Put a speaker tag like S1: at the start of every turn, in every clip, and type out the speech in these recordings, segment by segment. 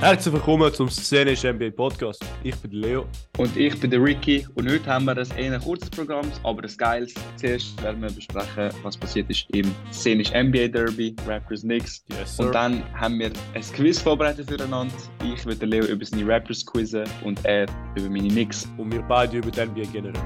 S1: Herzlich willkommen zum Szenisch NBA Podcast. Ich bin Leo.
S2: Und ich bin der Ricky und heute haben wir ein eher kurzes Programm, aber ein geiles. Zuerst werden wir besprechen, was passiert ist im Szenisch NBA Derby, Raptors Knicks.
S1: Yes,
S2: Und dann haben wir ein Quiz vorbereitet füreinander. Ich werde Leo über seine Rappers quizzen und er über meine Knicks.
S1: Und wir beide über die NBA generell.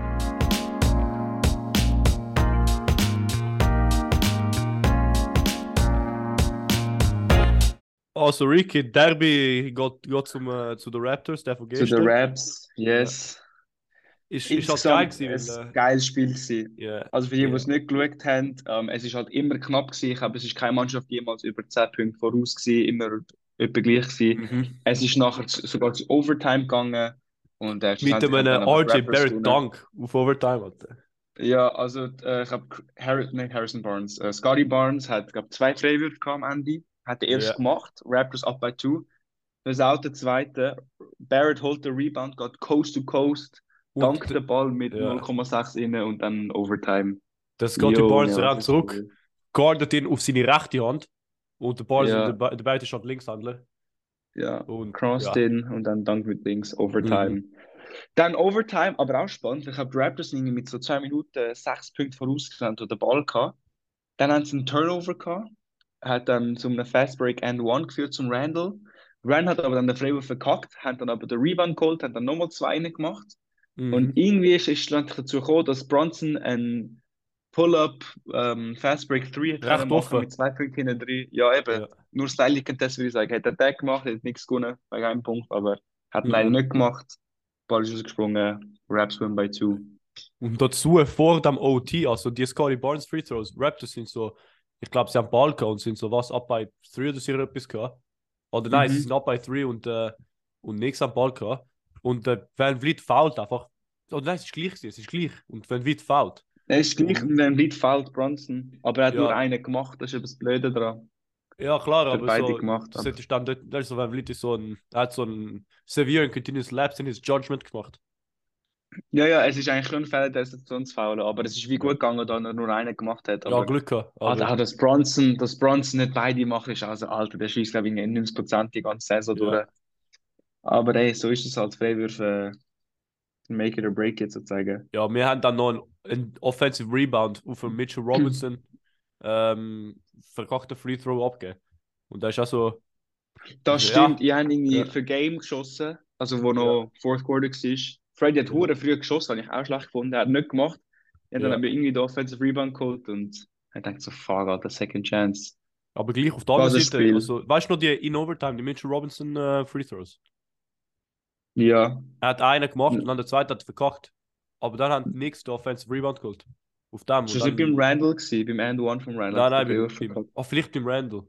S1: Also Ricky, Derby geht, geht zum, äh, zu den Raptors, der von
S2: Zu
S1: gestern.
S2: den Raps, yes.
S1: Ist, ist halt geil
S2: Insgesamt
S1: gewesen. weil,
S2: ein geiles Spiel gewesen.
S1: äh, ja.
S2: Also für die, die
S1: Ja.
S2: es nicht geschaut haben, ähm, es ist halt immer knapp gewesen, aber es ist keine Mannschaft jemals über 10 Punkte voraus gewesen, immer etwa gleich
S1: Mhm.
S2: gewesen. Es ist nachher zu- sogar zu Overtime gegangen und äh,
S1: Mit
S2: schlussendlich
S1: einem
S2: haben dann aber
S1: RJ
S2: Raptors
S1: Barrett
S2: gewonnen.
S1: Dunk auf Overtime. Alter.
S2: Ja, also äh, ich habe Harris, nicht Harrison Barnes, äh, Scotty Barnes hat glaub, zwei Freiwürfe gehabt am Ende, hat den ersten
S1: Ja.
S2: gemacht, Raptors up by two, das auch der zweite, Barrett holt den Rebound, geht Coast to Coast,
S1: Und
S2: dankt den Ball mit
S1: ja.
S2: 0,6 innen und dann Overtime.
S1: der Scotty
S2: Jo,
S1: Barnes
S2: ja,
S1: rennt
S2: das ist
S1: zurück.
S2: cool.
S1: guardet ihn auf seine rechte Hand und der Barnes
S2: Ja.
S1: und der, Be- der Beide schaut Linkshändler.
S2: Ja,
S1: Und
S2: crossed
S1: ja. Mhm.
S2: in und dann Dunk mit links, Overtime. Dann Overtime, aber auch spannend. Ich habe die Raptors irgendwie mit so zwei Minuten sechs Punkte vorausgerannt und den Ball gehabt. Dann haben sie einen Turnover gehabt, hat dann zu einem Fast Break and One geführt zum Randall. Rand hat aber dann den Freiwurf verkackt, hat dann aber den Rebound geholt, hat dann nochmal zwei rein gemacht.
S1: Mhm.
S2: Und irgendwie ist es dann dazu gekommen, dass Bronson ein Pull-up ähm, Fast Break 3
S1: Recht
S2: hat können
S1: offen.
S2: machen mit zwei Punkten hinten drin. Ja, eben.
S1: Ja.
S2: Nur Styling könnte das würde ich sagen. Hat er den gemacht, hat nichts gewonnen, bei einem Punkt, aber hat
S1: Mhm.
S2: ihn leider nicht gemacht. Ball ist rausgesprungen, Raps win by two.
S1: und dazu vor dem OT, also die Scotty Barnes Free Throws, Raptors sind so, ich glaube, sie haben Ball gehabt und sind so was ab bei 3 oder so etwas gehabt. Oder nein,
S2: Mhm.
S1: sie sind ab bei 3 und, äh, und nichts am Ball gehabt. Und äh, Van Vliet fault einfach. Oder nein, es ist gleich, gewesen, es ist gleich. Und Van Vliet fault.
S2: Er ist gleich
S1: Mhm.
S2: in dem Lied fällt Bronson, aber er hat
S1: Ja.
S2: nur einen gemacht, das ist etwas Blöde dran.
S1: Ja, klar,
S2: Hat er
S1: aber
S2: beide
S1: so,
S2: gemacht.
S1: das hätte ich dann dort, das ist so, Van Vliet ist so ein, er hat so ein severe and continuous lapse in his judgment gemacht.
S2: Ja, ja, es ist eigentlich schon ein Fehler, der ist sonst faulen, aber es ist wie gut gegangen, da er nur einen gemacht hat.
S1: Ja,
S2: Aber
S1: Glück gehabt.
S2: Ah,
S1: aber-
S2: da, dass Bronson, dass Bronson nicht beide macht, ist also Alter, der schießt, glaube ich, 90% die ganze Saison
S1: Ja.
S2: durch. Aber ey, so ist es halt. Freiwürfe äh, make it or break it sozusagen.
S1: Ja, wir haben dann noch einen, einen Offensive Rebound auf
S2: Mhm.
S1: den Mitchell Robinson ähm, verkackten Free Throw abgegeben. Und da ist also, auch so,
S2: Das
S1: Ja.
S2: stimmt, ich habe irgendwie
S1: Ja.
S2: für Game geschossen, also wo noch Fourth Quarter war. Freddy hat
S1: Ja.
S2: hure früh geschossen, habe ich auch schlecht gefunden, er hat nicht gemacht. Ja, dann
S1: Ja.
S2: haben wir irgendwie den Offensive Rebound geholt und ich dachte so, fuck, Alter, Second Chance.
S1: aber gleich auf der anderen
S2: Krasses
S1: Seite.
S2: Spiel.
S1: Also, weißt du noch die in Overtime, die Mitchell Robinson äh, Free Throws?
S2: Ja,
S1: Er hat einen gemacht
S2: Mhm.
S1: und dann der zweite hat verkackt. Aber dann haben die Knicks den Offensive Rebound geholt. Auf dem.
S2: ist
S1: und
S2: das
S1: dann,
S2: nicht beim Randall gewesen, beim End One vom Randall?
S1: nein,
S2: hat
S1: nein,
S2: der
S1: beim,
S2: Playoff
S1: beim,
S2: verkackt.
S1: oh, vielleicht beim Randall.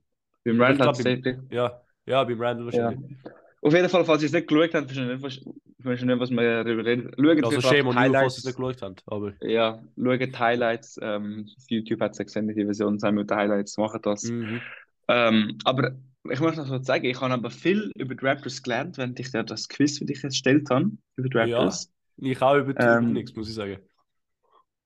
S2: Beim Randall
S1: glaub,
S2: hat es
S1: beim-
S2: safe-
S1: Ja, ja, beim Randall wahrscheinlich.
S2: Auf jeden Fall, falls ihr es nicht geschaut habt, wisst ihr nicht, was- wisst ihr nicht, was wir darüber reden. Schaut
S1: Also,
S2: euch
S1: shame
S2: ab
S1: on you, falls sie es nicht
S2: Highlights.
S1: geschaut haben. Aber,
S2: Ja, schaut die Highlights. Ähm, auf YouTube hat es eine gesendete Version, sind mit den Highlights, machen das.
S1: mhm.
S2: Ähm, aber ich möchte noch so sagen, ich habe aber viel über die Raptors gelernt, während ich dir das Quiz für dich erstellt habe, über die
S1: Ja.
S2: Raptors.
S1: ich auch über die
S2: Ähm,
S1: Knicks, muss ich sagen.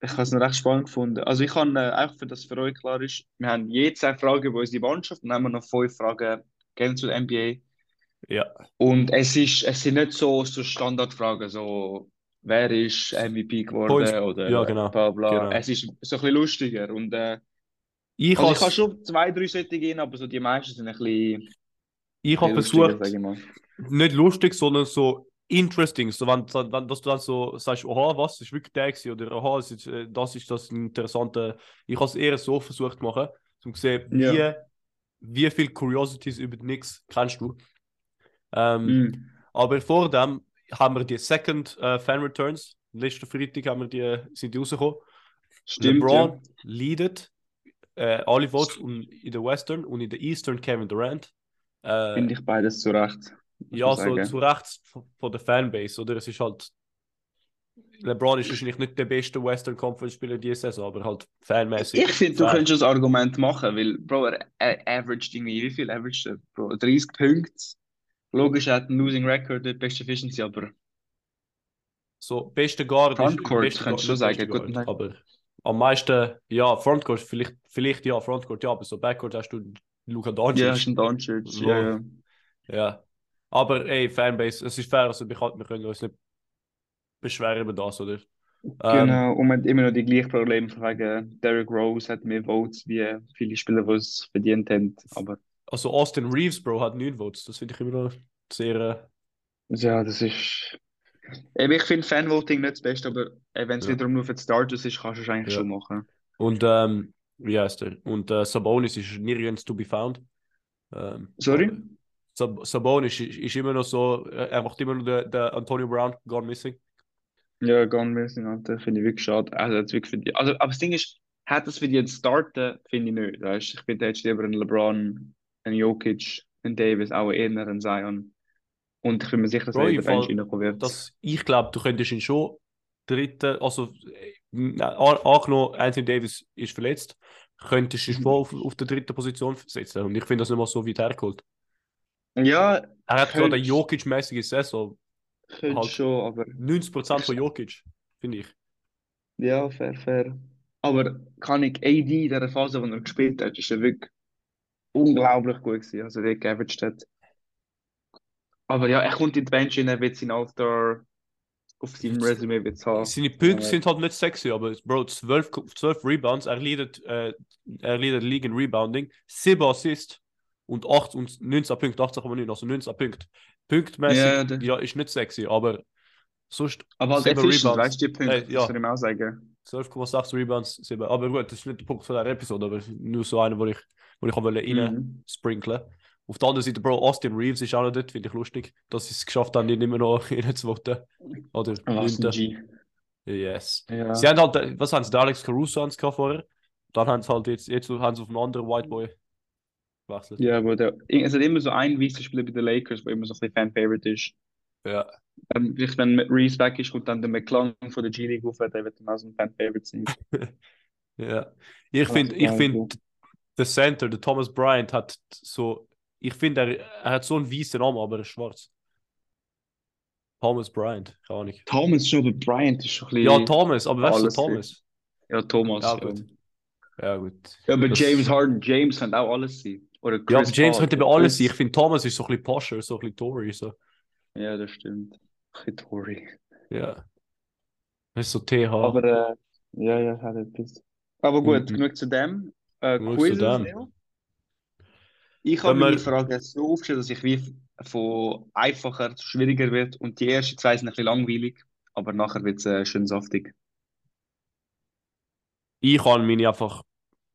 S2: Ich habe es noch recht spannend gefunden. Also ich habe, äh, auch für das für euch klar ist, wir haben je zehn Fragen über unsere Mannschaft und dann haben wir noch fünf Fragen gerne zur NBA.
S1: Ja.
S2: Und es ist, es sind nicht so, so Standardfragen, so wer ist MVP geworden
S1: Points-
S2: oder
S1: ja, genau,
S2: bla bla.
S1: genau.
S2: Es ist so ein bisschen lustiger. Und, äh,
S1: Ich
S2: also ich
S1: has-
S2: habe schon zwei, drei solche gehen, aber so die meisten sind ein bisschen,
S1: ich
S2: ein
S1: habe
S2: bisschen lustiger,
S1: versucht,
S2: sag ich mal.
S1: nicht lustig, sondern so interesting. So, wenn, wenn dass du dann so sagst, aha, was das ist wirklich der gewesen? oder aha, das ist, äh, das ist das Interessante. Ich habe es eher so versucht zu machen, um zu sehen, wie,
S2: Ja.
S1: wie viel Curiosities über nichts kennst du. Ähm,
S2: Mm.
S1: Aber vor dem haben wir die Second äh, Fan Returns. Letzten Freitag haben wir die, sind die rausgekommen.
S2: Stimmt,
S1: LeBron
S2: ja.
S1: leadet äh, alle Votes und in der Western und in der Eastern Kevin Durant. Äh,
S2: Finde ich beides zu Recht, muss
S1: Ja,
S2: man
S1: so
S2: sagen.
S1: zu Recht von, von der Fanbase, oder? Es ist halt. LeBron ist wahrscheinlich nicht der beste Western Conference Spieler diese Saison, aber halt fanmäßig.
S2: Ich finde, du
S1: Fair.
S2: könntest das Argument machen, weil, Bro, er er averaged irgendwie, wie viel averaged er? Bro, 30 Punkte. Logisch, er hat einen Losing Record, nicht beste Efficiency, aber
S1: So, beste Guard ist.
S2: Frontcourt
S1: beste
S2: könntest du
S1: nicht beste
S2: sagen, gut,
S1: Guard,
S2: nein.
S1: aber am meisten, ja, Frontcourt, vielleicht, vielleicht ja, Frontcourt, ja, aber so Backcourt hast du Luka Doncic.
S2: Ja, hast du Doncic,
S1: So.
S2: ja, ja.
S1: Ja. Aber ey, Fanbase, es ist fair, also bekannt, wir können uns nicht beschweren über das, oder? Ähm,
S2: Genau, und man hat immer noch die gleichen Probleme von wegen Derrick Rose hat mehr Votes wie viele Spieler, die es verdient haben. Aber
S1: Also Austin Reeves, Bro, hat 9 Votes. Das finde ich immer noch sehr. Äh,
S2: ja, das ist. Eben, ich finde Fanvoting nicht das Beste, aber wenn es
S1: Ja.
S2: wiederum nur für die Starters ist, kannst du es eigentlich
S1: Ja.
S2: schon machen.
S1: und ähm, wie heißt er? Und äh, Sabonis ist nirgends to be found. Ähm,
S2: Sorry?
S1: aber Sab Sabonis ist, ist immer noch so, äh, er macht immer noch der, der Antonio Brown gone missing.
S2: Ja, Gone Wilson, Alter, finde ich wirklich schade. Also, hat's wirklich verdient. Also, aber das Ding ist, hat das verdient zu starten, finde ich nicht. Weißt? Ich bin da jetzt lieber ein LeBron, ein Jokic, ein Davis, auch eher ein Zion. Und ich bin mir sicher, dass
S1: Bro,
S2: er in
S1: im
S2: der Bench
S1: Fall,
S2: reinkommen wird.
S1: Das, ich glaube, du könntest ihn schon dritten, also äh, na, auch auch noch Anthony Davis ist verletzt, könntest du ihn
S2: Mhm.
S1: schon auf, auf der dritten Position setzen. Und ich finde das nicht mal so weit hergeholt.
S2: Ja,
S1: Er hat gerade eine
S2: Könntest-
S1: Jokic-mäßige Saison.
S2: könnte
S1: Halt.
S2: schon, aber
S1: 90% von Jokic, finde ich.
S2: ja, fair, fair. Aber kann ich AD in der Phase, in er gespielt hat, ist er wirklich unglaublich gut gewesen. Also, der geaveraged hat. Aber ja, er kommt in die Bench rein, er wird sein All-Star auf seinem
S1: Wird's-
S2: Resume wird's haben.
S1: Seine Punkte
S2: Ja.
S1: sind halt nicht sexy, aber Bro, 12, Ko- 12 Rebounds, er leidet, äh, er leidet League in Rebounding, 7 Assists und, 8, und 19 Punkte, 18,9, also 19 Punkte. Punktmäßig,
S2: Ja,
S1: ja,
S2: der-
S1: ist nicht sexy, aber sonst
S2: Aber halt
S1: Sieben
S2: efficient,
S1: Rebounds.
S2: weißt du, die Punkte,
S1: Äh, ja.
S2: das würde ich auch sagen.
S1: 12,6 Rebounds, 7. Aber gut, das ist nicht der Punkt von dieser Episode, aber nur so einer, wo ich, wo ich auch wollte rein
S2: Mhm.
S1: sprinkeln. Auf der anderen Seite, Bro, Austin Reeves ist auch noch dort, finde ich lustig, dass sie es geschafft haben, ihn immer noch reinzuvoten. Oder
S2: Was Ah, ein
S1: neunten.
S2: G.
S1: Yes.
S2: Ja.
S1: Sie haben halt, was haben sie, den Alex Caruso haben sie gehabt vorher. Dann haben sie halt jetzt, jetzt haben sie auf einen anderen White Boy gewechselt.
S2: Ja, aber der, es hat immer so einen weißen Spieler bei den Lakers, der immer so ein bisschen Fan-Favorite ist.
S1: Ja.
S2: Ähm, vielleicht, wenn Reeves weg ist, kommt dann der McClung von der G-League auf, der wird dann auch so ein Fan-Favorite sein.
S1: Ja. Ich
S2: Also,
S1: finde, ich
S2: ja,
S1: finde,
S2: cool.
S1: der Center, der Thomas Bryant, hat so, ich finde, er, er hat so einen weißen Namen, aber er ist schwarz. Thomas Bryant, keine Ahnung.
S2: Thomas schon, aber Bryant ist schon ein
S1: Ja,
S2: bisschen.
S1: Thomas, aber weißt du,
S2: Hm. Alles
S1: Thomas?
S2: Ja, Thomas.
S1: Ja,
S2: Ja,
S1: gut. Ja, gut.
S2: ja aber
S1: Das-
S2: James Harden, James könnte auch alles sein. Oder
S1: Ja, aber
S2: Chris
S1: James
S2: Paul.
S1: könnte bei alles sein. Ich finde, Thomas ist so ein bisschen posher, so ein bisschen Tory, so.
S2: Ja, das stimmt. Ein bisschen Tory.
S1: Ja. Das ist so TH.
S2: Aber äh, ja, ja, hat halt etwas. Aber gut,
S1: Mhm.
S2: genug zu dem. Äh,
S1: Genug
S2: Quizzes,
S1: zu dem.
S2: Leo. Ich
S1: Wenn
S2: habe meine
S1: wir-
S2: Frage jetzt so aufgestellt, dass ich wie von einfacher zu schwieriger wird und die ersten zwei sind ein bisschen langweilig, aber nachher wird es äh, schön saftig.
S1: Ich habe meine einfach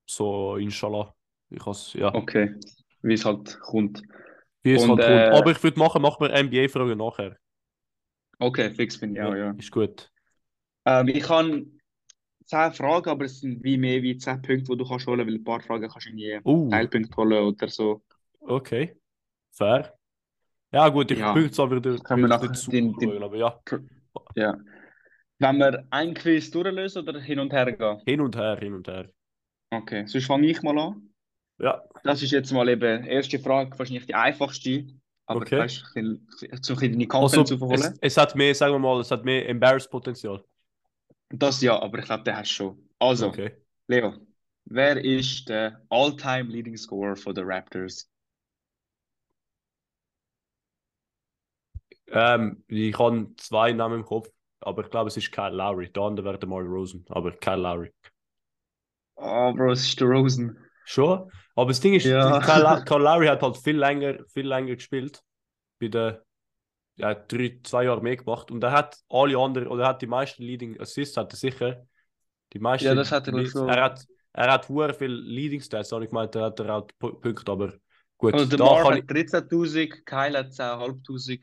S1: so, inshallah. Ich has, ja.
S2: Okay, wie es halt kommt.
S1: Wie es halt
S2: Und,
S1: kommt.
S2: äh,
S1: Aber ich würde machen, machen wir NBA-Fragen nachher.
S2: Okay, fix bin ich auch, ja.
S1: Ist gut.
S2: Ähm, ich habe zehn Fragen, aber es sind wie mehr wie zehn Punkte, die du kannst holen, weil ein paar Fragen kannst du irgendwie
S1: Uh,
S2: Teilpunkte holen oder so.
S1: okay. Fair. Ja, gut, ich
S2: Ja.
S1: bin zwar wieder,
S2: Können wir
S1: wieder
S2: nachher
S1: zu
S2: den- den-
S1: schauen, aber ja.
S2: Ja. Wenn wir ein Quiz durchlösen oder hin und her gehen?
S1: Hin und her, hin und her.
S2: Okay, sonst fange ich mal an.
S1: Ja.
S2: Das ist jetzt mal eben erste Frage, wahrscheinlich die einfachste. Aber
S1: Okay.
S2: weißt du, ein bisschen- so ein bisschen deine Confidence
S1: Also,
S2: aufholen.
S1: es, es hat mehr, sagen wir mal, es hat mehr Embarrass-Potenzial.
S2: Das ja, aber ich glaube, den hast du schon. Also,
S1: Okay.
S2: Leo, wer ist der all-time leading scorer von den Raptors?
S1: Ähm, ich habe zwei Namen im Kopf, aber ich glaube, es ist Kyle Lowry. Der andere wäre der Mario Rosen, aber Kyle Lowry.
S2: Oh, Bro, es ist der Rosen.
S1: Schon? Aber das Ding ist,
S2: Ja.
S1: Kyle, La- Kyle Lowry hat halt viel länger, viel länger gespielt. Bei den, er hat drei, zwei Jahre mehr gemacht und er hat alle anderen, oder er hat die meisten Leading Assists, hat er sicher. Die meisten
S2: Ja, das hat er
S1: Leads-
S2: schon.
S1: Er hat, er hat hure viel Leading Stats, habe ich gemeint, er hat er auch Pu- Punkte, aber gut.
S2: Also, der
S1: da
S2: Marv
S1: kann
S2: hat 13.000, Kyle hat 10.500.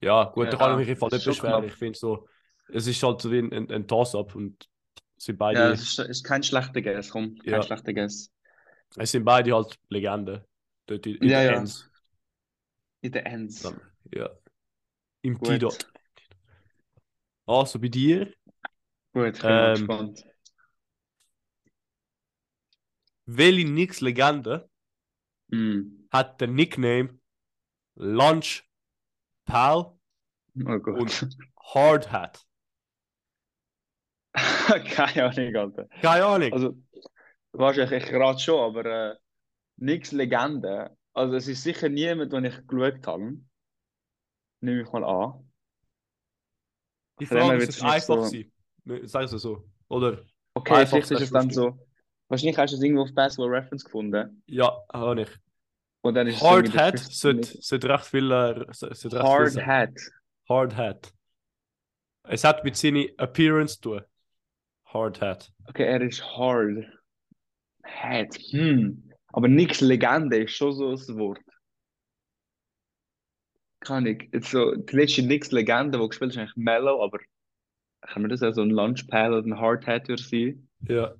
S1: Ja, gut, da
S2: Ja,
S1: kann ich mich im Fall
S2: das
S1: nicht
S2: ist schon
S1: beschweren.
S2: knapp.
S1: Ich finde so, es ist halt so wie ein, ein, ein Toss-up und es sind beide,
S2: Ja, es ist, ist kein schlechter Guess, komm, kein
S1: Ah, Ja.
S2: schlechter Guess.
S1: es sind beide halt Legenden. Dort in, in
S2: Ja,
S1: der
S2: ja.
S1: Ends.
S2: In den Ends.
S1: Dann- Ja. Im
S2: Gut.
S1: T-Dot. Also bei dir,
S2: Gut, ich bin mal
S1: Ähm,
S2: gespannt.
S1: welche Knicks-Legende
S2: Mm.
S1: hat den Nickname Lunch Pal
S2: Oh Gott.
S1: und Hard Hat?
S2: Keine Ahnung, Alter.
S1: Keine Ahnung.
S2: Also, wahrscheinlich, ich rate schon, aber äh, nichts Legende. Also, es ist sicher niemand, den ich geschaut habe. Nehme ich mal an.
S1: Die
S2: Von dem
S1: Frage
S2: her
S1: ist,
S2: wird's
S1: es einfach
S2: nicht so-
S1: sein. Ne, Sag es so. Oder?
S2: Okay,
S1: Einfach,
S2: vielleicht ist
S1: das
S2: es
S1: ist
S2: dann
S1: lustig.
S2: so. Wahrscheinlich hast du es irgendwo auf Basketball Reference gefunden.
S1: Ja, habe ich.
S2: Und dann ist es so mit
S1: Hard
S2: den
S1: Hat
S2: 50
S1: sollte, sollte recht viel. Äh, sollte recht viel
S2: Hard
S1: sein.
S2: Hat.
S1: Hard Hat. Es hat mit seiner Appearance zu tun. Hard Hat.
S2: Okay, er ist Hard Hat. Hm. Aber nichts Legende ist schon so ein Wort. Kann ich. Jetzt so, die letzte nichts Legende, die gespielt ist, ist eigentlich Mellow, aber kann man das auch so ein Lunchpal oder ein Hard Hat würde sein?
S1: Ja.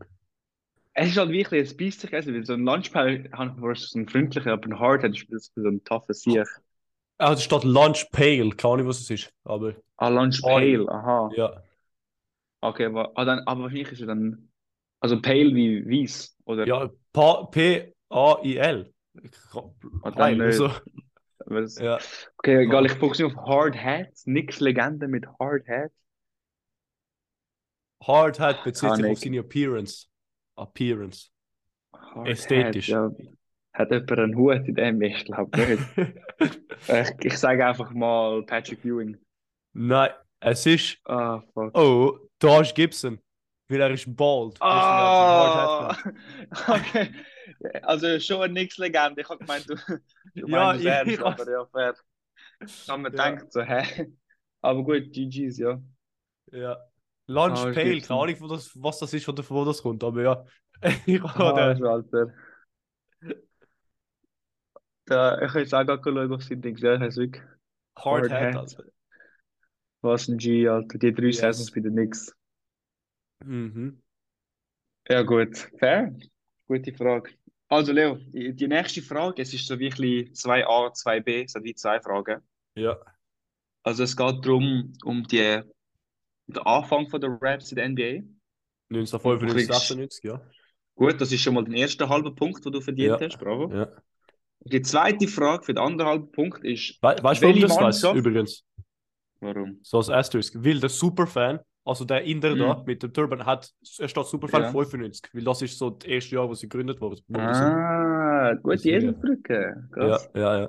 S2: Es ist halt wirklich, es beißt sich, also weil so ein Lunchpal habe ich vorher so ein freundlicher, aber ein Hard Hat ist so ein tougher Sieg.
S1: Also statt Lunch Pale, keine Ahnung, was es ist. Aber
S2: Ah, Lunchpale, aha.
S1: ja.
S2: Okay, aber, ah, dann, aber wahrscheinlich ist er dann. Also pale wie weiß, oder?
S1: Ja, Pa- P-A-I-L.
S2: Und dann
S1: Pale,
S2: nicht.
S1: also.
S2: Was-
S1: Ja.
S2: Okay, egal, ich fokussiere auf Hard Hat. Nix Legende mit Hard Hat.
S1: Hard Hat bezieht sich
S2: Kann
S1: auf
S2: ich.
S1: seine Appearance. Appearance.
S2: Hard
S1: Ästhetisch.
S2: Hat, ja. Hat jemand einen Hut in dem? Ich glaube nicht. ich, ich sage einfach mal Patrick Ewing.
S1: Nein, es ist.
S2: Ah, fuck.
S1: Oh, Taj Gibson. Weil er ist bald. Deswegen
S2: Ah!
S1: hat er einen Hard Hat
S2: okay. Also schon nix Legende. Ich habe gemeint, du,
S1: Ja,
S2: du meinst
S1: ich-
S2: ernst,
S1: ich weiß.
S2: aber ja, fair. Kann man
S1: Ja. Oh,
S2: denken, so, hä? Aber gut, GG's, ja.
S1: gehabt. Ja. Lunch
S2: Taj
S1: Pale,
S2: Gibson.
S1: keine Ahnung, wo das, was das ist oder von wo das kommt, aber ja. ich habe den-
S2: Also, Alter. Da, ich habe jetzt auch gerade geschaut auf sein Ding. Ja, ich weiß wirklich,
S1: Hard
S2: Hard
S1: Hat. also.
S2: Hat.
S1: Alter.
S2: was ein G, Alter. Die drei
S1: Yes.
S2: Saisons bei den Knicks.
S1: Mhm.
S2: Ja, gut. Fair. Gute Frage. Also, Leo, die die nächste Frage, es ist so wie ein bisschen 2a, 2b, es sind wie zwei Fragen.
S1: Ja.
S2: Also, es geht darum, um die, den Anfang von der Raps in der NBA.
S1: 1995, 96, ja.
S2: Gut, das ist schon mal den ersten halben Punkt, den du verdient
S1: Ja.
S2: hast, bravo.
S1: ja.
S2: Die zweite Frage für den anderen halben Punkt ist,
S1: We weißt du, warum
S2: Welche
S1: das weiß
S2: Mannschaft-
S1: übrigens?
S2: warum?
S1: So als Asterisk. Weil der Superfan, also der Inder da
S2: Mhm.
S1: mit dem Turban, hat, er steht Superfan
S2: Ja.
S1: 95, weil das ist so das erste Jahr, wo sie gegründet wurde. Wo wir sind.
S2: Ah, gut,
S1: Deswegen.
S2: Eselsbrücke.
S1: Ja,
S2: Krass.
S1: ja, ja.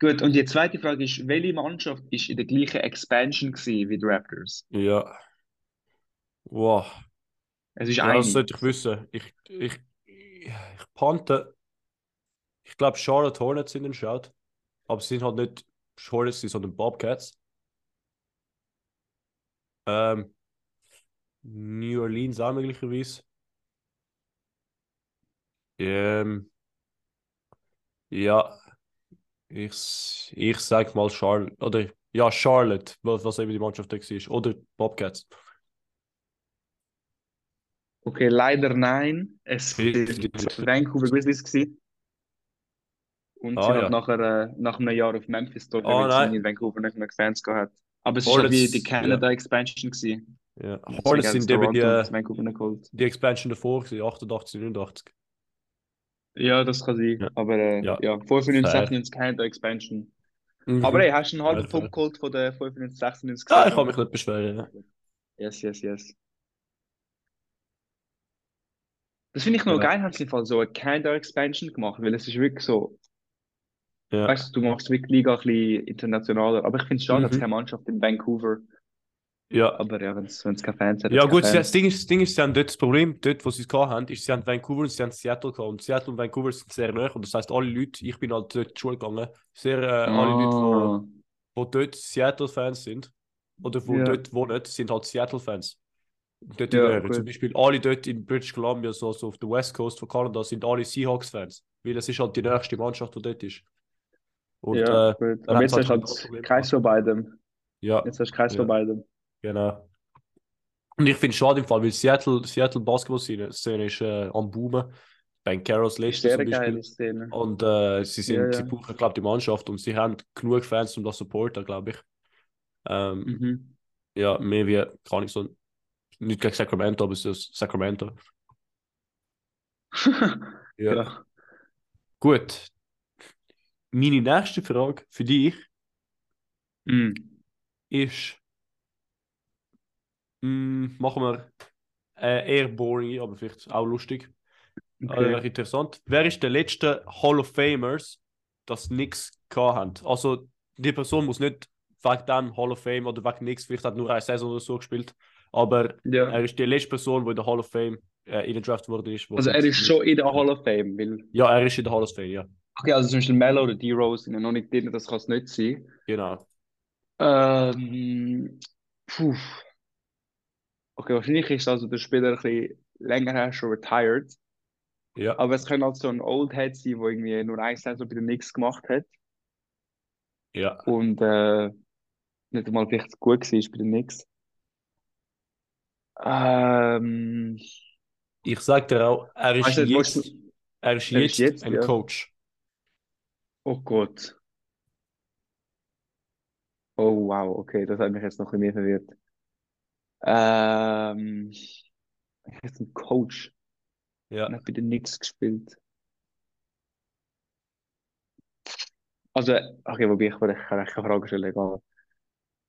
S2: Gut, und die zweite Frage ist, welche Mannschaft ist in der gleichen Expansion gewesen wie die Raptors?
S1: Ja. Wow.
S2: Es ist
S1: Ja, also-
S2: eine.
S1: das sollte ich wissen. Ich, ich, ich, ich pante. Ich glaube, Charlotte Hornets sind entscheidend. Aber sie sind halt nicht Hornets, gewesen, sondern Bobcats. Ähm, New Orleans auch möglicherweise. Ähm, ja, ich, s- ich sag mal Charlotte. Oder ja, Charlotte, was, was eben die Mannschaft da war. Oder Bobcats.
S2: Okay, leider nein. Es
S1: Richtig.
S2: sind Vancouver Grizzlies gewesen. Und sie
S1: Ah,
S2: hat
S1: ja.
S2: nachher äh, nach einem Jahr auf Memphis gegangen,
S1: Ah,
S2: weil sie
S1: nein.
S2: in Vancouver nicht mehr Fans gehabt hat. Aber es ist
S1: Oh,
S2: halt wie
S1: das-
S2: die Canada Expansion gewesen.
S1: Ja.
S2: Deswegen
S1: Hornets
S2: hat es
S1: sind eben die.
S2: Toronto und
S1: äh,
S2: das Vancouver nicht geholt.
S1: die Expansion davor gewesen, 88, 89.
S2: Ja, das kann sein.
S1: Ja.
S2: Aber äh,
S1: Ja.
S2: ja, 95,
S1: Fair.
S2: 96 Canada Expansion.
S1: Mhm.
S2: Aber ey, hast du einen halben
S1: Ja, fair.
S2: Punkt geholt von der 95, 96
S1: ja, ich
S2: Saison?
S1: kann mich nicht beschweren. Ja.
S2: Yes, yes, yes. Das finde ich noch
S1: Ja.
S2: geil, haben sie im Fall so eine Canada-Expansion gemacht, weil es ist wirklich so,
S1: Ja.
S2: weißt du, du machst wirklich die Liga ein bisschen internationaler. Aber ich finde es schade, dass es
S1: Mhm.
S2: keine Mannschaft in Vancouver
S1: Ja.
S2: Aber ja, wenn es keine Fans hat,
S1: ja, ähm,
S2: hat's
S1: gut,
S2: keine
S1: sie- das
S2: Fans.
S1: Ding, ist, das Ding ist, sie haben dort das Problem, dort, wo sie es gehabt haben, ist, sie haben Vancouver und sie haben Seattle gehabt. Und Seattle und Vancouver sind sehr nah. Und das heisst, alle Leute, ich bin halt dort zur Schule gegangen, sehr, äh, alle Leute,
S2: Ah,
S1: die dort Seattle-Fans sind oder die
S2: Ja.
S1: dort wohnen, sind halt Seattle-Fans. Und Dort
S2: Ja,
S1: in der Nähe.
S2: gut.
S1: Zum Beispiel alle dort in British Columbia, so, so auf der West Coast von Kanada, sind alle Seahawks-Fans. Weil es ist halt die nächste Mannschaft, die dort ist. Und
S2: ja,
S1: äh,
S2: gut.
S1: dann
S2: Aber jetzt
S1: hat's
S2: hast
S1: halt
S2: du
S1: kein
S2: halt
S1: Problem
S2: Kreis von beidem.
S1: ja,
S2: Jetzt hast du Kreis
S1: Ja.
S2: von beidem.
S1: Genau. Und ich finde es schade im Fall, weil Seattle, Seattle Basketball-Szene Szene ist äh, am Boomen. Ben Carrolls
S2: Ist
S1: letztes
S2: sehr
S1: zum
S2: geile
S1: Beispiel.
S2: Szene.
S1: Und äh, sie sind,
S2: Ja, ja.
S1: sie brauchen, glaube ich, die Mannschaft und sie haben genug Fans, um das zu supporten, glaube ich. Ähm,
S2: Mhm.
S1: Ja, mehr wie, kann ich so, nicht gegen Sacramento, aber es ist Sacramento. Ja.
S2: Ja.
S1: Gut. Meine nächste Frage für dich
S2: Mhm.
S1: ist Mm, machen wir äh, eher boring, aber vielleicht auch lustig.
S2: Okay.
S1: Oder Also, interessant. Wer ist der letzte Hall of Famers, das nichts gehabt hat? Also, die Person muss nicht wegen dem Hall of Fame oder wegen nichts, vielleicht hat nur eine Saison oder so gespielt, aber
S2: ja.
S1: er ist die letzte Person, die in der Hall of Fame äh, in den Draft worden ist. wo
S2: Also er
S1: nichts-
S2: ist schon in der Hall of Fame, weil...
S1: Ja, er ist in der Hall of Fame, ja.
S2: Okay, also zum Beispiel Melo oder D-Rose sind ja noch nicht drin, das kann es nicht sein.
S1: Genau.
S2: Ähm, puh. Okay, wahrscheinlich ist also der Spieler ein bisschen länger her schon retired.
S1: Ja.
S2: Aber es könnte auch so ein Old Head sein, der irgendwie nur eine Saison bei den Knicks gemacht hat
S1: ja.
S2: und äh, nicht einmal vielleicht gut war bei den Knicks. Ähm,
S1: Ich sag dir auch, er ist
S2: weißt du,
S1: jetzt,
S2: willst du-
S1: er ist
S2: er
S1: jetzt,
S2: ist jetzt,
S1: ein
S2: ja.
S1: Coach.
S2: Oh Gott. Oh wow, okay, das hat mich jetzt noch ein bisschen mehr verwirrt. Ähm, er ist ein Coach
S1: Ja.
S2: und hat bei den Knicks gespielt. Also, okay, wobei ich, ich kann eigentlich keine Frage stellen, egal.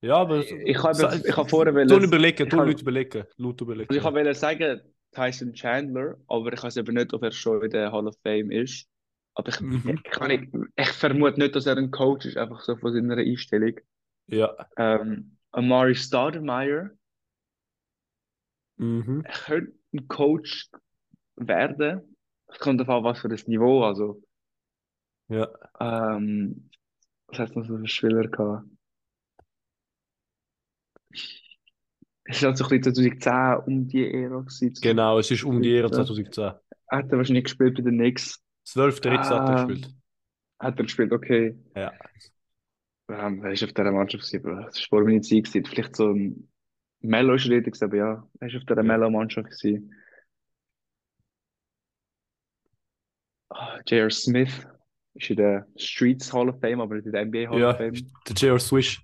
S1: Ja, aber
S2: Ich- ich habe-
S1: Sa-
S2: ich habe vorher
S1: Tu
S2: wollen-
S1: nicht überlegen,
S2: ich
S1: tu
S2: habe-
S1: nicht überlegen, laut überlegen.
S2: Also ich wollte sagen, Tyson Chandler, aber ich weiß eben nicht, ob er schon in der Hall of Fame ist. Aber ich,
S1: Mhm.
S2: ich, kann nicht, ich vermute nicht, dass er ein Coach ist, einfach so von seiner Einstellung.
S1: Ja.
S2: Ähm, Amari Stoudemire.
S1: Mhm.
S2: ich könnte ein Coach werden. Es kommt darauf an, was für ein Niveau. Also,
S1: Ja.
S2: ähm, was heißt noch so für Spieler gehabt? Es war halt so ein bisschen 2010 um die Ära gewesen.
S1: Genau, es ist um die Ehre
S2: Ja.
S1: 2010.
S2: Hat er wahrscheinlich gespielt bei den Knicks?
S1: 12, 13 hat er
S2: Ähm,
S1: gespielt.
S2: Hat er gespielt, okay.
S1: Ja.
S2: Ähm, wer ist auf dieser Mannschaft gewesen? Bro, Das war vor meiner Zeit. gewesen. Vielleicht so ein Melo ist richtig, gewesen, aber ja, er ist auf dieser Melo-Mannschaft gewesen. Ah, J.R. Smith ist in der Streets Hall of Fame, aber nicht in der NBA Hall
S1: Ja,
S2: of Fame.
S1: der J.R. Swish.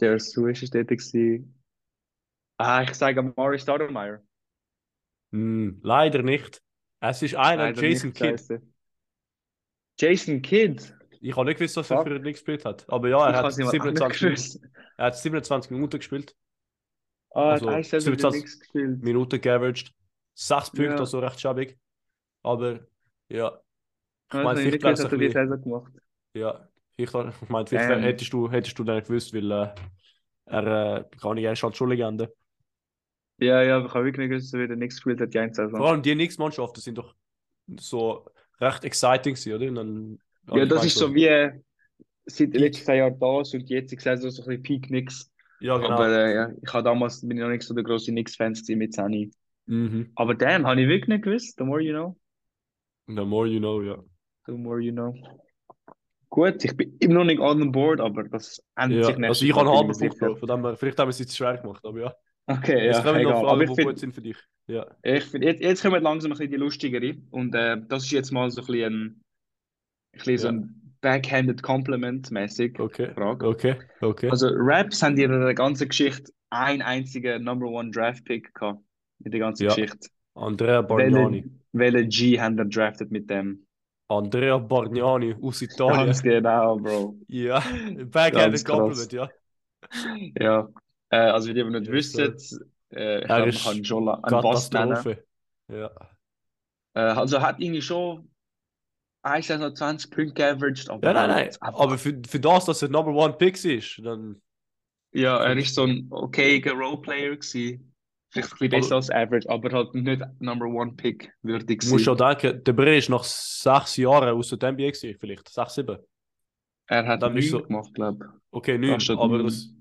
S2: J.R. Swish ist tätig gewesen. Ah, ich sage Amari Stoudemire.
S1: Hm, leider nicht. Es ist einer,
S2: Leider
S1: Jason
S2: nicht,
S1: Kidd.
S2: scheisse. Jason Kidd?
S1: Ich habe nicht gewusst, dass er
S2: Fuck.
S1: für den Knicks gespielt hat. Aber ja, er
S2: Ich
S1: hat,
S2: hab's ihm auch nicht
S1: 27,
S2: gewusst.
S1: er hat 27 Minuten gespielt.
S2: Ah, er hat
S1: Also,
S2: eine Saison bei den
S1: 27
S2: Knicks gespielt.
S1: Minuten geaveraged. Sechs Punkte,
S2: Ja.
S1: also recht schäbig. Aber ja,
S2: Ah, das
S1: meine,
S2: hab ich
S1: vielleicht wär's
S2: nicht gewusst,
S1: ein
S2: hat er die
S1: bisschen-
S2: Saison gemacht.
S1: ja. Ich, glaub, ich meine, vielleicht
S2: Damn.
S1: hättest du, hättest du den gewusst, weil äh, er, äh, kann ich, er ist halt schon Legende.
S2: Ja, ja, aber ich habe wirklich nicht gewusst, dass er wieder nichts gespielt hat, die eine Saison.
S1: Vor allem die Knicks-Mannschaften sind doch so recht exciting, gewesen, oder? Und dann,
S2: Ja,
S1: ich
S2: das
S1: mein
S2: ist so wie äh, seit den letzten zehn Jahren das und die jetzige Saison so ein bisschen Peak Knicks.
S1: Ja, genau.
S2: Aber äh, ja, ich habe damals bin ich noch nicht so der grosse Knicks-Fans gewesen mit 10.
S1: mhm.
S2: Aber damn, habe ich wirklich nicht gewusst. The more you know,
S1: The more you know, ja.
S2: the more you know. Gut, ich bin immer noch nicht on board, aber das ändert
S1: ja
S2: sich
S1: also
S2: nächste
S1: ich habe einen
S2: Woche, bin
S1: halben
S2: mir
S1: Punkt, Bro.
S2: sicher.
S1: Von dem her, vielleicht haben wir es jetzt schwer gemacht, aber ja. Dus
S2: Okay,
S1: Jetzt
S2: ja,
S1: kommen noch
S2: egal. Aber
S1: Fragen,
S2: ich
S1: die
S2: finde-
S1: gut sind für dich. Ja.
S2: Ich finde, jetzt, jetzt kommen langsam ein bisschen die lustigeren. Und äh, das ist jetzt mal so ein bisschen, ein, ein bisschen so
S1: Ja.
S2: ein backhanded Compliment-mäßig
S1: Okay.
S2: Frage.
S1: Okay. Okay.
S2: Also Raps haben in ihrer ganzen Geschichte einen einzigen Number One Draft Pick gehabt. In der ganzen
S1: Ja.
S2: Geschichte.
S1: Andrea Bargnani.
S2: Welchen welche G haben dann drafted mit dem?
S1: Andrea Bargnani aus Italien.
S2: Ganz genau, Bro.
S1: Ja. Backhanded
S2: krass.
S1: Compliment, ja.
S2: Ja. Äh, also für die, die nicht
S1: Yes,
S2: wissen, äh,
S1: Er
S2: ich glaube, man
S1: ist
S2: kann schon la- einen Bass nennen.
S1: Katastrophe. Ja.
S2: Äh, also hat irgendwie schon 1 Saison 20 Punkte geaveraged, aber
S1: Ja, nein, nein.
S2: halt einfach-
S1: Aber für, für das, dass er Number One Picks ist, dann.
S2: Ja, er ist so ein okayer Roleplayer gewesen. Vielleicht ein bisschen besser als Average, aber halt nicht Number One Pick würdig
S1: Du musst ja
S2: gewesen.
S1: denken, der Bre ist nach sechs Jahren aus der NBA gewesen, vielleicht. Sechs, sieben.
S2: Er hat
S1: Dann bist
S2: neun
S1: du-
S2: gemacht, glaube ich.
S1: Okay, neun.
S2: Anstatt
S1: aber
S2: neun.
S1: das.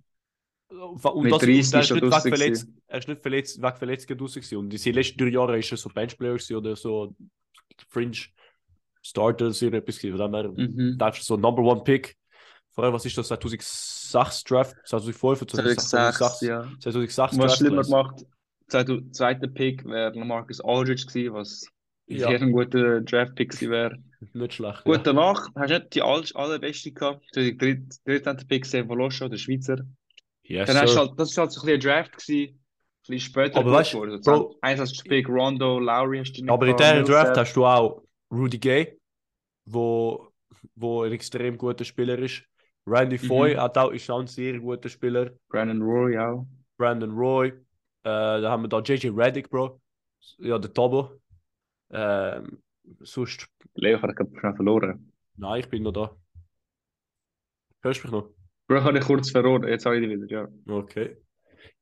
S1: Und
S2: Mit
S1: das, und er
S2: 30 ist
S1: ist
S2: er
S1: nicht
S2: draussen
S1: wegverletzt, er ist nicht verletzt, wegverletzt gerade raus gewesen. Und in den letzten drei Jahren ist er so Benchplayer gewesen oder so Fringe Starter oder so etwas gewesen. Von dem her,
S2: Mhm.
S1: da ist so Number One Pick. Vor allem, was ist das, 2006 Draft, 2005, 2006,
S2: 2006,
S1: 2006,
S2: ja.
S1: 2006
S2: Was
S1: Draft.
S2: schlimmer
S1: Class.
S2: gemacht, zweiter, zweiter Pick wäre Lamarcus Aldridge gewesen, was
S1: Ja.
S2: sehr ein guter Draft-Pick gewesen wäre.
S1: Nicht schlecht.
S2: Gut,
S1: ja.
S2: danach hast du nicht die all allerbeste gehabt. Du hast den dritt- 13. Pick Sevolosho, der Schweizer.
S1: Yes,
S2: Dann hast du
S1: sir.
S2: halt, das ist halt so ein bisschen ein Draft gewesen. Ein bisschen später
S1: Aber
S2: gut
S1: weißt du,
S2: geworden.
S1: Bro-
S2: So, eins hast du Pick Rondo, Lowry hast du nicht
S1: Aber in
S2: gehabt,
S1: dieser Draft
S2: Millsap.
S1: hast du auch Rudy Gay, wo, wo ein extrem guter Spieler ist. Randy Foy hat auch, ist auch ein sehr guter Spieler.
S2: Brandon Roy auch.
S1: Brandon Roy. Äh, dann haben wir da JJ Reddick, Bro. Ja, der Tabo. Ähm, sonst.
S2: Leo, ich habe schon verloren.
S1: Nein, ich bin noch da. Hörst du mich noch?
S2: Bro, ich habe dich kurz verloren, jetzt habe ich dich wieder, ja.
S1: Okay.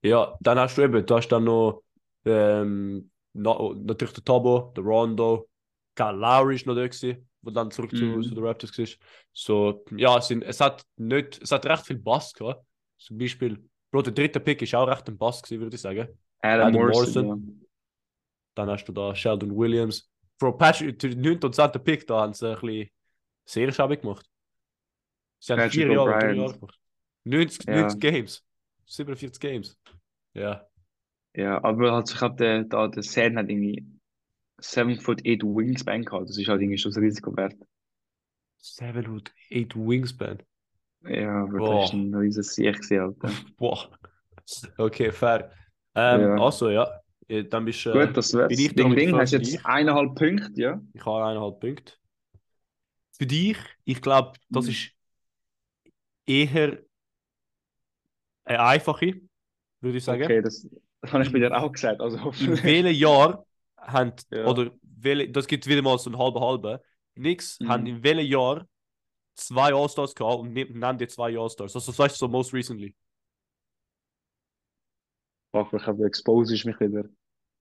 S1: Ja, dann hast du eben, du hast dann noch ähm, na, natürlich der Tabo, der Rondo, Kyle Lowry ist noch da gewesen, wo dann zurück zu,
S2: Mhm.
S1: zu den Raptors war. So, ja, es, sind, es hat nicht, es hat recht viel Bass gehabt. Zum Beispiel, Bro, der dritte Pick ist auch recht ein Bass gewesen, würde ich sagen.
S2: Adam,
S1: Adam
S2: Morrison.
S1: Dann hast du da Sheldon Williams. Bro, Patrick, der 9. und 10. Pick, da haben sie ein bisschen sehr schäbig gemacht. Sie haben
S2: Patrick
S1: vier Jahre, drei
S2: O'Brien.
S1: Jahre gemacht. 90,
S2: Ja.
S1: 90 Games. 47 Games. Ja.
S2: Ja. ja, aber halt, ich glaube, der, der, der Sam hat irgendwie 7 foot 8 Wingspan gehabt, das ist halt irgendwie schon das Risiko wert.
S1: Seven Hood, Eight Wingspan.
S2: Ja, aber
S1: Boah.
S2: das ist ein riesen Sieg gewesen, halt, Alter.
S1: Boah. Okay, fair. Ähm,
S2: Ja.
S1: Also, ja. Äh, Dann bist du. Äh,
S2: Gut, das wär's.
S1: bin ich dran
S2: Ding,
S1: mit
S2: Ding,
S1: der
S2: hast
S1: Frage
S2: jetzt
S1: gleich?
S2: eineinhalb Punkte, ja?
S1: ich habe eineinhalb Punkte. Für dich, ich glaube, das
S2: Mhm.
S1: ist eher eine einfache, würde ich sagen.
S2: Okay, das, das habe ich bei dir auch gesagt, also
S1: In
S2: hoffentlich.
S1: welchem Jahr haben,
S2: Ja.
S1: oder welche, das gibt wieder mal so ein halber halber, nix,
S2: Mhm.
S1: haben in welchem Jahr zwei All-Stars gehabt und nennen die zwei All-Stars. Also, das weißt du so most recently.
S2: Fuck, ich habe exposed ist mich wieder.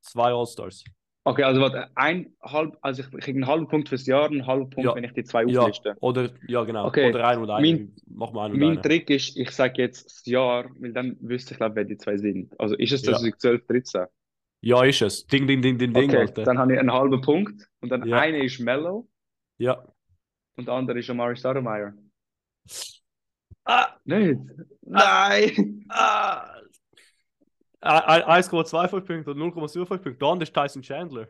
S1: Zwei All-Stars.
S2: Okay, also warte, ein halb, also ich kriege einen halben Punkt fürs Jahr, einen halben Punkt,
S1: Ja.
S2: wenn ich die zwei
S1: Ja,
S2: aufliste.
S1: oder, ja, genau.
S2: Okay.
S1: Oder ein und ein.
S2: Mein-
S1: Mach mal ein und
S2: Mein
S1: ein.
S2: Trick ist, ich sage jetzt das Jahr, weil dann wüsste ich, glaube wer die zwei sind. Also ist es
S1: Ja.
S2: 2012, 13?
S1: Ja, ist es. Ding, ding, ding, ding, ding,
S2: Okay,
S1: Alter.
S2: dann habe ich einen halben Punkt und dann
S1: Ja.
S2: einer ist Mello
S1: Ja.
S2: und der andere ist Amari Stoudemire.
S1: Ah,
S2: Nicht? Nein!
S1: ah. Ein- ein- 1,25 Punkte und 0,25 Punkte. Der andere ist Tyson Chandler.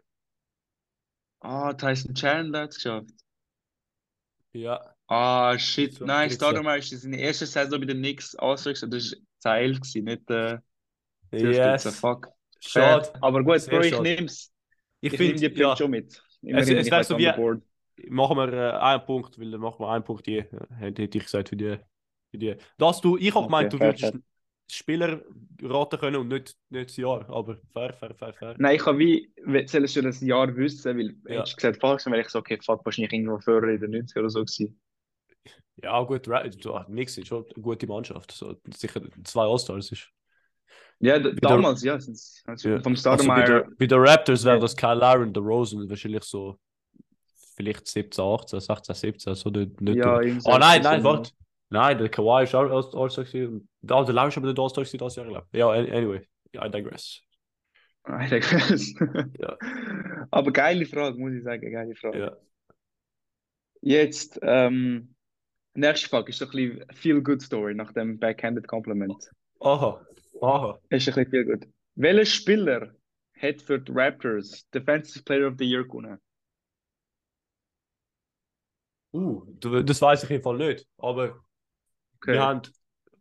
S2: Ah, Tyson Chandler hat es geschafft.
S1: Ja.
S2: Ah, shit,
S1: So,
S2: nein,
S1: kriegst du.
S2: Stoudemire ist in seiner ersten Saison bei den Knicks All-Star gewesen. Das war Zeil, gewesen, nicht äh, 12, 13.
S1: Yes.
S2: Fuck. Fair.
S1: Schade.
S2: Aber gut,
S1: Sehr
S2: Bro, ich
S1: schade.
S2: nehme es.
S1: Ich,
S2: Ich nehme die
S1: finde,
S2: Punkte
S1: ja,
S2: schon mit.
S1: Es-
S2: Immerhin,
S1: es
S2: ich
S1: wär
S2: weiß
S1: so
S2: on
S1: wie-
S2: the board.
S1: machen wir äh, einen Punkt, weil dann machen wir einen Punkt je. Hätte, hätte ich gesagt für die. Für die. Dass du, ich habe gemeint,
S2: Okay,
S1: du
S2: fair,
S1: würdest Spieler raten können und nicht, nicht das Jahr. Aber fair, fair, fair, fair.
S2: Nein, ich habe wie, wie sollst du das Jahr wissen, weil
S1: Ja.
S2: hättest du gesagt, falsch, dann wäre ich so, okay, fuck, wahrscheinlich irgendwo früher in den 90 oder so gewesen.
S1: Ja, gut, Ra- so, nix ist schon eine gute Mannschaft. So, sicher zwei All-Stars ist.
S2: Ja, d-
S1: der-
S2: damals, ja. Sonst, also
S1: Ja.
S2: Vom
S1: Also bei, der,
S2: Stoudemire,
S1: bei den Raptors wären
S2: Ja.
S1: das Kyle Lowry und der Rosen wahrscheinlich so vielleicht 17, 18, 16, 17, so nicht, nicht
S2: ja,
S1: durch.
S2: irgend so
S1: Oh nein,
S2: etwas,
S1: nein,
S2: ja.
S1: warte. Nein, der Kawhi ist auch All- All-Star gewesen. und- Ah, der Lowry ist aber nicht All-Star gewesen das Jahr, glaube ich. Ja, an- anyway, I digress.
S2: Nein, der Chris.
S1: Ja.
S2: Aber geile Frage, muss ich sagen, geile Frage.
S1: Ja.
S2: Jetzt, ähm, nächste Frage ist so ein bisschen Feel-Good-Story nach dem Backhanded Compliment.
S1: Aha, aha.
S2: Ist ein bisschen Feel-Good. Welcher Spieler hat für die Raptors Defensive Player of the Year gewonnen?
S1: Uh, du- das weiß ich im Fall nicht, aber wir haben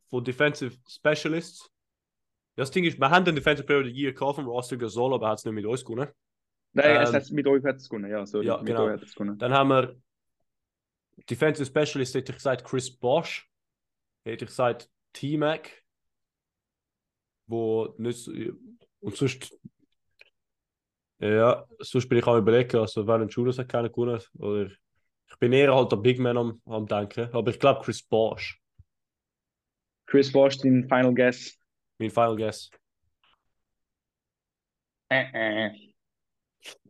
S1: von Defensive Specialists. Das Ding ist, wir haben den Defensive Player of the Year gekauft vom Roster Gasol, aber er hat es nicht mit uns gewonnen.
S2: Nein, es
S1: Ähm,
S2: hat mit euch hat es gewonnen, ja, sorry,
S1: ja,
S2: mit
S1: genau.
S2: euch hat es gewonnen.
S1: Dann haben wir Defensive Specialist, hätte ich gesagt, Chris Bosch. Hätte ich gesagt, T-Mac. Wo nicht. so- Und sonst. Ja, sonst bin ich am überlegen, also Vernon Schulas hat keinen gewonnen. Oder ich bin eher halt der Big Man am, am Denken. Aber ich glaube, Chris Bosch.
S2: Chris Bosh, dein Final Guess.
S1: Mein Final Guess.
S2: Äh, äh.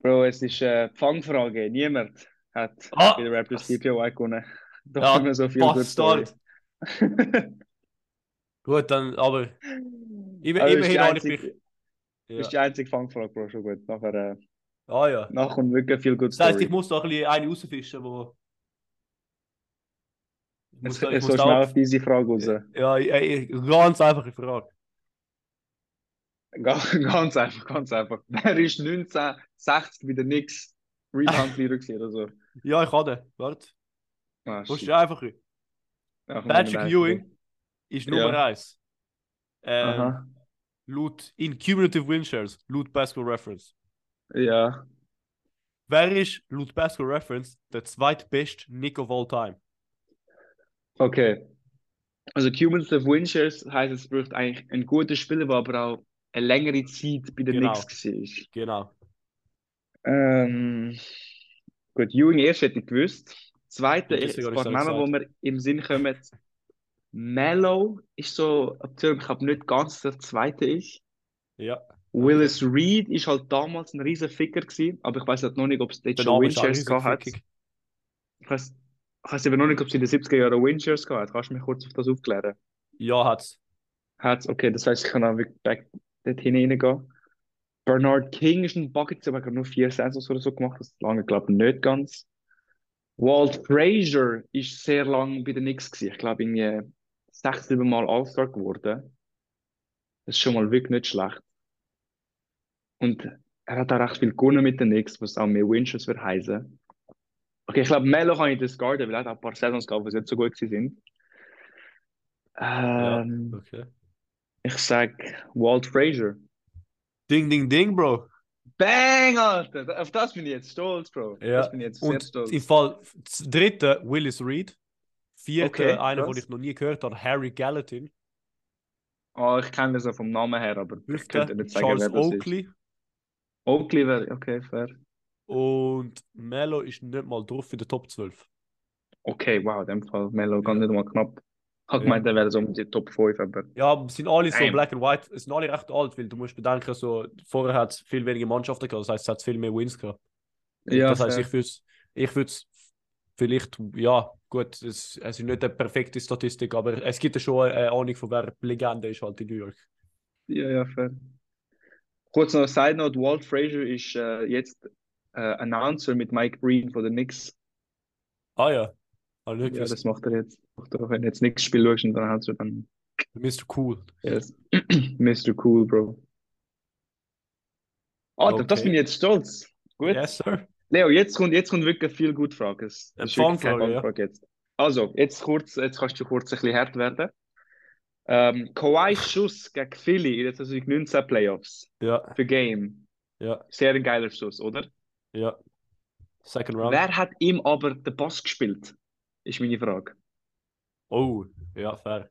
S2: Bro, es ist eine Fangfrage. Niemand hat
S1: Ah,
S2: bei den Raptors
S1: das-
S2: DPOI gewonnen. Da
S1: Ja,
S2: haben wir so viel
S1: Bastard.
S2: Good
S1: Gut, dann, aber.
S2: Story.
S1: Immer,
S2: Also ist die
S1: immerhin habe ich
S2: einzige,
S1: mich. Ja.
S2: ist die einzige Fangfrage, Bro, schon gut. Nachher, äh,
S1: Ah ja.
S2: nachher kommt wirklich viel Good
S1: Das heißt,
S2: Story.
S1: ich muss da ein bisschen eine rausfischen, wo. Ich
S2: Es,
S1: muss da- ich
S2: es
S1: muss
S2: so
S1: da
S2: schnell
S1: auch-
S2: auf diese Frage raus.
S1: Ja, ja, ja, ganz einfache Frage.
S2: Ga- Ganz einfach, ganz einfach. Er ist 1960 bei den Knicks Rebound-Leader gewesen oder so.
S1: Ja, ich habe den. Warte,
S2: also. Ah,
S1: wo ist
S2: shit.
S1: der einfache?
S2: Ja, komm,
S1: Patrick
S2: nein.
S1: Ewing ist Nummer
S2: Ja.
S1: 1. Ähm,
S2: Aha.
S1: laut in Cumulative Winshares, laut Basketball Reference.
S2: Ja.
S1: Wer ist laut Basketball Reference der zweitbeste Nick of all time?
S2: Okay. Also Cumulative Win Shares heißt, es braucht eigentlich einen guten Spieler, der aber auch eine längere Zeit bei den
S1: Genau.
S2: Knicks war.
S1: Genau.
S2: Ähm, gut, Ewing erst hätte ich gewusst. Zweiter,
S1: Ja,
S2: ich,
S1: deswegen
S2: ein
S1: habe
S2: paar
S1: ich es auch
S2: Namen, wo mir im Sinn kommen. Mellow ist so eine Option, ich glaube nicht ganz, dass der zweite ist.
S1: Ja.
S2: Willis Reed ist halt damals ein riesen Ficker gewesen, aber ich weiß halt noch nicht, ob es dort
S1: Der
S2: schon
S1: Name ist auch
S2: Winchers gehabt hat.
S1: riesenfickig.
S2: Ich weiß, ich weiß eben noch nicht, ob es in den 70er Jahren Winchers gehabt hat. Kannst du mich kurz auf das aufklären?
S1: Ja, hat's.
S2: Hat's, okay, das heißt, ich kann auch wirklich back dorthin reingehen. Bernard King ist ein Bucket, aber nur vier Saisons oder so gemacht, das lange, glaube ich, nicht ganz. Walt Frazier ist sehr lang bei den Knicks gewesen. Ich glaube, irgendwie sechs, sieben Mal All-Star geworden. Das ist schon mal wirklich nicht schlecht. Und er hat auch recht viel gewonnen mit den Knicks, was auch mehr Wins würde heißen. Okay, ich glaube, Melo kann ich discarden, weil er hat auch ein paar Saisons gehabt, die nicht so gut waren.
S1: Ja.
S2: Ähm,
S1: Okay.
S2: ich sag Walt Frazier.
S1: Ding, ding, ding, Bro.
S2: Bang, Alter! Auf das bin ich jetzt stolz, Bro.
S1: Ja,
S2: Das bin ich jetzt sehr
S1: Und
S2: stolz.
S1: im Fall z- dritter Willis Reed. Vierter,
S2: Okay,
S1: einer, den
S2: krass.
S1: ich noch nie gehört habe, Harry Gallatin.
S2: Ah, ich kenne das auch vom Namen her, aber ich
S1: Fünfter,
S2: könnte nicht sagen,
S1: Charles
S2: wer das ist.
S1: Oakley.
S2: Oakley wäre, okay, fair.
S1: Und Melo ist nicht mal durch für die Top 12.
S2: Okay, wow, in dem Fall. Melo, gar
S1: Ja.
S2: nicht mal knapp. Ich habe
S1: Ja.
S2: gemeint, er wäre so um die Top 5, aber.
S1: Ja, sind alle so
S2: Damn.
S1: black and white, sind alle recht alt, weil du musst bedenken, so, vorher hat es viel weniger Mannschaften gehabt, das heißt, es hat viel mehr Wins gehabt.
S2: Ja,
S1: das heißt,
S2: fair.
S1: ich würde es ich würd's vielleicht, ja, gut, es, es ist nicht eine perfekte Statistik, aber es gibt ja schon eine Ahnung, von wer Legende ist halt in New York.
S2: Ja, ja, fair. Kurz noch eine Side Note: Walt Frazier ist äh, jetzt äh, Announcer mit Mike Breen von den Knicks.
S1: Ah ja, also
S2: Ja,
S1: nicht gewusst.
S2: das macht er jetzt. Macht er auch, wenn du jetzt Knicks Spiel schaust und dann hast du dann.
S1: Mr. Cool.
S2: Yes. Mr. Cool, Bro. Alter, das
S1: Okay.
S2: bin ich jetzt stolz. Gut.
S1: Yes, sir.
S2: Leo, jetzt kommt, jetzt kommt wirklich viel gut Frage. Es
S1: Eine
S2: ist wirklich keine
S1: Fangfrage, ja.
S2: Fangfrage jetzt. Also, jetzt kurz, jetzt kannst du kurz ein bisschen hart werden. Ähm, Kawhi Schuss gegen Philly in den 2019 Playoffs
S1: Ja,
S2: für Game.
S1: ja,
S2: Sehr ein geiler Schuss, oder?
S1: ja. Second round.
S2: Wer hat ihm aber den Pass gespielt? Ist meine Frage.
S1: Oh, ja, fair.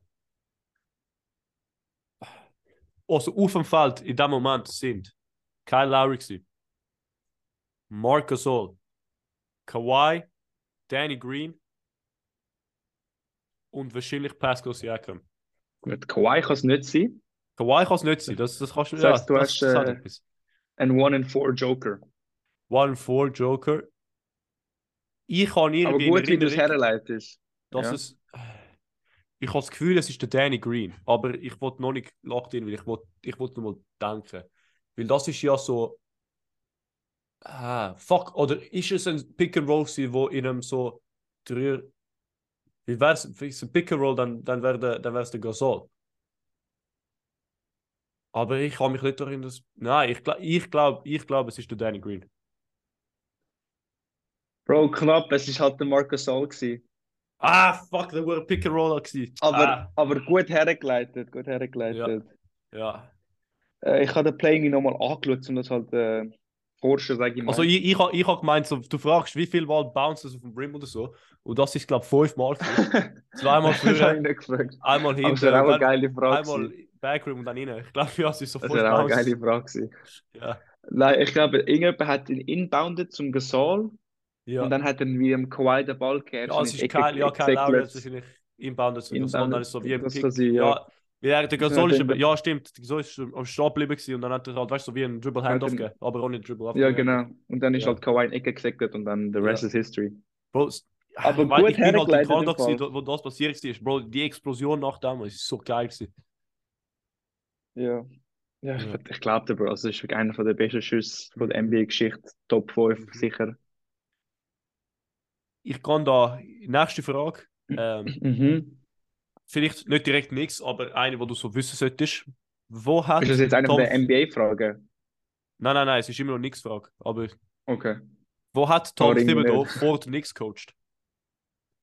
S1: Also auf dem Feld in dem Moment sind Kyle Lowry, gewesen, Marc Gasol, Kawhi, Danny Green und wahrscheinlich Pascal Siakam.
S2: Gut, Kawhi kann es nicht sein.
S1: Kawhi kann es nicht sein, das, das kannst du
S2: Das heißt,
S1: ja,
S2: du
S1: das,
S2: hast,
S1: das hat
S2: äh,
S1: etwas.
S2: Ein One and Four Joker.
S1: One Four Joker. Ich kann
S2: Aber
S1: irgendwie in
S2: gut, wie du es
S1: Erinnerung,
S2: herleitest.
S1: dass
S2: ja.
S1: es. Ich habe das Gefühl, es ist der Danny Green, aber ich wollte noch nicht lachen, weil ich wollte ich wollt noch mal denken. Weil das ist ja so. Ah, fuck. Oder ist es ein Pick and Roll, gewesen, wo in einem so Dreier. Wie wär's, es ein Pick and Roll, dann, dann wäre der, dann wär's der Gasol. Aber ich kann mich nicht darin. dass- Nein, ich glaube, ich glaub, ich glaub, es ist der Danny Green.
S2: Bro, knapp, es ist halt der Marcus Gasol gewesen.
S1: Ah, fuck, der war ein Pick and Roller. gewesen.
S2: Aber,
S1: Ah,
S2: aber gut hergeleitet, gut hergeleitet.
S1: ja.
S2: Äh, ich habe den Playing nochmal angeschaut, um das halt äh, forschen, sage ich mal.
S1: Also ich, ich, ha- ich habe gemeint, so, du fragst, wie viel Mal bounces auf dem Rim oder so. Und das ist, glaube ich, fünfmal. gewesen. Zweimal
S2: das habe
S1: früher,
S2: ich nicht gefragt.
S1: einmal
S2: Aber es wäre
S1: hinter,
S2: auch eine
S1: und dann
S2: geile Frage
S1: einmal
S2: gewesen.
S1: Backrim und dann rein. Ich glaube, ja, es ist so
S2: Das
S1: fünf
S2: wäre auch eine
S1: Bounces.
S2: geile Frage gewesen.
S1: Ja,
S2: Nein, ich glaube, irgendjemand hat ihn inbounded zum Gasol
S1: ja.
S2: und dann hat dann wie im Kawhi den Ball gehabt.
S1: ja es ist kein, ja, kein Lowry, hat wahrscheinlich inbounded zu Gasol. Und dann ist so wie ein
S2: das
S1: Pick.
S2: kann sein, ja.
S1: Ja, ja, der
S2: Ja,
S1: Gasol ist,
S2: den-
S1: aber- ja, stimmt, der Gasol ist am Start geblieben gewesen und dann hat er halt, weißt du, so wie ein Dribble
S2: Ja,
S1: Handoff
S2: den-
S1: gegeben, aber ohne Dribble
S2: Ja,
S1: Handoff.
S2: genau. Und dann ist
S1: Ja.
S2: halt Kawhi in die Ecke gesackt und dann the rest
S1: Ja.
S2: is history.
S1: Bro, es-
S2: Aber
S1: ich, mein,
S2: gut
S1: ich bin halt in
S2: hergeleitet
S1: Kanada,
S2: im Fall.
S1: gewesen, dort, wo das passiert ist. Bro, die Explosion nach dem, es ist so geil. Gewesen.
S2: Ja. Ja, ich,
S1: Ja.
S2: ich glaube dir, Bro. Also, es ist wirklich einer der besten Schüsse von der NBA-Geschichte. Top 5, sicher.
S1: Ich kann da, nächste Frage. Ähm,
S2: Mhm.
S1: vielleicht nicht direkt nichts, aber eine, die du so wissen solltest. Wo hat
S2: Ist das jetzt eine
S1: Tom...
S2: von der NBA-Fragen?
S1: Nein, nein, nein, es ist immer noch nichts Frage. Aber
S2: Okay.
S1: wo hat Tom
S2: Sorry,
S1: Thibodeau
S2: nicht.
S1: vor dem Knicks coacht?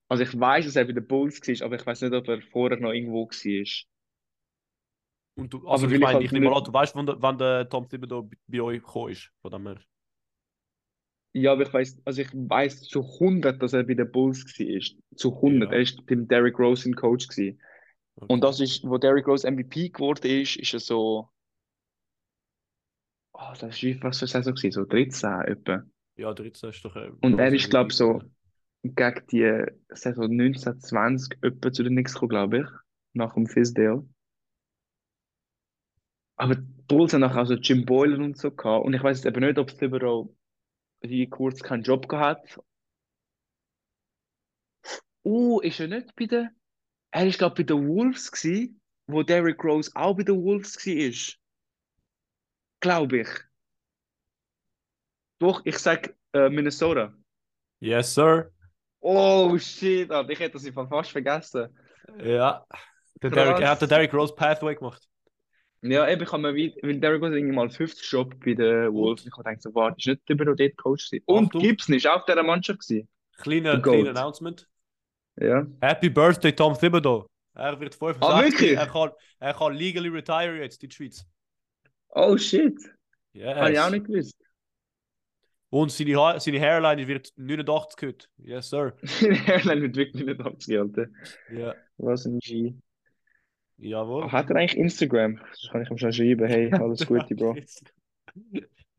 S2: Also ich weiß, dass er bei den Bulls war, aber ich weiß nicht, ob er vorher noch irgendwo war.
S1: Und du, also ich
S2: Aber weil ich
S1: meine,
S2: halt
S1: ich nehme mal
S2: nicht-
S1: an, du weißt, wann der, wann der Tom Thibodeau bei- bei euch gekommen ist. Von dem her.
S2: Ja, aber ich weiß, also ich weiß zu 100, dass er bei den Bulls war. Zu 100.
S1: Ja.
S2: Er ist beim Derrick Rose ein Coach gewesen.
S1: Okay.
S2: Und das ist, wo Derrick Rose MVP geworden ist, ist er so oh, das war was für eine Saison, gewesen, so 13 etwa.
S1: Ja, 13 ist doch. Äh,
S2: Und er ist, glaube ich, so gegen die Saison 1920 etwa zu den Knicks gekommen, glaube ich, nach dem Fisdale. Aber die Bulls haben nachher also Jim Boylan und so gehabt. Und ich weiß eben nicht, ob es überall wie kurz keinen Job gehabt hat. Uh, ist er nicht bei den. Er ist, glaube ich, bei den Wolves gsi, wo Derrick Rose auch bei den Wolves war. Glaube ich. Doch, ich sage äh, Minnesota.
S1: Yes, sir.
S2: Oh shit, Alter, ich hätte das im Fall fast vergessen.
S1: Ja. Der
S2: Krass.
S1: Derrick, er hat den Derrick Rose Pathway gemacht.
S2: Ja, eben, ich habe mir, wie- weil Derrick Rose irgendwie mal 50 Job bei den Wolves. Ich habe gedacht, so, warte, ist nicht überall dort Coach gewesen. Und
S1: Achtung.
S2: Gibson ist auch in dieser Mannschaft gewesen.
S1: Kleiner,
S2: Goat.
S1: kleiner Announcement.
S2: Ja.
S1: Happy Birthday, Tom Thibodeau. Er wird 65.
S2: Ah, wirklich?
S1: er, kann, er kann legally retire jetzt in die Schweiz.
S2: Oh shit,
S1: Yes.
S2: habe ich auch nicht gewusst.
S1: Und seine, ha seine Hairline wird 89 heute. Yes, sir.
S2: Nein, wird wirklich nicht abgehalten.
S1: Ja.
S2: Was ein G.
S1: Jawohl.
S2: Hat er eigentlich Instagram? Das kann ich ihm schon schreiben. Hey, alles Gute, Bro.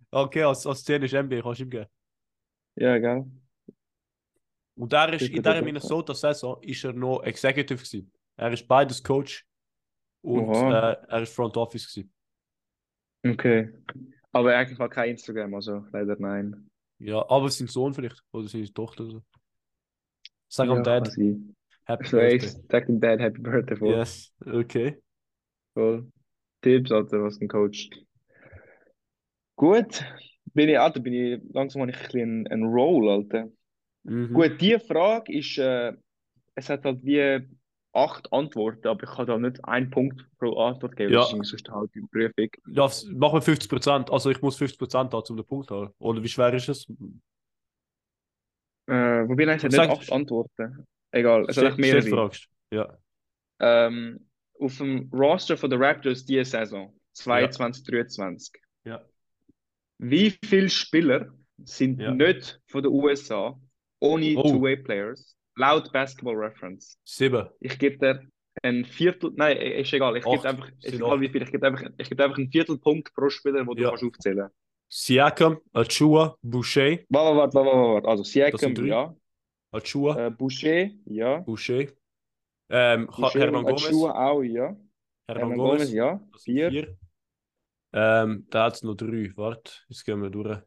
S1: Okay, als, als 10 ist MB, kannst du ihm geben.
S2: Ja, gell?
S1: Und er ist
S2: Sicher,
S1: in dieser
S2: sicher.
S1: Minnesota-Saison ist er noch Executive gewesen. Er ist beides Coach und
S2: Oha.
S1: äh, er ist Front Office gewesen.
S2: Okay. Aber eigentlich war kein Instagram, also leider nein.
S1: Ja, aber sein Sohn vielleicht oder seine Tochter. oder So. Sag am
S2: Ja,
S1: Dad,
S2: quasi.
S1: happy
S2: So, ey,
S1: birthday.
S2: sag dem Dad Happy Birthday voll.
S1: Yes, okay.
S2: Voll. Tipps, Alter, was ein Coach. Gut. Bin ich, Alter, bin ich langsam habe ich ein bisschen einen Roll, Alter.
S1: Mhm.
S2: Gut, die Frage ist, äh, es hat halt wie acht Antworten, aber ich kann da nicht einen Punkt pro Antwort geben,
S1: Ja.
S2: das ist irgendwie sonst halt in der Prüfung.
S1: Ja, s- machen wir 50%. Also ich muss 50% haben, um den Punkt zu haben. Oder wie schwer ist es?
S2: Äh, wobei, nein, es hat nicht
S1: Sag-
S2: acht Antworten. Egal, es hat echt
S1: Chef-
S2: mehrere.
S1: Cheffragst. Ja.
S2: Ähm, auf dem Roster von den Raptors diese Saison, 22, 23.
S1: Ja.
S2: Wie viele Spieler sind
S1: Ja.
S2: nicht von den USA ohne
S1: Oh.
S2: Two-Way-Players? Laut Basketball Reference.
S1: Sieben.
S2: Ich gebe dir ein Viertel, nein, ist egal, ich
S1: Acht.
S2: gebe einfach, ist
S1: Sind
S2: egal
S1: acht.
S2: wie viel, ich gebe einfach, ich gebe einfach einen Viertelpunkt pro Spieler, den du
S1: Ja.
S2: kannst aufzählen.
S1: Siakam, Achua, Boucher,
S2: Warte, warte, warte, warte, warte. Also Siakam,
S1: sind drei.
S2: ja.
S1: Achua,
S2: Äh, Boucher, ja.
S1: Boucher, ähm, Ha-
S2: Boucher
S1: Hernan
S2: und
S1: Gomez,
S2: Achiuwa auch, ja.
S1: Hernan
S2: Gomez,
S1: Gomez,
S2: ja.
S1: das sind
S2: Vier.
S1: Also vier. Ähm, da hat es noch drei. Warte, jetzt gehen wir durch.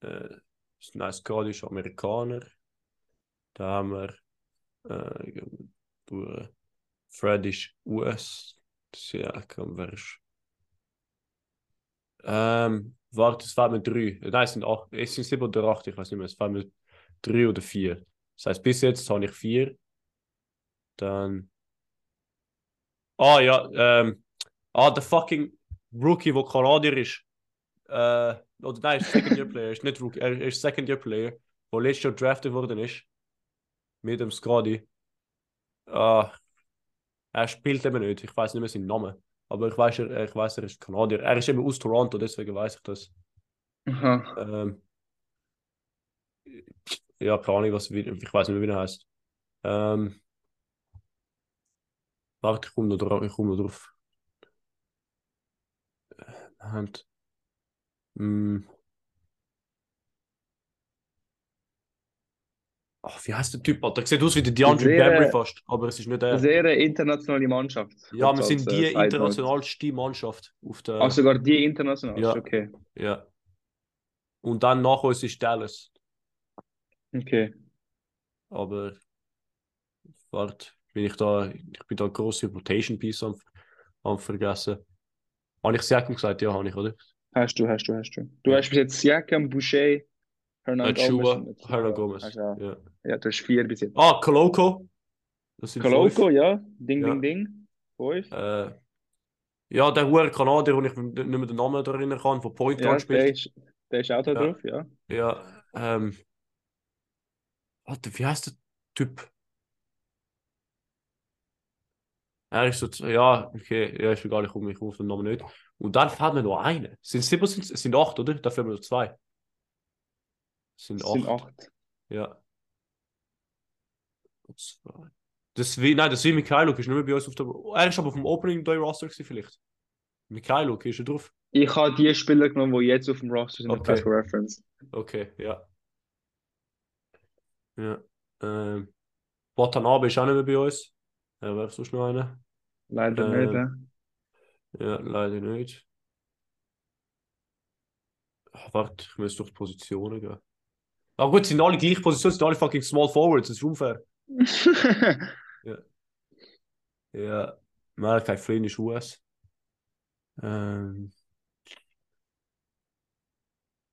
S1: Äh, ist ein australischer Amerikaner. Da haben wir, äh, gehen wir durch. Fred ist US. Siakam, wer ist? Ähm, warte, es waren drei. Äh, Nein, es sind, acht, es sind sieben oder acht, ich weiß nicht mehr. Es waren drei oder vier. Das heißt, bis jetzt habe ich vier. Dann. Ah ja, ähm. Ah, der fucking Rookie, der Kanadier ist. Äh, oder nein, ist Second Year Player, ist nicht Rookie, er ist Second Year Player, der letztes Jahr drafted worden ist. Mit dem Skadi. Ah, er spielt eben nicht, ich weiß nicht mehr seinen Namen. Aber ich weiß, er, ich weiß, er ist Kanadier. Er ist eben aus Toronto, deswegen weiß ich das.
S2: Aha.
S1: Ähm, ja, keine Ahnung, was, wie- ich weiß nicht mehr, wie er heißt. Ähm, warte, ich komme noch drauf. Ich komme noch drauf. Äh, Hand. Mm. Ach, wie heißt der Typ? Alter? Er sieht aus wie der DeAndre
S2: Sehr-
S1: Bembry fast, aber es ist nicht der.
S2: Sehr eine internationale Mannschaft.
S1: Ja, wir
S2: Als,
S1: sind
S2: äh,
S1: die
S2: Sideline.
S1: internationalste Mannschaft auf der.
S2: Ach, sogar die international.
S1: Ja.
S2: Okay.
S1: Ja. Und dann nach uns ist Dallas.
S2: Okay.
S1: Aber warte, bin ich da, ich bin da große Rotation Piece am, am vergessen. Habe ich Siakam gesagt? Ja, habe ich, oder?
S2: Hast du, hast du, hast du. Du
S1: Ja.
S2: hast bis jetzt Siakam, Boucher, Hernan Gomez.
S1: Achua,
S2: und Achua.
S1: Hernan Gomez.
S2: Hast du auch.
S1: Ja.
S2: Ja, du hast vier bis jetzt.
S1: Ah, Koloko. Das sind
S2: Koloko,
S1: fünf.
S2: ja. Ding,
S1: Ja.
S2: ding, ding. Fünf.
S1: Äh, ja, der hohe Kanadier, wo ich mich nicht mehr den Namen daran erinnern kann, von Point
S2: Ja,
S1: Guard
S2: der
S1: spielt.
S2: ist, der ist auch da
S1: Ja.
S2: drauf, ja.
S1: Ja, ähm. Warte, wie heißt der Typ? Er ist so, ja, okay, ja, ist egal, ich komme ich auf den Namen nicht. Und dann fehlt mir noch einer. Sind sieben, sind, sind acht, oder? Da fehlen mir noch zwei. Sind
S2: Es sind
S1: acht,
S2: acht.
S1: ja. Und zwei. Das wie, nein, das wie Mikhailuk ist nicht mehr bei uns auf der. Er ist aber auf dem Opening Day Roster gewesen, vielleicht. Mikhailuk, ist er drauf?
S2: Ich habe die Spieler genommen, die jetzt auf dem Roster sind,
S1: Okay.
S2: okay. for Reference.
S1: Okay, ja. Ja. Ähm, Watanabe ist auch nicht mehr bei uns. Äh, Wer ist sonst noch einer?
S2: Leider
S1: Äh,
S2: nicht. ne? ja.
S1: Ja, leider nicht. Ach, warte, ich muss durch die Positionen gehen. Aber gut, sind alle gleiche Position, sind alle fucking Small Forwards, das ist unfair. Ja, Malachi Flynn ist US. Ähm.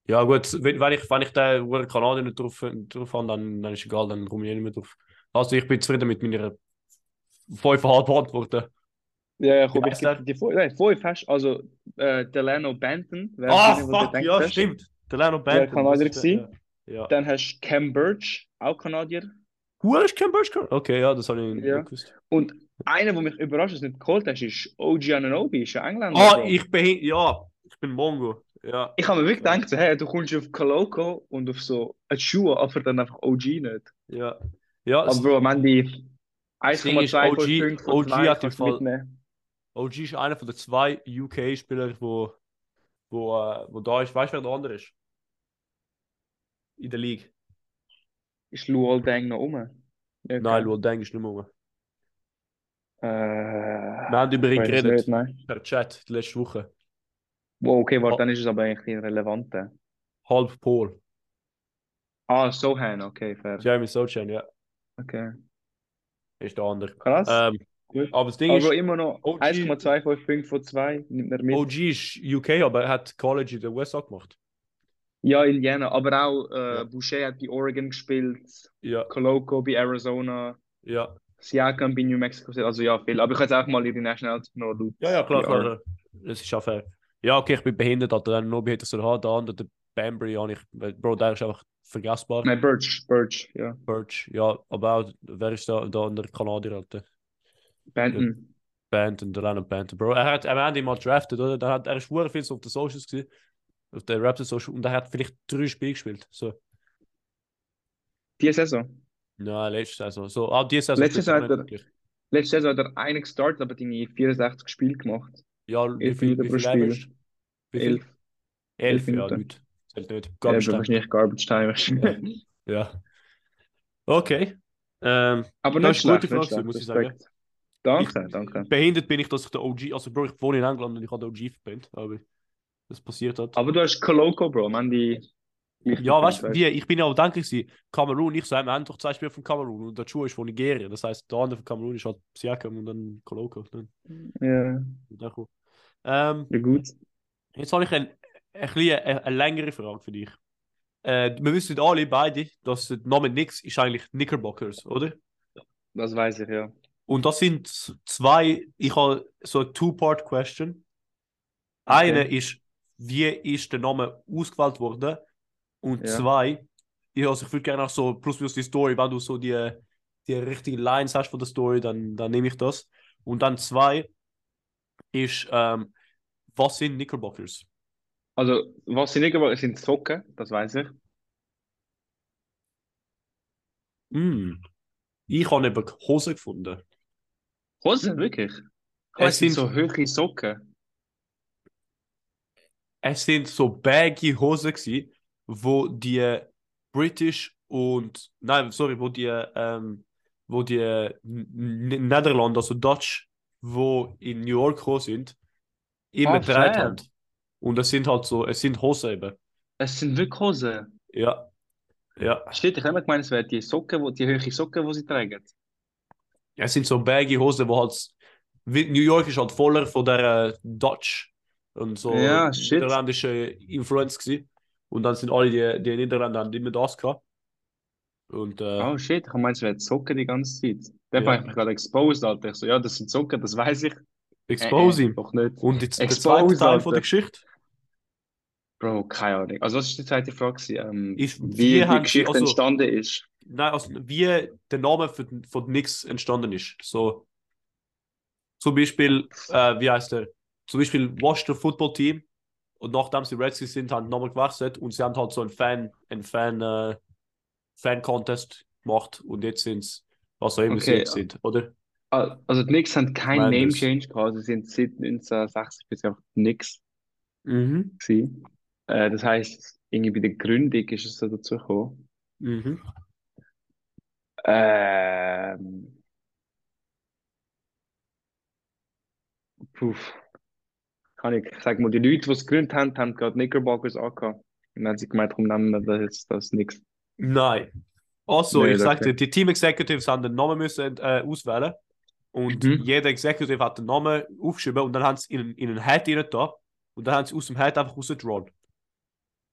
S1: Ja, gut, wenn, wenn ich, wenn ich den Uhren Kanadier nicht drauf, drauf habe, dann, dann ist egal, dann komme ich eh nicht mehr drauf. Also, ich bin zufrieden mit meiner eh, 5,5 Antworten.
S2: ja, ja, komm,
S1: Wie
S2: ich
S1: heißt
S2: gebe dir die fünf. Nein, fünf hast du. Also, äh, Delano Benton. wer
S1: Ah,
S2: den du
S1: fuck,
S2: gedacht
S1: ja,
S2: hast.
S1: stimmt. Der Leno
S2: Der
S1: Benton.
S2: Kanadier
S1: das ist der- eh, Ja. ja.
S2: Dann hast du Cam Birch, auch Kanadier.
S1: Who is Ken Bershka? Okay, ja, das habe ich nicht
S2: Ja.
S1: gewusst.
S2: Und einer, der mich überrascht, dass du nicht geholt hast, ist OG Ananobi, ist ein Engländer.
S1: Ah,
S2: Bro.
S1: ich bin, ja, ich bin Mongo. Ja.
S2: Ich habe mir wirklich gedacht, so, hey, du kommst auf Coloco und auf so eine Schuhe, aber dann einfach OG nicht.
S1: Ja, ja
S2: Aber
S1: es-
S2: Bro, man, die
S1: Das Ding ist,
S2: 1,25
S1: OG
S2: Punkte von
S1: OG
S2: zwei
S1: hat im
S2: kannst du
S1: Fall-
S2: mitnehmen.
S1: OG ist einer von den zwei UK-Spielern, wo, wo, äh, wo da ist. Weißt du, wer der andere ist? In der League.
S2: Ist Luol Deng noch um? Ja,
S1: Nein,
S2: okay.
S1: Luol Deng ist nicht mehr. rum.
S2: Äh,
S1: Wir haben über ihn
S2: weiß
S1: geredet,
S2: nicht, nein.
S1: per Chat, die letzte Woche.
S2: Wow, okay, warte,
S1: Oh.
S2: dann ist es aber eigentlich relevant.
S1: Halb Pol.
S2: Ah, Sohan, okay, fair.
S1: Jeremy Sochan, ja,
S2: Okay.
S1: ist der andere.
S2: Krass.
S1: Ähm,
S2: Gut. Also,
S1: aber das Ding
S2: aber
S1: ist,
S2: immer noch
S1: OG
S2: 1,25 Punkte von zwei nimmt er mit.
S1: OG ist UK, aber er hat College in den USA gemacht.
S2: Ja, Indiana, aber auch äh,
S1: Ja.
S2: Boucher hat bei Oregon gespielt,
S1: Ja,
S2: Coloco bei Arizona,
S1: ja.
S2: Siakam bei New Mexico State, also ja, viel. Aber ich kann jetzt auch mal ihre National noch schauen.
S1: Ja, ja, klar,
S2: Ja.
S1: klar. klar. Das ist auch fair. Ja, okay, ich bin behindert, aber dann noch behindert soll haben. Der andere, der Bambry, ja, ich, Bro, der ist einfach vergessbar.
S2: Nein, Birch, Birch, ja.
S1: Birch, ja, aber auch, wer ist da, da der Kanadier, Alter?
S2: Benton.
S1: Banton, der Lennon Banton, Bro. Er hat am Ende mal drafted, oder? Der hat, er ist verdammt viel so auf den Socials gewesen, auf den Raptor Social, und er hat vielleicht drei Spiele gespielt. So,
S2: Diese Saison.
S1: ja, letzte Saison. So, auch diese Saison.
S2: Letzte Saison hat er-
S1: wirklich.
S2: Letzte Saison hat er einen gestartet, aber irgendwie 64 Spiele gemacht.
S1: Ja, wie
S2: Elf
S1: viel,
S2: Minuten
S1: wie
S2: pro
S1: viel
S2: Spiel.
S1: averaged? Wie viel?
S2: Elf.
S1: Elf,
S2: Elf
S1: ja,
S2: Minuten.
S1: Leute. Zählt nicht.
S2: Ja,
S1: Garbage Time.
S2: wahrscheinlich Garbage Time.
S1: Ja. Okay. Ähm,
S2: Aber
S1: Das
S2: nicht
S1: ist eine gute
S2: schlecht, nicht
S1: Frage,
S2: schlecht,
S1: muss ich
S2: Respekt. Danke,
S1: Ich-
S2: danke.
S1: behindert bin ich, dass ich den OG, also Bro, ich wohne in England und ich habe den OG verpennt, aber das passiert hat.
S2: Aber du hast Coloco, Bro, man, die.
S1: Ja, weißt du, wie, ich bin ja auch dankbar gewesen. Kamerun, ich so, wir haben doch zwei Spiele von Kamerun und der Schuh ist von Nigeria. Das heißt, der andere von Kamerun ist halt Siakam und dann Koloko. Dann,
S2: Ja,
S1: dann cool. ähm,
S2: ja, gut.
S1: jetzt habe ich ein, ein bisschen, eine, eine längere Frage für dich. Äh, wir wissen alle beide, dass der Name Nix ist eigentlich Knickerbockers, oder?
S2: Das weiß ich, ja.
S1: Und das sind z- zwei, ich habe so eine Two-Part-Question. Eine ist, wie ist der Name ausgewählt worden? Und
S2: Ja.
S1: zwei, ich, also ich würde gerne auch so plus minus die Story, wenn du so die, die richtigen Lines hast von der Story, dann, dann nehme ich das. Und dann zwei ist, ähm, was sind Knickerbockers?
S2: Also, was sie nicht gemacht haben, sind Socken, das weiß ich.
S1: Hm. Ich habe eben Hose gefunden.
S2: Hosen, wirklich? Oh,
S1: Mhm. Es
S2: es sind
S1: sind-
S2: so hohe Socken.
S1: Es sind so baggy Hosen gsi, wo die British und nein, sorry, wo die ähm, wo die N- N- Niederlande, also Dutch, wo in New York gekommen sind, immer
S2: Ah, fair.
S1: gedreht haben. Und es sind halt so, es sind Hosen eben.
S2: Es sind wirklich Hosen.
S1: Ja, ja.
S2: Shit, ich habe immer gemeint, es wären die Socken, wo, die hohe Socken, die sie tragen.
S1: Es sind so baggy Hosen, wo halt wie- New York ist halt voller von der äh, Dutch und so
S2: Ja, shit.
S1: niederländische Influence gsi. Und dann sind alle die, die Niederländer haben immer das gehabt. Und äh,
S2: Oh shit, ich habe gemeint, es wären Socken die ganze Zeit. Dann
S1: Ja.
S2: habe ich mich gerade exposed, Alter. Ich so, ja, das sind Socken, das weiß ich.
S1: expose
S2: Äh, äh,
S1: ihn.
S2: doch nicht.
S1: Und jetzt der
S2: Expose,
S1: zweite Teil von
S2: Alter.
S1: der Geschichte
S2: Bro, keine Ahnung. Also, was ist die zweite Frage? gewesen? Ähm,
S1: ist,
S2: wie
S1: wie,
S2: die
S1: haben
S2: Geschichte
S1: sie, also,
S2: entstanden ist.
S1: nein, also, wie der Name für, für Nix entstanden ist. So, zum Beispiel, äh, wie heißt er? Zum Beispiel Washington Football Team und nachdem sie Redskins sind, haben die Namen gewechselt und sie haben halt so einen Fan, einen Fan, äh, Fan-Contest gemacht und jetzt sind es, was auch immer sie
S2: Okay.
S1: jetzt sind, oder?
S2: Ah, Also, die Knicks haben keinen
S1: Nein,
S2: Name
S1: das-
S2: Change gehabt. Sie sind seit 1946 einfach die Knicks. Mhm. Äh, das heisst, irgendwie bei der Gründung ist es so dazu gekommen.
S1: Mhm.
S2: Ähm. Puff. Kann ich, sag mal, die Leute, die es gegründet haben, haben gerade Knickerbockers angehabt. Und dann haben sie gemeint, darum nennen wir das jetzt das nichts.
S1: Nein. Also,
S2: Nee,
S1: ich
S2: das
S1: sagte,
S2: nicht.
S1: die Team Executives haben den Namen müssen äh, auswählen. Und
S2: Mhm.
S1: jeder Executive hat den Namen aufgeschrieben und dann haben sie in, in einen Head rein da und dann haben sie aus dem Head einfach rausgedrawn.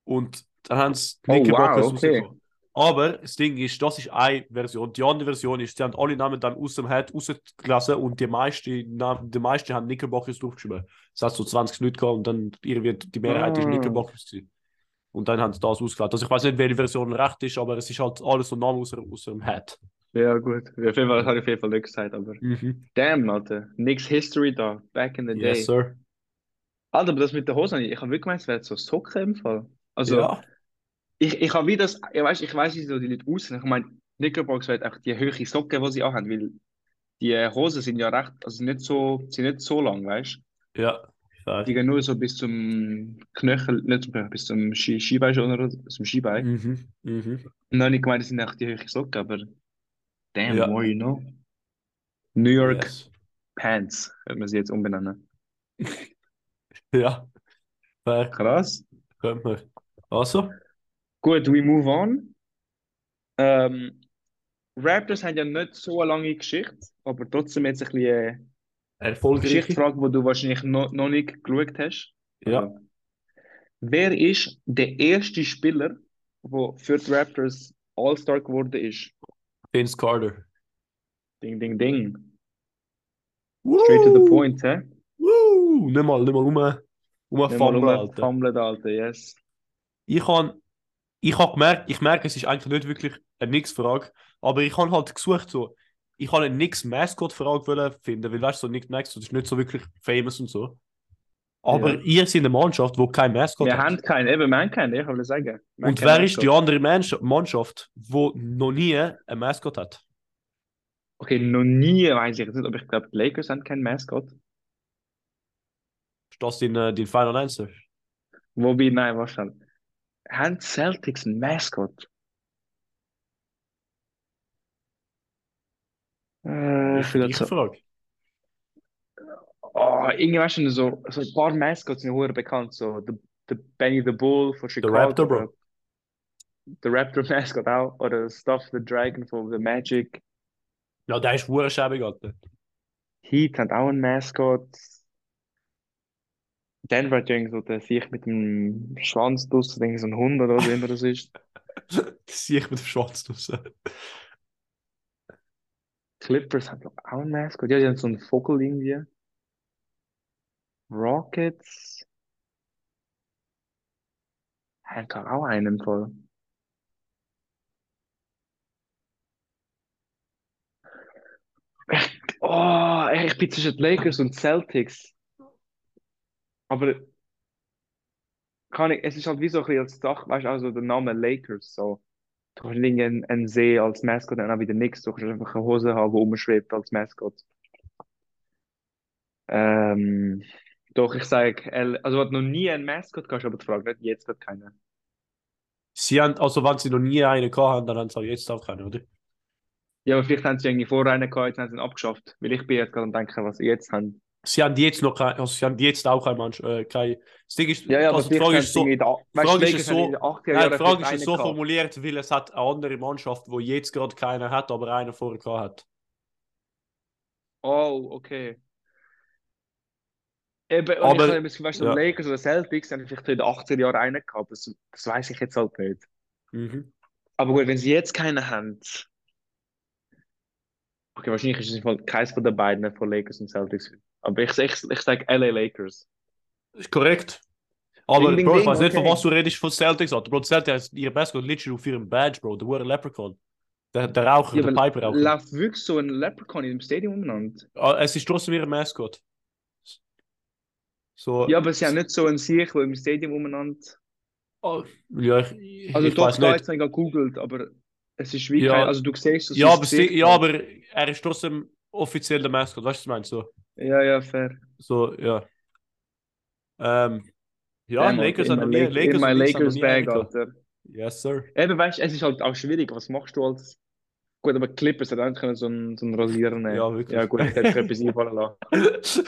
S1: Und dann haben sie
S2: Oh,
S1: Knickerbockers
S2: wow, okay.
S1: rausgedrawn. Aber das Ding ist, das ist eine Version. Die andere Version ist, sie haben alle Namen dann aus dem Head rausgelassen und die meisten, Namen- die meisten haben Knickerbockers draufgeschrieben. Das hat so 20 Leute gehabt und dann irgendwie die Mehrheit ist
S2: Ah.
S1: Knickerbockers gewesen. Und dann haben sie das ausgeladen. Also ich weiß nicht, welche Version recht ist, aber es ist halt alles so Name aus, aus dem Head.
S2: Ja, gut. Auf jeden Fall, das habe ich auf jeden Fall nicht gesagt, aber.
S1: Mhm.
S2: Damn, Alter. Nix History da. Back in the day.
S1: Yes, sir.
S2: Alter, aber das mit der Hose, ich habe wirklich gemeint, es wäre so Socken im Fall. Also,
S1: ja.
S2: ich, ich habe wie das, ich weiß, ich weiß, wie so die Leute aussehen. Ich meine, Knickerbox wird auch die höhere Socken, die sie anhaben, weil die äh, Hosen sind ja recht, also sind nicht so, sind nicht so lang, weißt du?
S1: Ja.
S2: Die gehen nur so bis zum Knöchel, nicht zum Knöchel, bis zum Ski, Skibein schon, oder? Bis zum Skibein.
S1: Mhm. Mhm.
S2: Und dann habe ich gemeint, das sind auch die höhere Socken, aber damn,
S1: Ja.
S2: more you know. New York
S1: Yes.
S2: Pants, könnte man sie jetzt umbenennen.
S1: Ja. Fair.
S2: Krass.
S1: Könnte man. Also?
S2: Gut, we move on. Ähm, Raptors haben ja nicht so eine lange Geschichte, aber trotzdem jetzt ein bisschen äh,
S1: Erfolgreich.
S2: Geschichtsfrage, die du wahrscheinlich noch, noch nicht geschaut hast.
S1: Ja.
S2: Also, wer ist der erste Spieler, der für die Raptors All-Star geworden ist?
S1: Vince Carter.
S2: Ding, ding, ding. Straight
S1: Uh.
S2: to the point, hä?
S1: Woo! Nicht mal, nicht mal rum.
S2: Nicht
S1: Rumfummeln,
S2: mal um. rum-
S1: Alter.
S2: fumbled, Alter, yes.
S1: ich habe ich hab gemerkt, ich merke, es ist eigentlich nicht wirklich eine Nix-Frage, aber ich habe halt gesucht, so, ich habe eine Nix-Mascot-Frage wollen finden, weil weißt du, so Nick Mascot ist nicht so wirklich famous und so. Aber
S2: Ja.
S1: ihr seid eine Mannschaft, wo kein Mascot
S2: Wir
S1: hat.
S2: haben keinen, eben, wir haben keinen, ich wollte sagen. Wir haben
S1: Und
S2: keinen
S1: wer ist die
S2: Mascot.
S1: andere Mensch Mannschaft, wo noch nie ein Mascot hat?
S2: Okay, noch nie weiß ich jetzt nicht, aber ich glaube, die Lakers haben keinen Mascot.
S1: Ist das dein, äh, dein Final Answer?
S2: Wobei, nein, was schon. Haben die Celtics ein Mascot? Äh, ich will
S1: ich
S2: so,
S1: frage.
S2: oh, irgendwie weißt du, so, so ein paar Mascots sind hure bekannt. So, der der Benny the Bull von Chicago.
S1: Raptor, Bro.
S2: oder Der Raptor Mascot auch. Oder Stuff the Dragon von The Magic.
S1: Ja, der ist hure schäbig, Alter.
S2: Heat hat auch ein Mascot. Denver hat ja irgendwie so den Sieg mit dem Schwanz draussen, irgendwie so ein Hund oder was auch immer das ist.
S1: Sieh ich mit dem Schwanz draussen.
S2: Clippers hat doch auch ein Mascot. Ja, die haben so einen Vogel irgendwie. Rockets. Haben doch auch einen voll. Oh, ich bin zwischen den Lakers und Celtics. Aber kann ich, es ist halt wie so ein bisschen als Dach, weißt du, also der Name Lakers, so. Du kannst irgendwie einen, einen See als Mascot und auch wieder nichts. Du kannst einfach eine Hose haben, die rumschwebt als Mascot. Ähm, doch, ich sage, also, was noch nie ein Mascot gehabt, aber die Frage nicht, jetzt wird keiner.
S1: Sie haben, also wenn sie noch nie einen gehabt haben, dann haben sie auch jetzt auch keinen, oder?
S2: Ja, aber vielleicht haben sie irgendwie vorher einen gehabt, jetzt haben sie ihn abgeschafft. Weil ich bin jetzt gerade am Denken, was sie jetzt haben.
S1: Sie haben jetzt noch kein, also sie haben jetzt auch kein Mensch, äh, kein. Das Ding ist,
S2: Ja, ja, aber
S1: also die Frage ist so,
S2: irgendwie da, weißt,
S1: Frage ist
S2: Lakers
S1: es
S2: haben
S1: so-
S2: in den 80er
S1: nein,
S2: Jahren
S1: die Frage
S2: vielleicht
S1: ist so
S2: einen gehabt.
S1: formuliert, weil es hat eine andere Mannschaft, wo jetzt gerade keiner hat, aber einer vorher gehabt hat.
S2: Oh, Eh, okay. Eben, und
S1: Aber-
S2: ich habe bisschen, weißt du,
S1: ja.
S2: Lakers oder Celtics haben vielleicht in den 80er Jahren einen gehabt, das, das weiß ich jetzt halt nicht.
S1: Mhm.
S2: Aber gut, wenn sie jetzt keinen haben. Okay, wahrscheinlich ist es im Fall keins von den beiden, von Lakers und Celtics. Aber ich, ich, ich sage LA Lakers.
S1: Ist korrekt. Aber
S2: Ding, ding,
S1: Bro, ich
S2: ding,
S1: weiß nicht, von
S2: okay.
S1: was du redest von Celtics, Alter. Bro, die Celtics haben ihre Best literally auf ihrem Badge, Bro. Der Hure Leprechaun. Der, der Raucher,
S2: Ja,
S1: der
S2: aber
S1: Piper Raucher.
S2: läuft wirklich so ein Leprechaun im Stadion umeinander.
S1: Ah, Es ist trotzdem ihr Mascot. So,
S2: Ja, aber sie haben nicht so einen Sieg, der im Stadion umeinander.
S1: Ah, ja, ich,
S2: Also
S1: ich
S2: doch,
S1: weiß
S2: da
S1: nicht.
S2: jetzt habe ich gerade gegoogelt, aber es ist wie
S1: Ja.
S2: kein. Also du siehst es.
S1: Ja, aber, sie, ja, aber er ist trotzdem offiziell der Mascot, weißt du, was ich meine? So,
S2: Ja, ja, fair.
S1: so ja. Ähm, Ja,
S2: Mann,
S1: Lakers
S2: in
S1: hat noch nie.
S2: mein Lake-
S1: Lakers
S2: in mein
S1: und Knicks haben noch
S2: Lakers
S1: nie
S2: Bag,
S1: eingetan.
S2: Alter.
S1: Yes, sir.
S2: Eben, weißt du, es ist halt auch schwierig. Was machst du als. Gut, aber Clippers hätten auch können so einen, so einen Rasierer nehmen.
S1: Ja, wirklich.
S2: Ja, gut, ich hätte etwas einfallen lassen.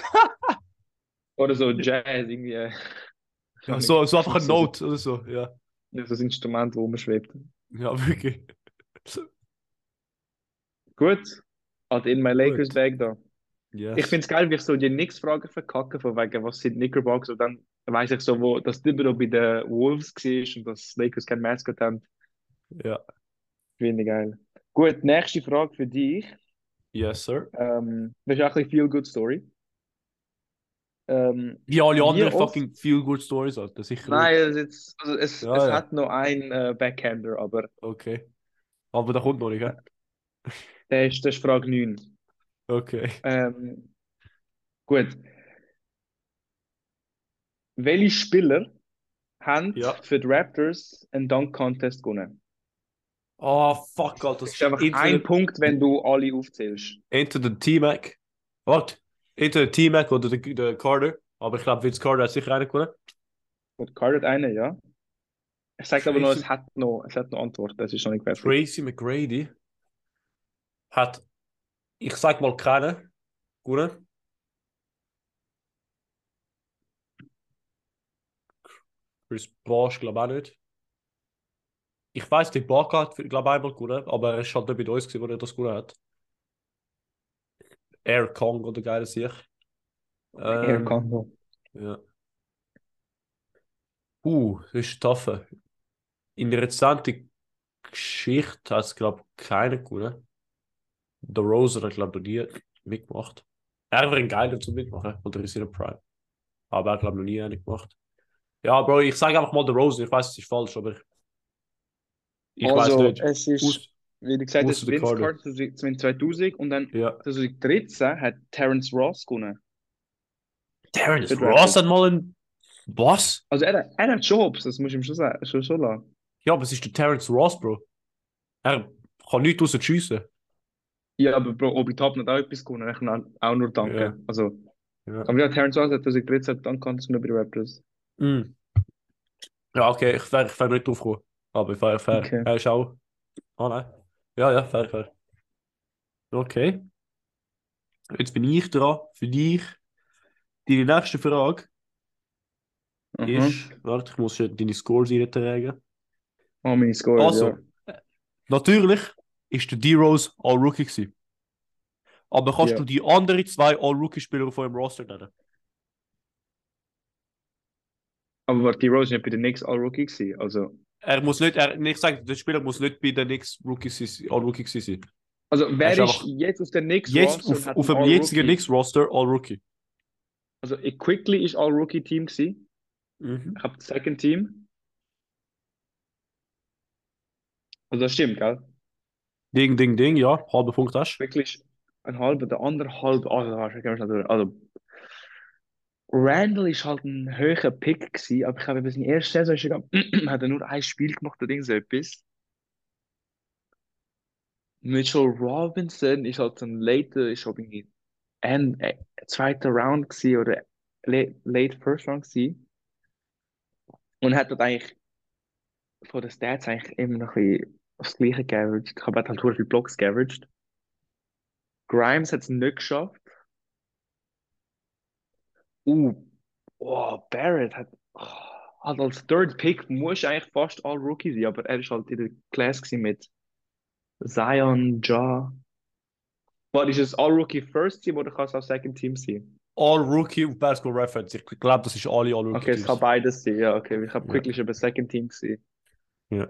S2: Oder so Jazz, irgendwie. äh,
S1: Ja, so, so einfach eine
S2: So-
S1: Note oder so, dus ja.
S2: So ein Instrument, das rumschwebt.
S1: Ja, wirklich.
S2: Gut. Alter, in mein Lakers
S1: Gut.
S2: Bag da.
S1: Yes.
S2: Ich find's geil, wie ich so die Knicks-Fragen verkacke, von wegen, was sind Knickerbox? Und dann weiss ich so, wo, dass Thibodeau bei den Wolves war und dass Lakers kein Mascot haben.
S1: Ja.
S2: Finde ich geil. Gut, nächste Frage für dich.
S1: Yes, sir.
S2: Ähm, das ist auch ein bisschen Feel Good Story. Ähm,
S1: Wie alle
S2: Wie
S1: anderen
S2: oft-
S1: fucking feel good stories, Alter. Sicher.
S2: nein, es, ist- also es,
S1: Ja,
S2: es
S1: ja.
S2: hat noch einen äh, Backhander, aber
S1: Okay. Aber da kommt noch nicht, gell?
S2: der ist, das ist Frage 9.
S1: Okay.
S2: Ähm, gut. Welche Spieler haben
S1: Ja.
S2: für die Raptors einen Dunk-Contest gewonnen?
S1: Oh, fuck, Alter. Das
S2: Das ist einfach
S1: entweder-
S2: ein Punkt, wenn du alle aufzählst.
S1: Entweder der T-Mac. Warte. Entweder der T-Mac oder der, der Carter. Aber ich glaube, Vince Carter hat sicher einen gewonnen.
S2: Gut, Card hat einen, ja. Ich sage aber noch,
S1: Tracy-
S2: es hat noch, es hat noch Antwort, das ist noch nicht fertig.
S1: Tracy McGrady hat, ich sag mal, keinen gewonnen. Chris Bosch, glaube auch nicht. Ich weiß, der Barker hat, glaube einmal gewonnen, aber er ist halt nicht bei uns gewesen, wo er das gewonnen hat. Air Kong oder geiler Sieg.
S2: Er
S1: Ähm,
S2: kann noch.
S1: ja. Uh, das ist tough. In der rezenten Geschichte hat es, glaube ich, keiner gewonnen. Der Rose hat, glaube ich, noch nie mitgemacht. Er wäre ein Geiler zum Mitmachen, oder ist in der Prime. Aber er hat, glaube ich, noch nie einen gemacht. Ja, Bro, ich sage einfach mal der Rose. Ich weiß, es ist falsch, aber ich, ich
S2: Also,
S1: weiß nicht.
S2: es ist,
S1: Aus-
S2: wie du gesagt
S1: Ausser
S2: hast,
S1: der
S2: Vince
S1: Carter.
S2: Carter zu- zu- 2000 und dann
S1: ja.
S2: 2013 hat Terence Ross gewonnen.
S1: Terence
S2: Good
S1: Ross
S2: reference.
S1: hat mal einen. Was?
S2: Also, er, er hat Jobs, das muss ich ihm schon sagen, schon, schon lassen.
S1: Ja, aber es ist der Terence Ross, Bro. Er kann nichts außer schiessen.
S2: Ja, aber Bro, Obi Toppin hat auch etwas gewonnen, ich kann auch nur danken.
S1: Ja.
S2: Also,
S1: Ja.
S2: aber ja, Terence Ross hat 2013 Dunk Contest gewonnen bei den Raptors.
S1: Mm. Ja, okay, ich wäre ich wär nicht drauf gekommen. Aber fair, fair.
S2: Okay.
S1: Er ist auch. Ah, nein. Ja, ja, fair, fair. Okay. Jetzt bin ich dran. Für dich. Deine nächste Frage
S2: Aha.
S1: ist. Warte, ich muss schon deine eh, Scores reintragen.
S2: Oh, meine Score,
S1: Also,
S2: ja.
S1: Natürlich ist der D-Rose All-Rookie gewesen. Aber kannst
S2: Ja.
S1: du die anderen zwei All-Rookie-Spieler von dem Roster nennen?
S2: Aber warte, die Rose war nicht bei den Knicks All-Rookie, gewesen, also.
S1: Er muss nicht, er, ich sage, der Spieler muss nicht bei den Knicks Rookie sein- All-Rookie gewesen sein.
S2: Also, wer
S1: ist
S2: ist
S1: einfach-
S2: jetzt auf den Knicks
S1: Jetzt
S2: Roster und
S1: auf,
S2: hat
S1: auf
S2: einen
S1: dem jetzigen
S2: All-Rookie?
S1: Knicks-Roster All-Rookie.
S2: Also, ich Quickly ist All-Rookie-Team gewesen.
S1: Mhm.
S2: Ich habe das Second Team. Also, das stimmt, gell?
S1: Ding, ding, ding, ja. Halber Punkt hast du.
S2: Wirklich ein halber, der andere halb. Also, warte, gehen wir schnell durch. also Randall ist halt ein höherer Pick gewesen, aber ich habe bei seiner ersten Saison ist er, hat er nur ein Spiel gemacht oder irgend so etwas. Mitchell Robinson ist halt so ein later, ist halt irgendwie ein äh, zweiter Round gewesen oder late, late first round gewesen. Und hat dort eigentlich von den Stats eigentlich immer noch ein bisschen das gleiche geaveraged. Ich habe halt halt viele Blocks geaveraged. Grimes hat es nicht geschafft. Uh, oh, Barrett hat, oh, hat als Third Pick muss eigentlich fast all Rookie sein, aber er ist halt in der Class gewesen mit Zion, Ja. Warte, ist es all Rookie First Team oder kann es auch Second Team sein?
S1: All-Rookie auf Basketball Reference. Ich glaube, das ist alle
S2: Okay, es
S1: All-Rookie.
S2: kann beides sein, ja, okay, weil ich habe
S1: Ja.
S2: Quickly schon bei Second Team gesehen.
S1: Ja.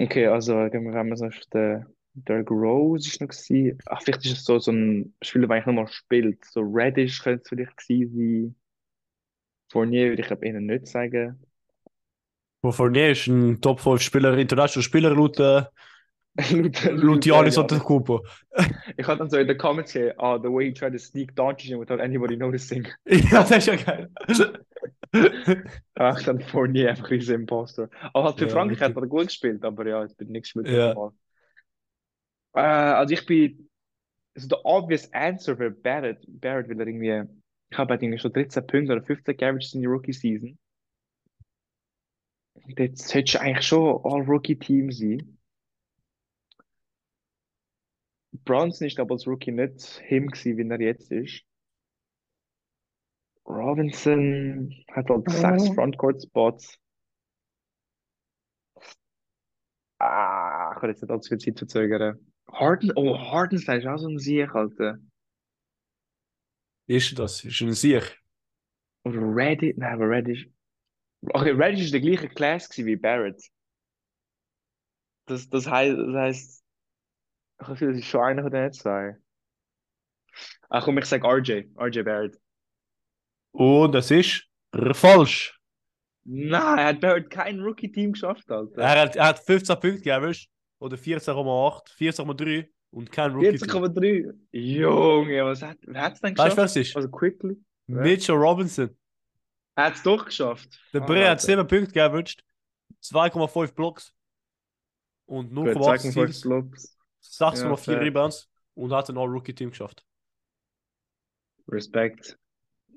S2: Okay, also gehen wir haben sonst der Derrick Rose ist noch gewesen. Ach, vielleicht ist es so, so ein Spieler, der eigentlich nochmal spielt. So Reddish könnte es vielleicht gewesen sein. Fournier würde ich glaube eher nicht sagen.
S1: Wo Fournier ist ein Top 5 Spieler, international Spieler laut, äh,
S2: Laut,
S1: laut Giannis
S2: ja,
S1: Antetokounmpo.
S2: Ich hatte dann so in den Comments gesehen, ah, the way he tried to sneak Doncic in without anybody noticing.
S1: Ja, das ist ja geil.
S2: Ah, ich dann Fournier einfach dieser Imposter. Aber halt für
S1: Ja,
S2: Frankreich
S1: richtig.
S2: hat er gut gespielt, aber ja, jetzt bin nichts mit dem
S1: Ja.
S2: Fall. Äh, also ich bin, also der obvious answer für Barrett, Barrett will er irgendwie, ich habe halt irgendwie schon 13 Punkte oder 15 geaveraged in die Rookie Season. Dort solltest du eigentlich schon All-Rookie-Team sein. Bronson ist aber als Rookie nicht him gewesen, wie er jetzt ist. Robinson hat halt sechs Frontcourt-Spots. Ah, ich will jetzt nicht allzu viel Zeit verzögern. Harden, oh, Hardenstein ist auch so ein Sieg, Alter.
S1: Ist das? Ist ein Sieg?
S2: Oder Reddish? Nein, aber Reddish. Okay, Reddish ist der gleiche Class gewesen wie Barrett. Das, das heißt, das heißt, ich weiß nicht, das ist schon einer von den zwei. Ach komm, ich sag RJ. RJ Barrett.
S1: Oh, das ist falsch.
S2: Nein, er hat Barrett kein Rookie-Team geschafft, Alter.
S1: Er hat, er hat 15 Punkte geaveraged. Oder 14,8, 14,3 und kein Rookie.
S2: 14,3. Junge, was hat, wer hat es denn
S1: Weißt du,
S2: geschafft?
S1: wer es ist?
S2: Also quickly. Ja.
S1: Mitchell Robinson.
S2: Er hat es doch geschafft.
S1: Der Bre hat 7 Punkte geaveraged, 2,5 Blocks und
S2: Gut,
S1: 0,8
S2: sagen wir
S1: Steals,
S2: Flops.
S1: 6,4
S2: Ja, fair.
S1: Rebounds und hat ein All-Rookie-Team geschafft.
S2: Respekt.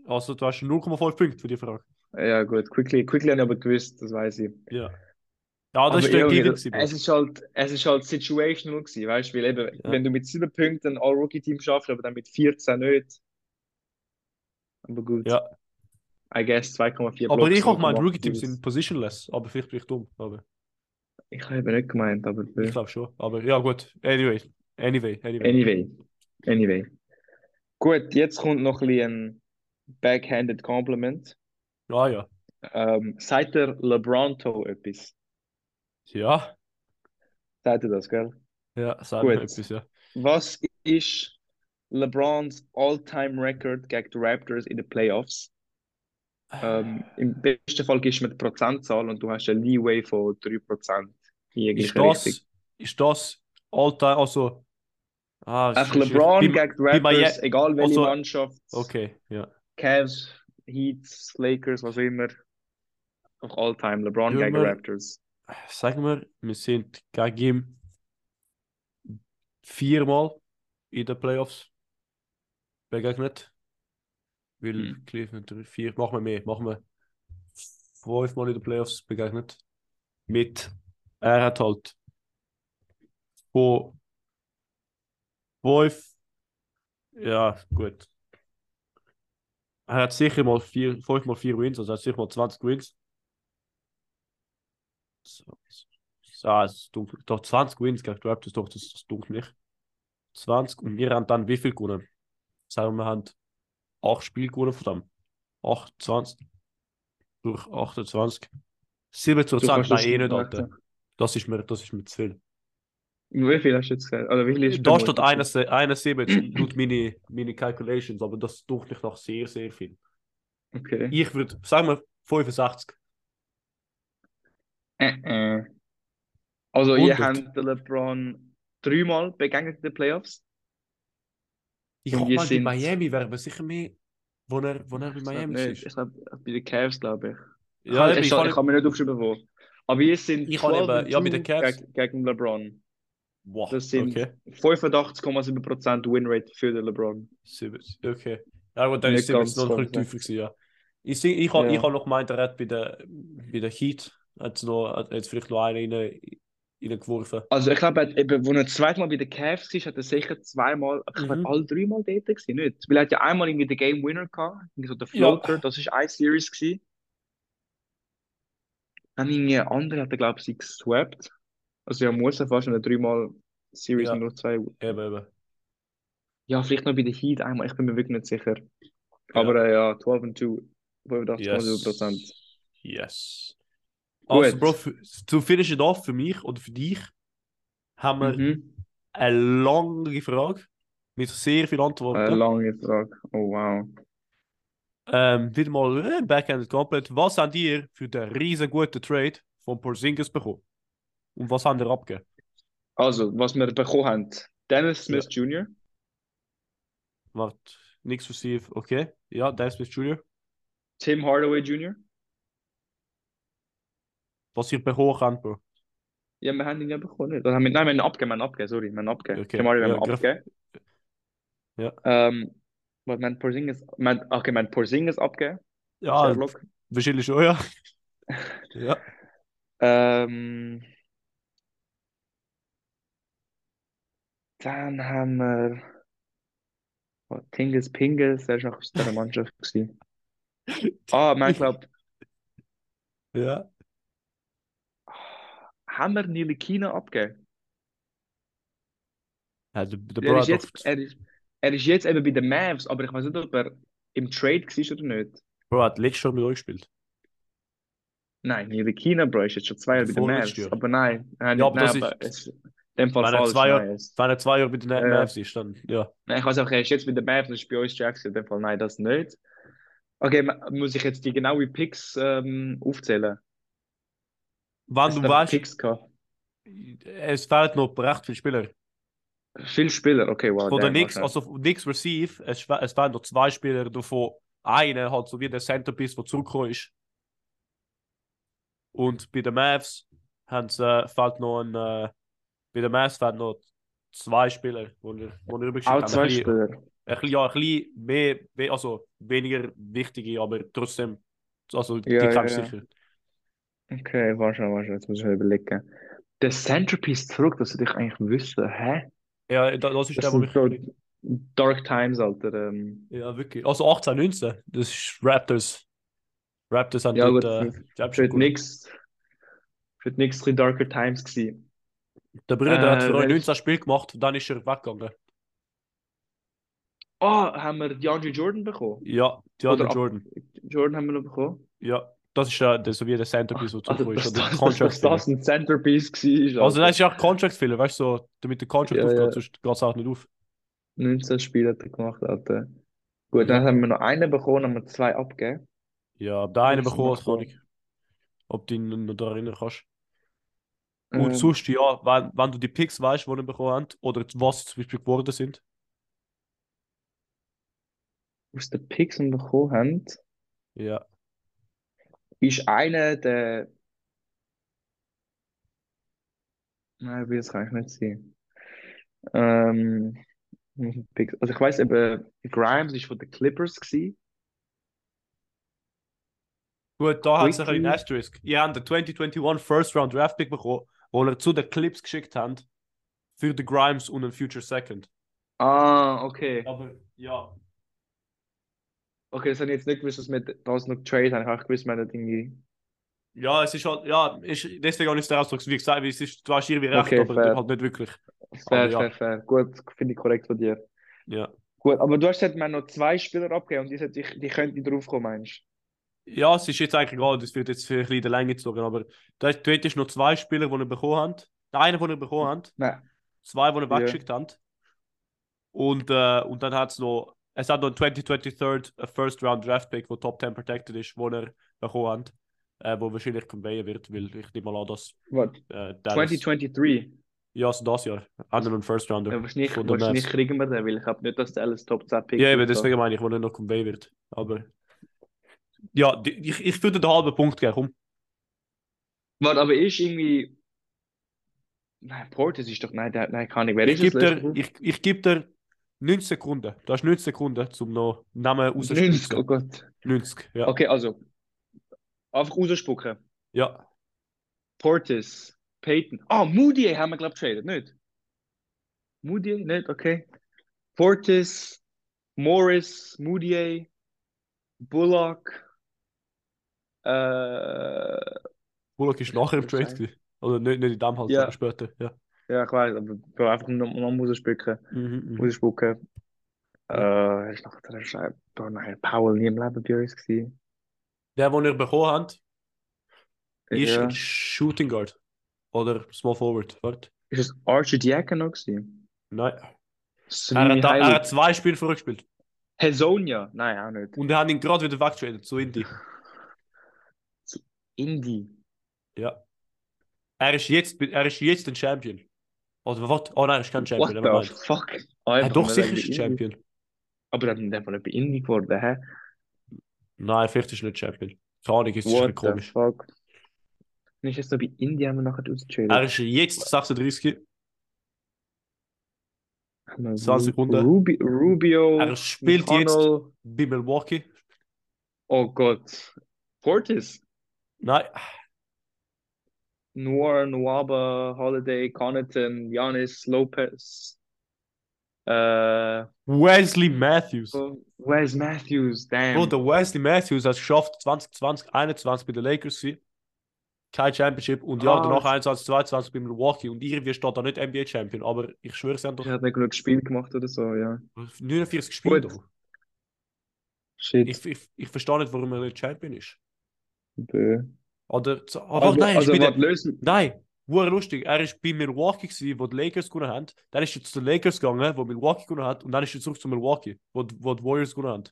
S1: Also du hast 0,5 Punkte für die Frage.
S2: Ja, gut. Quickly, quickly habe ich aber gewusst, das weiß ich.
S1: Ja. Ja, das
S2: Aber
S1: ist der
S2: irgendwie,
S1: Gewinn.
S2: das-
S1: gewesen, Bro.
S2: Also Es ist halt, es ist halt situational gewesen, weißt du, weil eben,
S1: Ja.
S2: wenn du mit sieben Punkten ein All-Rookie-Team schaffst, aber dann mit 14 nicht. Aber gut.
S1: Ja.
S2: I guess 2,4
S1: Aber
S2: Blocks,
S1: ich auch mein
S2: 0,8
S1: Rookie-Teams
S2: Steals.
S1: sind positionless, aber vielleicht bin ich dumm. Aber
S2: Ich habe eben nicht gemeint, aber
S1: ich glaube schon. Aber ja, gut. Anyway. Anyway, anyway.
S2: anyway. Anyway. Gut, jetzt kommt noch ein bisschen ein backhanded Compliment.
S1: Ah ja.
S2: Ähm, sagt der LeBronto etwas?
S1: Ja.
S2: Sagt ihr das, gell?
S1: Ja, sag
S2: Gut.
S1: mir etwas, ja.
S2: Was ist LeBrons All-Time-Record gegen die Raptors in den Playoffs? Ähm, im besten Fall gibst du mir die Prozentzahl und du hast eine Leeway von 3% in
S1: Ist
S2: jegliche Richtung.
S1: das, ist das Alltime, also. Ah, es
S2: Einfach
S1: ist-
S2: LeBron
S1: bin-
S2: gegen die
S1: bei Miami-
S2: Raptors, egal welche
S1: also-
S2: Mannschaft,
S1: Okay, ja.
S2: Cavs, Heats, Lakers, was auch immer. Einfach All-Time, LeBron
S1: Ja,
S2: gegen
S1: man.
S2: Raptors.
S1: Sagen wir, wir sind gegen ihn viermal in den Playoffs begegnet. Weil
S2: Hm.
S1: Cleveland drei, vier, machen wir mehr, machen wir fünfmal in den Playoffs begegnet. Mit, er hat halt von fünf, ja, gut. Er hat sicher mal vier, fünfmal vier Wins, also er hat sicher mal 20 Wins. So, so, so, ah, es ist dunkel. Doch 20 Wins gegen die Raptors, doch, das ist dunkel nicht. 20 und wir haben dann wie viel gewonnen? Sagen wir, wir haben 8 Spiele gewonnen von dem. 28 durch 28. 27,
S2: Du kannst
S1: nein,
S2: das
S1: eh nicht,
S2: machen.
S1: Alter. Das ist mir, das ist mir zu viel.
S2: Wie viel hast du jetzt gesagt? Oder wie viel ist
S1: Da
S2: der
S1: steht
S2: Multiple?
S1: 1, 71 laut meine, meine Calculations, aber das tut nicht nach sehr, sehr viel.
S2: Okay.
S1: Ich würde, sagen wir, 65.
S2: Äh, äh. Also, ihr
S1: 100.
S2: habt den LeBron dreimal begegnet in den Playoffs.
S1: Ich
S2: Und
S1: hoffe
S2: wir
S1: mal, bei
S2: sind-
S1: Miami wären wir sicher mehr, wo er, wo er bei
S2: Ich glaub
S1: Miami
S2: nicht.
S1: ist.
S2: Ich glaube, bei den Cavs, glaube ich. Ich
S1: Ja,
S2: kann,
S1: eben,
S2: ich,
S1: ich
S2: kann,
S1: kann
S2: ich kann mir nicht aufschreiben, wo. Aber wir sind
S1: Ich kann
S2: 12
S1: eben-
S2: und
S1: ja, bei den
S2: 2
S1: Cavs.
S2: geg- gegen LeBron.
S1: Wow,
S2: Das sind
S1: okay.
S2: 85,7% Winrate für den LeBron.
S1: Siebens, okay. Ja gut, dann
S2: Nicht
S1: ist Simmons
S2: ganz
S1: noch ein bisschen
S2: komplett.
S1: tiefer gewesen, ja. Ich, seh- ich, hab-
S2: Ja.
S1: ich habe noch gemeint, er hat bei der, bei der Heat hat's noch, hat jetzt vielleicht noch einen rein, reingeworfen.
S2: Also ich glaube, er hat eben, wo er zweimal bei den Cavs war, hat er sicher zweimal, ich glaube,
S1: Mhm.
S2: mhm. alle dreimal dort gewesen, nicht? Weil er hat ja einmal irgendwie den Game Winner gehabt, irgendwie so der
S1: Ja.
S2: Floater, das ist eine Series gewesen. Dann irgendwie eine andere hat er, glaube ich, sie geswept. Also ja, muss er fast, wenn er dreimal Series
S1: Ja.
S2: und nur zwei
S1: Eben, eben.
S2: Ja, vielleicht noch bei den Heat einmal, ich bin mir wirklich nicht sicher. Aber äh, ja, 12 und 2, 85,7%.
S1: Yes. Yes.
S2: Gut.
S1: Also, Bro, für, zu finish it off für mich oder für dich haben wir
S2: Mhm.
S1: eine lange Frage mit sehr vielen
S2: Eine
S1: Antworten.
S2: Eh, lange Frage. Oh wow.
S1: ähm, wieder mal äh, Backhanded komplett. Was habt ihr für den riesen guten Trade von Porzingis bekommen? Und was habt ihr abgegeben?
S2: Also, was wir bekommen haben: Dennis Smith Jr.,
S1: Warte, nichts passiv. Okay. Ja, Dennis Smith Jr.
S2: Tim Hardaway Jr.
S1: Was ihr bekommen habt, Bro.
S2: Ja, wir haben ihn ja bekommen. nicht? Oder haben wir, nein, wir haben ihn abgegeben, wir haben ihn abgegeben, sorry, wir haben ihn abgegeben.
S1: Okay.
S2: Tim Hardaway haben
S1: Ja,
S2: wir abgegeben.
S1: Ja.
S2: Ähm, was meint Porzingis? Meint,
S1: Ah,
S2: okay, meint Porzingis abgegeben,
S1: Ja,
S2: Sherlock.
S1: wahrscheinlich schon, ja. ja.
S2: Ähm, dann haben wir oh, Tingles Pingles, der ist noch aus der Mannschaft gewesen. Ah, mein Club.
S1: Ja.
S2: Haben wir Nilikina abgegeben?
S1: ja der, der Bro
S2: Er ist,
S1: hat doch-
S2: jetzt, er, ist, er ist jetzt eben bei den Mavs, aber ich weiß nicht, ob er im Trade war oder nicht.
S1: Bro hat letztes Jahr mit euch gespielt.
S2: Nein, Nilikina, Bro, ist jetzt schon zwei Jahre bei den
S1: Vorletztes
S2: Mavs.
S1: Jahr.
S2: Aber nein, nein,
S1: Ja, aber
S2: nein,
S1: das ist-
S2: aber es, in dem Fall
S1: Wenn er
S2: falsch.
S1: zwei Jahre-
S2: nein, es-
S1: Wenn er zwei Jahre mit den
S2: Ja.
S1: Mavs ist, dann ja.
S2: Nein, ich weiß auch, er ist jetzt bei den Mavs, das ist bei uns Jackson. In dem Fall, nein, das nicht. Okay, ma- muss ich jetzt die genauen Picks ähm, aufzählen?
S1: Wenn
S2: Es
S1: du
S2: hat
S1: weißt,
S2: Picks gehabt.
S1: es fehlt noch recht viele Spieler.
S2: Viele Spieler, okay, wow.
S1: Von den
S2: damn,
S1: Knicks,
S2: Oh, okay.
S1: also von Knicks Receive, es, fe- es fehlen noch zwei Spieler, davon einer halt so wie der Centerpiece, der zurückgekommen ist. Und bei den Mavs haben sie, äh, fehlt noch ein, äh, bei den Mavs fehlen noch zwei Spieler, die wir, die wir übergeschickt
S2: Auch
S1: haben.
S2: zwei
S1: ein bisschen,
S2: Spieler.
S1: ein bisschen, ja, ein bisschen mehr, we- also weniger wichtige, aber trotzdem, also die
S2: Ja,
S1: kennst
S2: ja,
S1: du
S2: ja.
S1: sicher.
S2: Okay, war schon, war schon. Jetzt muss ich mal überlegen. Der Centerpiece zurück, das würde ich eigentlich wissen. Hä?
S1: Ja, da- das ist
S2: Das
S1: der, wo
S2: sind
S1: mich.
S2: so Dark Times, Alter. Ähm,
S1: Ja, wirklich. Also 18, 19, das ist Raptors. Raptors haben
S2: ja,
S1: dort
S2: gut,
S1: äh,
S2: für,
S1: die
S2: für
S1: Abstimmung
S2: die
S1: gewonnen.
S2: Knicks, für die Knicks ein bisschen Darker Times gewesen.
S1: Der
S2: Äh,
S1: Bruder hat für euch
S2: wer ist.
S1: 19 Spiele gemacht, dann ist er weggegangen.
S2: Oh, haben wir DeAndre Jordan bekommen?
S1: Ja, DeAndre
S2: Oder ab
S1: Jordan.
S2: Jordan haben wir noch bekommen?
S1: Ja, das ist ja der, so wie der Centerpiece, der
S2: Also,
S1: zurückgekommen ist,
S2: dass
S1: oder der
S2: das, dass,
S1: Contract
S2: dass
S1: Filler.
S2: das ein Centerpiece war,
S1: Also, das
S2: Alter.
S1: ist ja auch Contract Filler, weißt du, so, damit der Contract
S2: Ja,
S1: aufgeht,
S2: ja.
S1: sonst geht es auch nicht auf.
S2: 19 Spiele hat er gemacht, Alter. Gut, dann
S1: Ja,
S2: haben wir noch einen bekommen, haben wir zwei abgegeben.
S1: ja, der eine
S2: Was haben
S1: bekommen,
S2: wir
S1: keine Ahnung,
S2: bekommen?
S1: ob du dich noch daran erinnern kannst. Und
S2: Ähm,
S1: sonst, ja, wenn, wenn du die Picks weißt, die er bekommen haben, oder was sie zum Beispiel geworden sind,
S2: aus den Picks, die wir bekommen haben,
S1: ja.
S2: ist einer der. Nein, wie das kann ich nicht sehen. Ähm, aus den Picks. Also, ich weiß eben, Grimes ist von den Clippers gewesen.
S1: Gut, da hat es ein bisschen
S2: Quickly.
S1: Asterisk. Ihr habt den 2021 First Round Draft Pick bekommen, wo er zu den Clips geschickt habt, für den Grimes und den Future Second.
S2: Ah, okay.
S1: Aber ja,
S2: Okay, das habe ich jetzt nicht gewusst, dass wir das noch getradet haben. Ich habe auch gewusst, wir haben irgendwie.
S1: Ja, es ist halt, ja, ist, deswegen auch nicht der Ausdruck, wie gesagt, weil es ist, du hast irgendwie recht,
S2: Okay,
S1: aber
S2: fair.
S1: halt nicht wirklich. Aber
S2: Fair,
S1: ja,
S2: fair, fair. Gut, finde ich korrekt von dir.
S1: ja.
S2: Gut, aber du hast gesagt, wir haben noch zwei Spieler abgegeben und die, sollte ich, die könnten drauf kommen, meinst
S1: Ja, es ist jetzt eigentlich egal, das wird jetzt für ein bisschen in der Länge gezogen, aber da ist, dort ist noch zwei Spieler, die er bekommen hat. Der eine, den er bekommen hat,
S2: du? Nein,
S1: zwei, die er
S2: ja.
S1: weggeschickt hat. Und, äh, und dann hat es noch, es hat noch einen 2023 einen First Round Draft Pick, der Top 10 protected ist, den er bekommen hat, äh, wo wahrscheinlich conveyen wird, weil ich nehme mal an, dass
S2: What?
S1: äh, Dallas,
S2: 2023?
S1: ja, also das Jahr, hat er einen First Rounder
S2: Ja, wahrscheinlich,
S1: von den
S2: wahrscheinlich
S1: Mavs.
S2: kriegen wir den, weil ich habe nicht, dass der alles Top 10 Pick
S1: Ja, eben,
S2: wird.
S1: deswegen meine ich, wo er noch convey wird. Aber ja, die- ich, ich würde den halben Punkt geben, komm.
S2: Warte, aber ist irgendwie. Nein, Portis ist doch. Nein, der, nein, keine Ahnung. Wer
S1: Ich
S2: ist es?
S1: gebe
S2: Löst
S1: dir,
S2: du?
S1: ich, ich geb dir 90 Sekunden. Du hast 90 Sekunden, um noch Namen
S2: 90,
S1: rauszuspucken.
S2: oh Gott.
S1: 90, ja.
S2: Okay, also, einfach rausspucken.
S1: Ja,
S2: Portis, Peyton. Ah, Moody haben wir, glaube ich, traded, nicht? Moody, nicht? Okay. Portis, Morris, Moody, Bullock, äh,
S1: Bullock ist
S2: was
S1: nachher im
S2: soll ich
S1: Trade
S2: sagen?
S1: gewesen. Also nicht, nicht in dem Hals, aber
S2: Ja,
S1: später, ja.
S2: ja, ich weiß, aber ich will einfach noch, noch rausspucken.
S1: Mhm, mhm.
S2: Rausspucken. Äh,
S1: Ja.
S2: er ist noch der Scheibe. Oh nein, Powell nie im Leben bei uns gewesen.
S1: Der, den ihr bekommen habt, ist ein
S2: Ja.
S1: Shooting Guard oder Small Forward. Warte.
S2: Ist es Archie Diacono noch gewesen?
S1: Nein. Er
S2: Semi
S1: hat, da, er hat
S2: Heilig.
S1: zwei Spiele vorgespielt.
S2: Hesonia? Nein, auch nicht.
S1: Und er hat ihn gerade wieder weggetradet, so Indy.
S2: Zu Indy.
S1: Ja. Er ist jetzt, er ist jetzt ein Champion. Oder warte, oh nein, er ist kein Champion,
S2: What
S1: never
S2: the
S1: mind.
S2: fuck? Ah,
S1: Er
S2: einfach
S1: doch
S2: nur
S1: sicher
S2: wegen
S1: ist ein
S2: Indy.
S1: Champion.
S2: Aber dann ist einfach nicht Indie geworden, hä?
S1: Nein, vielleicht ist er nicht Champion. Keine Ahnung, es ist ein bisschen
S2: What the
S1: komisch.
S2: fuck? Nicht jetzt noch bei Indie haben wir nachher
S1: Er
S2: ausgetradet.
S1: ist jetzt 36,
S2: Haben wir
S1: 20
S2: Ru
S1: Sekunden.
S2: Rubi
S1: Er
S2: Rubio,
S1: spielt jetzt
S2: McConnell.
S1: bei Milwaukee.
S2: Oh Gott. Portis?
S1: Nein,
S2: Noor, Nuaba, Holiday, Connaughton, Giannis, Lopez. Äh,
S1: Wesley Matthews.
S2: Ähm. Wes Matthews, damn.
S1: Bro, der Wesley Matthews hat es geschafft, 2020, 21 bei den Lakers zu sein. Kein Championship und ja,
S2: Ah.
S1: danach 21, 22 bei Milwaukee. Und irgendwie steht da nicht NBA Champion, aber ich schwöre, sie haben doch
S2: Der hat ein gutes Spiel gemacht oder so, ja.
S1: 49 gespielt.
S2: Gut.
S1: auch.
S2: Shit.
S1: Ich, ich, ich verstehe nicht, warum er nicht Champion ist.
S2: Bö.
S1: Oder, zu- oh,
S2: Also,
S1: nein, er ist
S2: also
S1: bei
S2: was
S1: den,
S2: lösen?
S1: nein, war lustig. Er ist bei Milwaukee gewesen, wo die Lakers gewonnen haben. Dann ist er zu den Lakers gegangen, wo Milwaukee gewonnen hat. Und dann ist er zurück zu Milwaukee, wo, die- wo die Warriors gewonnen haben.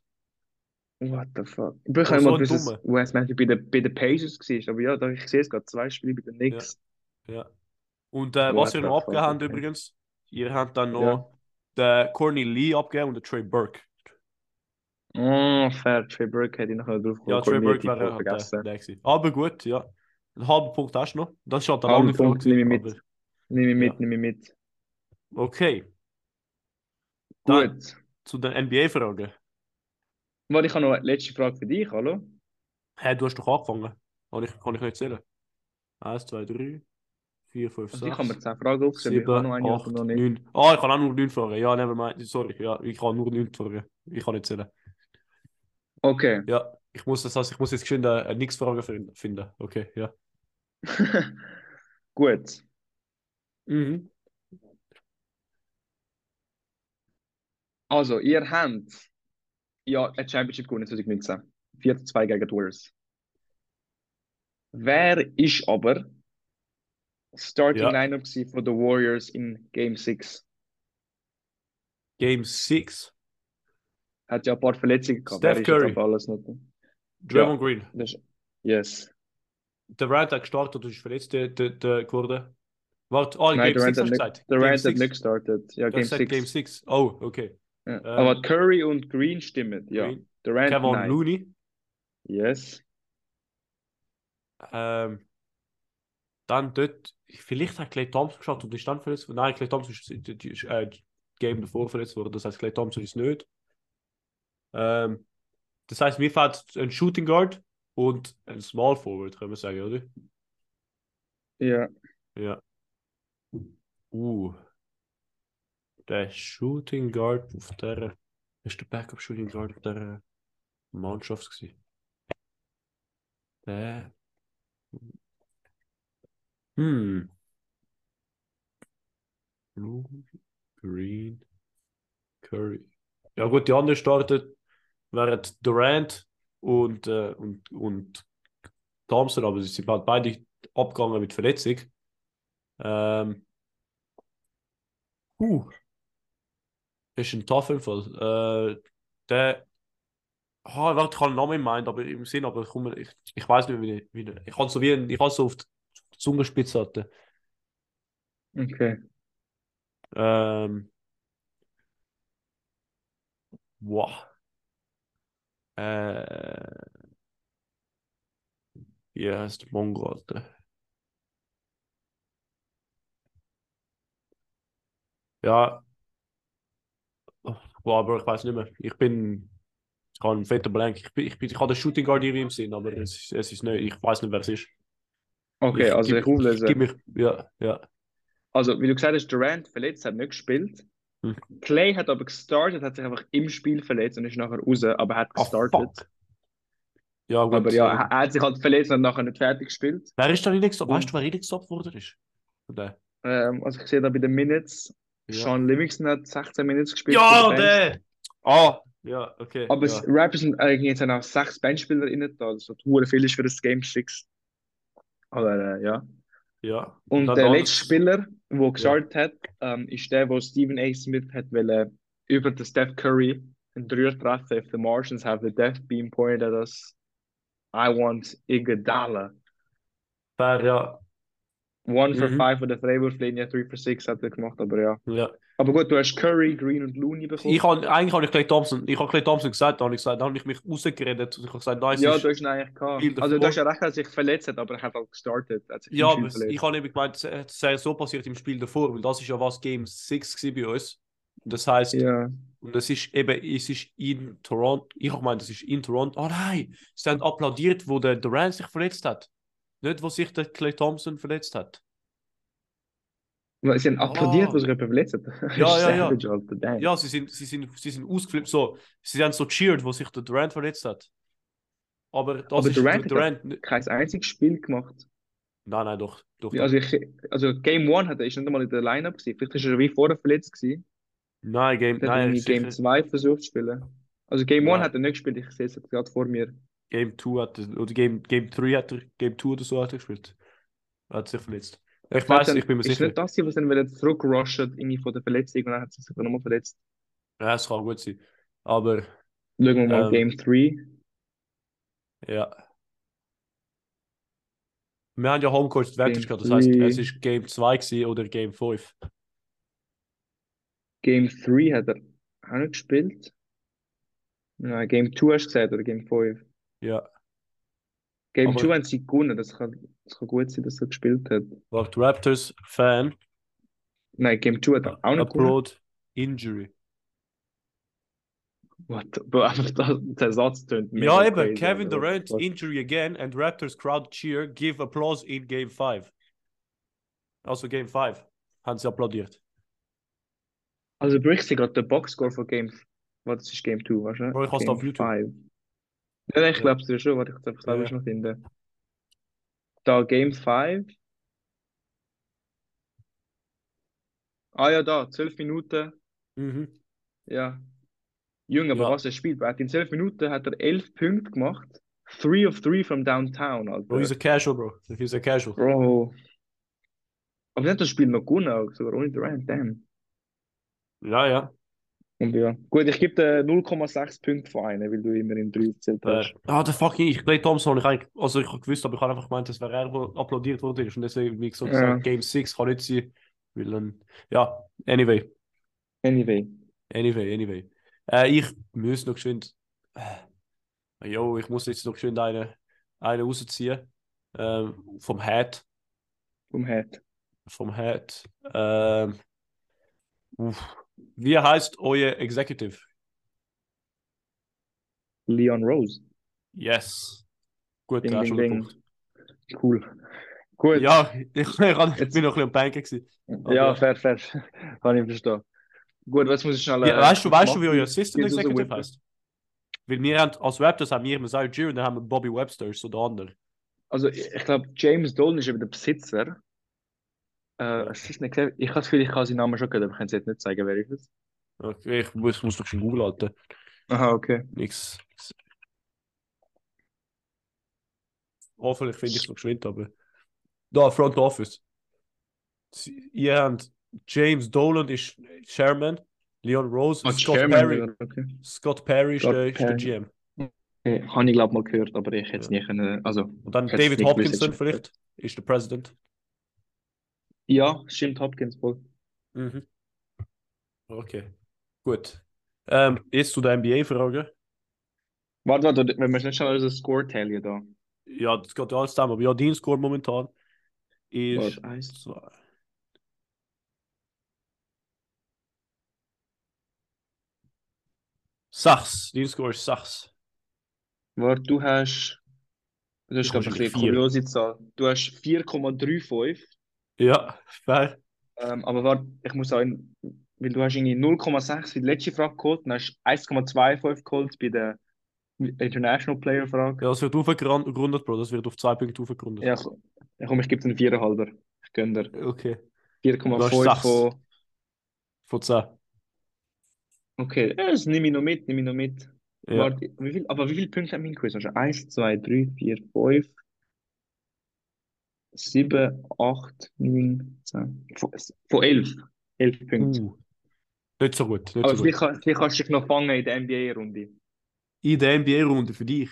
S2: What the fuck? Ich bin
S1: so
S2: immer
S1: ein
S2: bis es
S1: Dummer.
S2: Wes Matthews bei den, bei den Pacers war, aber ja, da, ich sehe es gerade, zwei Spiele bei den Knicks.
S1: Ja. Und äh,
S2: What
S1: was ihr
S2: the
S1: noch
S2: fuck,
S1: abgegeben habt
S2: okay.
S1: übrigens, ihr habt dann noch
S2: Ja.
S1: den Corny Lee abgegeben und den Trey Burke.
S2: Oh, fair. Trey Burke hätte ich nachher drauf
S1: Ja,
S2: gekommen,
S1: Trey Burke eh,
S2: die
S1: wäre halt der,
S2: vergessen.
S1: der gewesen. Aber gut, ja. Einen halben Punkt hast du noch. Das ist halt eine
S2: Halben
S1: lange Frage
S2: Punkt nehme ich
S1: gewesen,
S2: Nehme ich
S1: Ja.
S2: mit, nehme ich mit.
S1: aber- Okay, Dann-
S2: Gut.
S1: zu den NBA-Fragen.
S2: Warte, ich habe noch eine letzte Frage für dich, hallo?
S1: Hä, du hast doch angefangen. Kann ich, kann ich nicht zählen. Eins, zwei, drei, vier, fünf,
S2: Also ich
S1: sechs,
S2: habe mir zehn Fragen aufgeschrieben, ich habe noch
S1: sieben,
S2: eine
S1: acht,
S2: oder noch nicht.
S1: neun. Ah, ich kann auch nur neun Fragen. Ja, never mind. Sorry, ja, ich kann nur neun Fragen. Ich kann nicht zählen.
S2: Okay.
S1: Ja, ich muss das heißt, ich muss jetzt geschwind äh, eine, eine Nix-Frage fin- finden. Okay, ja.
S2: Gut.
S1: Mhm.
S2: Also, ihr habt ja ein Championship gewonnen 2019. 4-2 gegen die Warriors. Wer ist aber Starting
S1: Ja.
S2: Lineup gsi von den Warriors in Game 6?
S1: Game 6.
S2: Hat ja ein paar Verletzungen gehabt.
S1: Steph
S2: Wer ist jetzt
S1: Curry.
S2: aber alles nicht?
S1: Draymond Green.
S2: Das ist, yes.
S1: Der Durant hat gestartet und ist verletzt der, der, der geworden. Warte, ah,
S2: Nein,
S1: Game 6
S2: Durant
S1: hast du gesagt.
S2: hat nicht, Durant
S1: Game
S2: hat nicht
S1: 6.
S2: gestartet. Ja,
S1: Du
S2: Game
S1: hast gesagt
S2: 6.
S1: Game 6. Oh, okay.
S2: Ja.
S1: Äh,
S2: Aber Curry und Green stimmen, ja.
S1: Green.
S2: Durant
S1: Kevin
S2: nein.
S1: Looney.
S2: Yes.
S1: Ähm, dann dort, vielleicht hat Clay Thompson gestartet und ist dann verletzt worden. Nein, Clay Thompson ist, ist, ist äh, Game davor verletzt worden. Das heißt, Clay Thompson ist nicht. Ähm, das heißt, mir fehlt ein Shooting Guard und ein Small Forward, können wir sagen, oder?
S2: Ja.
S1: Ja. Uh. Der Shooting Guard auf der. Ist der Backup Shooting Guard auf der Mannschaft gewesen? Der. Hm. Blue, Green, Curry. Ja gut, die anderen startet wären Durant und, äh, und, und Thompson, aber sie sind halt beide abgegangen mit Verletzung. Ähm. Uh. Ist ein tougher Fall. Äh, der. Ah, warte, ich habe einen Namen in Mind, aber im Sinn, aber ich, komme- ich, ich weiß nicht, wie, wie der- ich habe so wie ein, ich habe so auf die Zungenspitze hatte.
S2: Okay.
S1: Ähm. Wow. Äh. Wie heißt der Mongo, Alter? Ja. Oh, Boah, aber ich weiß nicht mehr. Ich bin. Ich habe einen fetten Blank. Ich, bin, ich, bin, ich habe den Shooting Guard irgendwie im Sinn, aber es ist, es ist nicht. Ich weiß nicht, wer es ist.
S2: Okay,
S1: Ich
S2: also
S1: geb-
S2: ich auflöse.
S1: Gib mich. Ja, ja.
S2: Also, wie du gesagt hast, Durant verletzt, hat nicht gespielt.
S1: Hm.
S2: Clay hat aber gestartet, hat sich einfach im Spiel verletzt und ist nachher raus, aber hat
S1: Ah,
S2: gestartet.
S1: fuck. Ja, gut.
S2: Aber ja,
S1: ähm,
S2: er- er hat sich halt verletzt und nachher nicht fertig gespielt.
S1: Wer ist da reingestoppt?
S2: Und-
S1: Weißt du, wer reingestoppt worden ist? Der.
S2: Ähm, also ich sehe da bei den Minutes, Sean Livingston hat 16 Minutes gespielt. für
S1: Ja,
S2: die Bench.
S1: der! Ah, ja, okay.
S2: Aber
S1: ja.
S2: es Raptors sind eigentlich jetzt auch sechs Benchspieler innen da, das ist hure viel ist für das Game 6. Aber äh, ja.
S1: ja.
S2: Und
S1: dann
S2: der
S1: noch-
S2: letzte Spieler, der gestartet hat, ähm, ist der, wo Stephen A. Smith hat wollte, über den Steph Curry einen Dreier treffen. If the Martians have the death beam pointed at us, I want Iguodala.
S1: Fair, ja.
S2: One for
S1: Mhm.
S2: five von der Freiwurflinie, three for six hat er gemacht, aber ja.
S1: ja.
S2: Aber gut, du hast Curry, Green und Looney bekommen.
S1: Ich hab, eigentlich habe ich Clay Thompson, ich habe Clay Thompson gesagt, da habe ich gesagt, da habe ich mich rausgeredet und ich habe gesagt, nein, es
S2: ja,
S1: ist,
S2: du hast ihn eigentlich gehabt.
S1: Spiel
S2: Also,
S1: davor.
S2: du hast ja recht, dass er sich verletzt hat, aber er hat auch gestartet. Er hat sich
S1: ja,
S2: im
S1: aber
S2: Spiel
S1: ich habe eben gemeint, es es sei so passiert im Spiel davor, weil das ist ja was Game 6 war bei uns. Das heißt,
S2: verletzt. Ja.
S1: Und es ist eben, es ist in Ah, Toronto. Ich habe gemeint, es ist in Toronto. Oh nein, sie haben applaudiert, wo der Durant sich verletzt hat. Nicht, wo sich der Clay Thompson verletzt hat.
S2: Sie haben applaudiert, oh. was er verletzt hat.
S1: Ah. Ja, ja, ja. Alter, ja, sie sind, sie, sind, sie sind ausgeflippt. So. Sie haben so cheered, wo sich der Durant verletzt hat. Aber,
S2: Aber Durant, Durant hat kein einziges Spiel gemacht.
S1: Nein, nein, doch. doch
S2: ja, also, ich, also Game 1 hat er ist nicht einmal in der Lineup gewesen. Vielleicht ist er wie vorher verletzt gewesen.
S1: Nein, Game,
S2: der
S1: nein,
S2: hat Game 2 versucht zu spielen. Also Game 1 hat er nicht gespielt, ich sehe es gerade vor mir.
S1: Game 2 hat er, oder Game, Game 3 hat er, Game 2 oder so hat er gespielt. Er hat sich verletzt. Ich, ich weiß
S2: dann,
S1: ich bin mir
S2: ist
S1: sicher.
S2: Ist nicht das, was dann zurückrushen, irgendwie von der Verletzung und dann hat sie sich nochmal verletzt?
S1: Ja, es kann gut sein. Aber.
S2: Schauen wir mal ähm, Game 3.
S1: Ja. Wir haben ja Homecourt Advantage gehabt, das heißt, es ist Game 2 oder Game 5.
S2: Game 3 hat er auch nicht gespielt. Nein, Game 2 hast du gesagt oder Game 5?
S1: Ja.
S2: Game Aber 2 haben sie gewonnen, das kann, das kann gut sein, dass er gespielt hat.
S1: War die Raptors Fan?
S2: Nein, Game 2 hat er auch
S1: nicht gewonnen. Abroad Injury.
S2: What? Bro, einfach das, der Satz tönt
S1: mega Ja, eben. Kevin Durant injury again and Raptors crowd cheer give applause in Game 5. Also Game 5 haben sie applaudiert.
S2: Also bricht sie gerade der Boxscore von Game... Was, das ist Game 2, wahrscheinlich?
S1: Bro, ich hast auf YouTube. 5.
S2: Ja, ich ja. glaube es schon, warte, ich glaube, ich ja. noch finden. Da Game 5. Ah ja, da, 12 Minuten.
S1: Mhm.
S2: Ja, Junge, aber ja. was er spielt. Er in 12 Minuten hat er 11 Punkte gemacht. 3 of 3 from downtown, Alter.
S1: Bro, he's a casual, bro. He's a casual.
S2: Bro. Aber nicht das Spiel noch gewonnen, sogar ohne Durant, damn.
S1: Ja, ja.
S2: Und ja. Gut, ich gebe dir 0,6 Punkte von einem, weil du immer in 3 gezählt hast.
S1: ah, äh, der fucking ich. Clay Thompson, ich eigentlich, also ich habe gewusst, aber ich habe einfach gemeint, das wäre er, der applaudiert worden ist. Und deswegen, wie gesagt, ja. Game 6 kann nicht sein. Weil dann, ja, anyway.
S2: Anyway.
S1: Anyway, anyway. Äh, ich muss noch schön. Äh, yo, ich muss jetzt noch schön einen, einen rausziehen. Äh, vom Head.
S2: Vom Head.
S1: Vom Head. Ähm, wie er heißt euer Executive?
S2: Leon Rose.
S1: Yes. Gut,
S2: ding,
S1: ja,
S2: ding, ding. Cool. Gut.
S1: Ja, ich, ich, ich jetzt... bin noch ein bisschen peinlich gewesen.
S2: Ja, fair, fair. Kann ich verstehen. Gut, was muss ich schnell. äh, Ja,
S1: weißt du, weißt du, wie euer Assistant Executive heißt? Weil wir haben, als Raptors haben wir immer Zaire Jew und dann haben wir Bobby Webster, ist so der andere.
S2: Also, ich, ich glaube, James Dolan ist eben der Besitzer. Äh, Assistant Executive. Ich habe das Gefühl, ich kann seinen Namen schon gehört, aber ich kann es jetzt nicht zeigen, wer ist es.
S1: Okay, ich muss, ich muss noch schon googeln, Alter.
S2: Aha, okay.
S1: Nix. Hoffentlich finde ich es noch geschwind, aber. Da, Front Office. Sie, ihr habt James Dolan ist Chairman, Leon Rose,
S2: oh,
S1: Scott,
S2: Chairman,
S1: Perry, okay. Scott Perry. Scott Perry ist der, GM.
S2: Okay. Äh, Habe ich glaube mal gehört, aber ich hätte es ja. nicht können. Also,
S1: Und dann David Hopkinson vielleicht ist der President.
S2: Ja, stimmt Hopkins wohl.
S1: Mhm. Okay, gut. Ähm, jetzt zu der NBA-Frage.
S2: Warte, warte, wir müssen schon unser Score teilen da.
S1: Ja, das geht ja alles zusammen. Aber ja, dein Score momentan ist.
S2: Warte, eins, zwei.
S1: Sachs, dein Score ist Sachs.
S2: Warte, du hast. Das ist, glaube ich, eine kuriose Zahl. Du hast 4,35.
S1: Ja, fair.
S2: Ähm, aber warte, ich muss sagen, weil du hast irgendwie 0,6 für die letzte Frage geholt, dann hast 1,25 geholt bei der International Player Frage.
S1: Ja, das wird aufgegründet, Bro, das wird auf zwei Punkte aufgegründet.
S2: Ja, komm, ich gebe dir einen 4,5. Ich gönne dir.
S1: Okay.
S2: 4,5 von.
S1: Von 10.
S2: Okay, ja, das nehme ich noch mit, nehme ich noch mit. Ja. Warte, wie viel, aber wie viele Punkte haben wir gewusst? Also 1, 2, 3, 4, 5, 7, 8, 9, 10, von, von 11. 11 Punkte. Uh,
S1: nicht so Hm, gut. Nicht
S2: aber
S1: so
S2: wie, kann, wie kannst du dich noch fangen in der NBA-Runde?
S1: In der NBA-Runde für dich.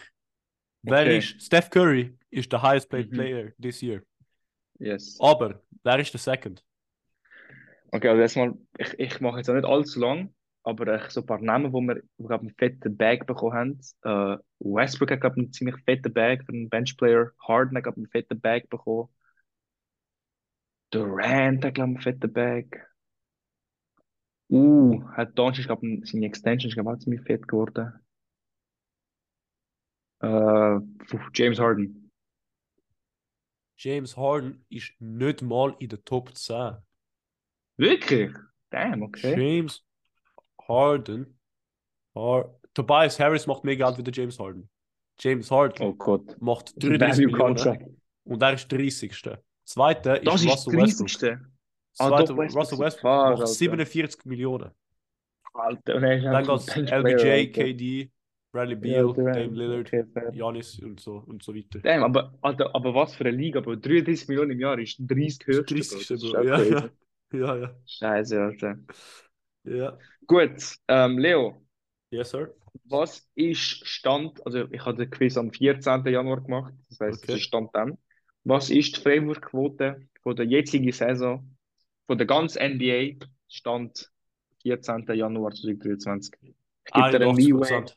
S1: Wer okay. ist, Steph Curry ist der highest paid mhm. player this year.
S2: Yes.
S1: Aber, wer ist der second?
S2: Okay, also erstmal, ich, ich mache jetzt auch nicht allzu lang aber äh, so ein paar Namen, wo wir, wo wir einen fetten Bag bekommen haben. Äh, Westbrook hat einen ziemlich fetten Bag für einen Benchplayer. Harden hat einen fetten Bag bekommen. Durant hat einen fetten Bag. Uh, hat Doncic glaube seine Extension ist glaube auch ziemlich fett geworden. Äh, James Harden.
S1: James Harden ist nicht mal in der Top 10.
S2: Wirklich? Damn, okay.
S1: James Harden. Har Tobias Harris macht mehr Geld wie der James Harden. James Harden
S2: Oh Gott.
S1: macht
S2: Value
S1: 33 Millionen
S2: Contract.
S1: und er ist 30. Zweiter ist,
S2: Das ist
S1: Russell
S2: der
S1: Westbrook.
S2: 30. Ah,
S1: Zweiter
S2: doch, Westbrook
S1: Russell
S2: ist
S1: Westbrook
S2: klar,
S1: macht
S2: Alter.
S1: 47 Millionen.
S2: Alter, und er ist
S1: Dann
S2: einfach
S1: geht
S2: ein
S1: LBJ,
S2: Benchplayer, Alter.
S1: KD, Bradley
S2: Ja,
S1: Beal,
S2: Durant,
S1: Dame Lillard,
S2: okay, fair.
S1: Giannis und so und so weiter.
S2: Damn, aber, Alter, aber was für eine Liga, Bro. 33 Millionen im Jahr ist 30
S1: Das
S2: höchste,
S1: ist 30.
S2: Das ist
S1: Bro.
S2: auch
S1: Ja,
S2: crazy.
S1: ja. ja, ja,
S2: Scheiße, Alter.
S1: ja.
S2: Gut, ähm, Leo,
S1: Yes, sir.
S2: was ist Stand, also ich habe den Quiz am 14. Januar gemacht, das heisst,
S1: Okay.
S2: es ist Stand dann. Was ist die Freiwurfquote von der jetzigen Saison, von der ganzen NBA, Stand 14. Januar 2023? Gibt er einen
S1: 81
S2: Leeway?
S1: Prozent.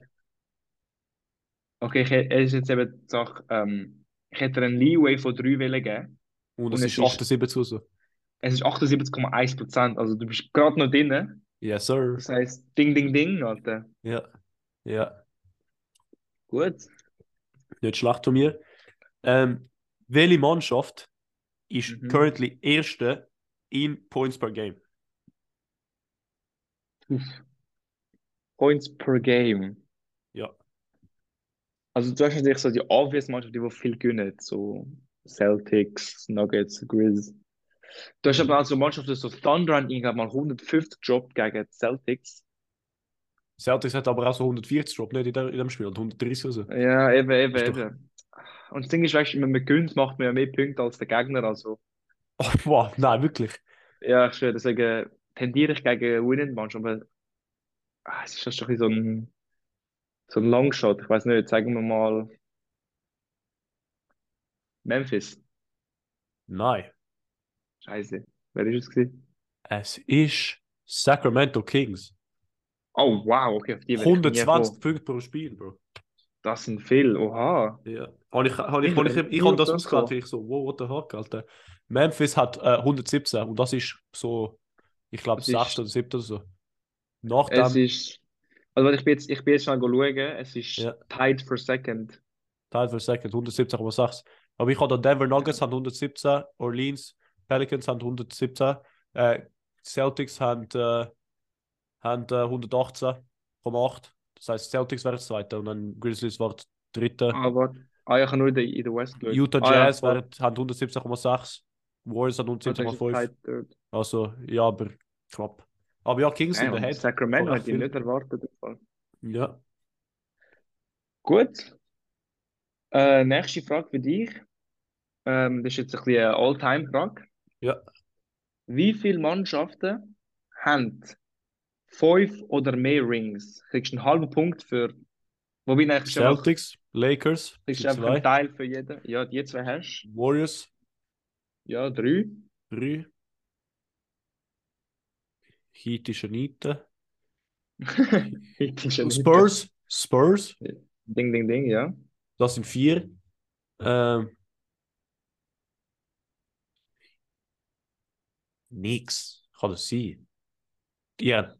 S2: Okay, ich, hä- es ist jetzt eben die Sache, ähm, ich hätte dir einen Leeway von 3 wollen geben.
S1: Und
S2: Und
S1: es
S2: es
S1: ist
S2: ist-
S1: 78 raus.
S2: Es ist 78,1%, also du bist gerade noch drin.
S1: Yes, sir.
S2: Das heisst, ding, ding, ding, Alter.
S1: Ja. Ja.
S2: Gut.
S1: Nicht schlecht von mir. Ähm, welche Mannschaft ist
S2: Mhm.
S1: currently erste in Points per Game?
S2: Points per Game.
S1: Ja.
S2: Also du hast natürlich so die obvious Mannschaft, die die viel gewinnen, so Celtics, Nuggets, Grizz. Du hast aber auch so Mannschaften, so Thunder haben irgendwie mal 150 Job gegen die Celtics.
S1: Celtics hat aber auch so 140 Drop, nicht in der- in dem Spiel, und 130 raus.
S2: Ja, eben, eben,
S1: Ist doch-
S2: eben. Und das Ding ist, weißt du, wenn man gewinnt, macht man ja mehr Punkte als der Gegner. Also,
S1: Oh, wow, nein, wirklich.
S2: ja, ich schwöre, deswegen tendiere ich gegen Winning Mannschaft, aber ah, es ist fast ein bisschen so ein, so ein Longshot. Ich weiß nicht, sagen wir mal Memphis.
S1: Nein.
S2: Scheiße. Wer ist es gewesen?
S1: Es ist Sacramento Kings.
S2: Oh, wow, okay, auf die wäre ich nie
S1: 120
S2: gekommen.
S1: Punkte pro Spiel, Bro.
S2: Das sind viel, oha.
S1: Ja. Habe ich, habe ich,
S2: Ich-
S1: habe ich, ich,
S2: ich
S1: habe das
S2: hab das
S1: ausgeladen,
S2: so.
S1: weil ich so, wow, what the fuck, Alter. Memphis hat äh, 117 und das ist so, ich glaube,
S2: Das ist-
S1: 6. oder 7. oder so. Nach
S2: Es
S1: dem
S2: ist, also warte, ich bin jetzt, ich bin jetzt schnell schauen, es ist
S1: Ja.
S2: tied for second.
S1: Teil für Second, 117,6. Aber ich habe da Denver Nuggets haben 117, Orleans Pelicans haben 117, äh, Celtics haben, äh, haben äh, 118,8. Das heißt, Celtics wären Zweiter und dann Grizzlies war Dritter.
S2: Aber, ah, ja, ich habe nur in der, in der West geschaut.
S1: Utah
S2: Ah, ja,
S1: Jazz
S2: voll.
S1: waren, haben 117,6, Warriors haben
S2: Ah, das ist
S1: 117,5.
S2: tied third.
S1: Also, ja, aber knapp. Aber ja, Kings sind
S2: Damn,
S1: ahead.
S2: Sacramento
S1: Voll
S2: hätte ich
S1: viel.
S2: nicht erwartet. im Fall.
S1: Ja.
S2: Gut. Äh, nächste Frage für dich. Ähm, das ist jetzt ein bisschen eine All-Time-Frage.
S1: Ja.
S2: Wie viele Mannschaften haben fünf oder mehr Rings? Kriegst einen halben Punkt für. Wobei, nein, kriegst du einfach,
S1: Celtics, Lakers,
S2: kriegst
S1: sind
S2: du einfach einen
S1: zwei.
S2: Teil für jeden. Ja, die zwei hast du.
S1: Warriors,
S2: Ja, drei.
S1: drei. Heat ist ein Nieten.
S2: Das ist ja nicht-
S1: Spurs, Spurs,
S2: Ding, ding, ding, ja.
S1: das sind vier. Ähm, nix, kann das sein? Ja,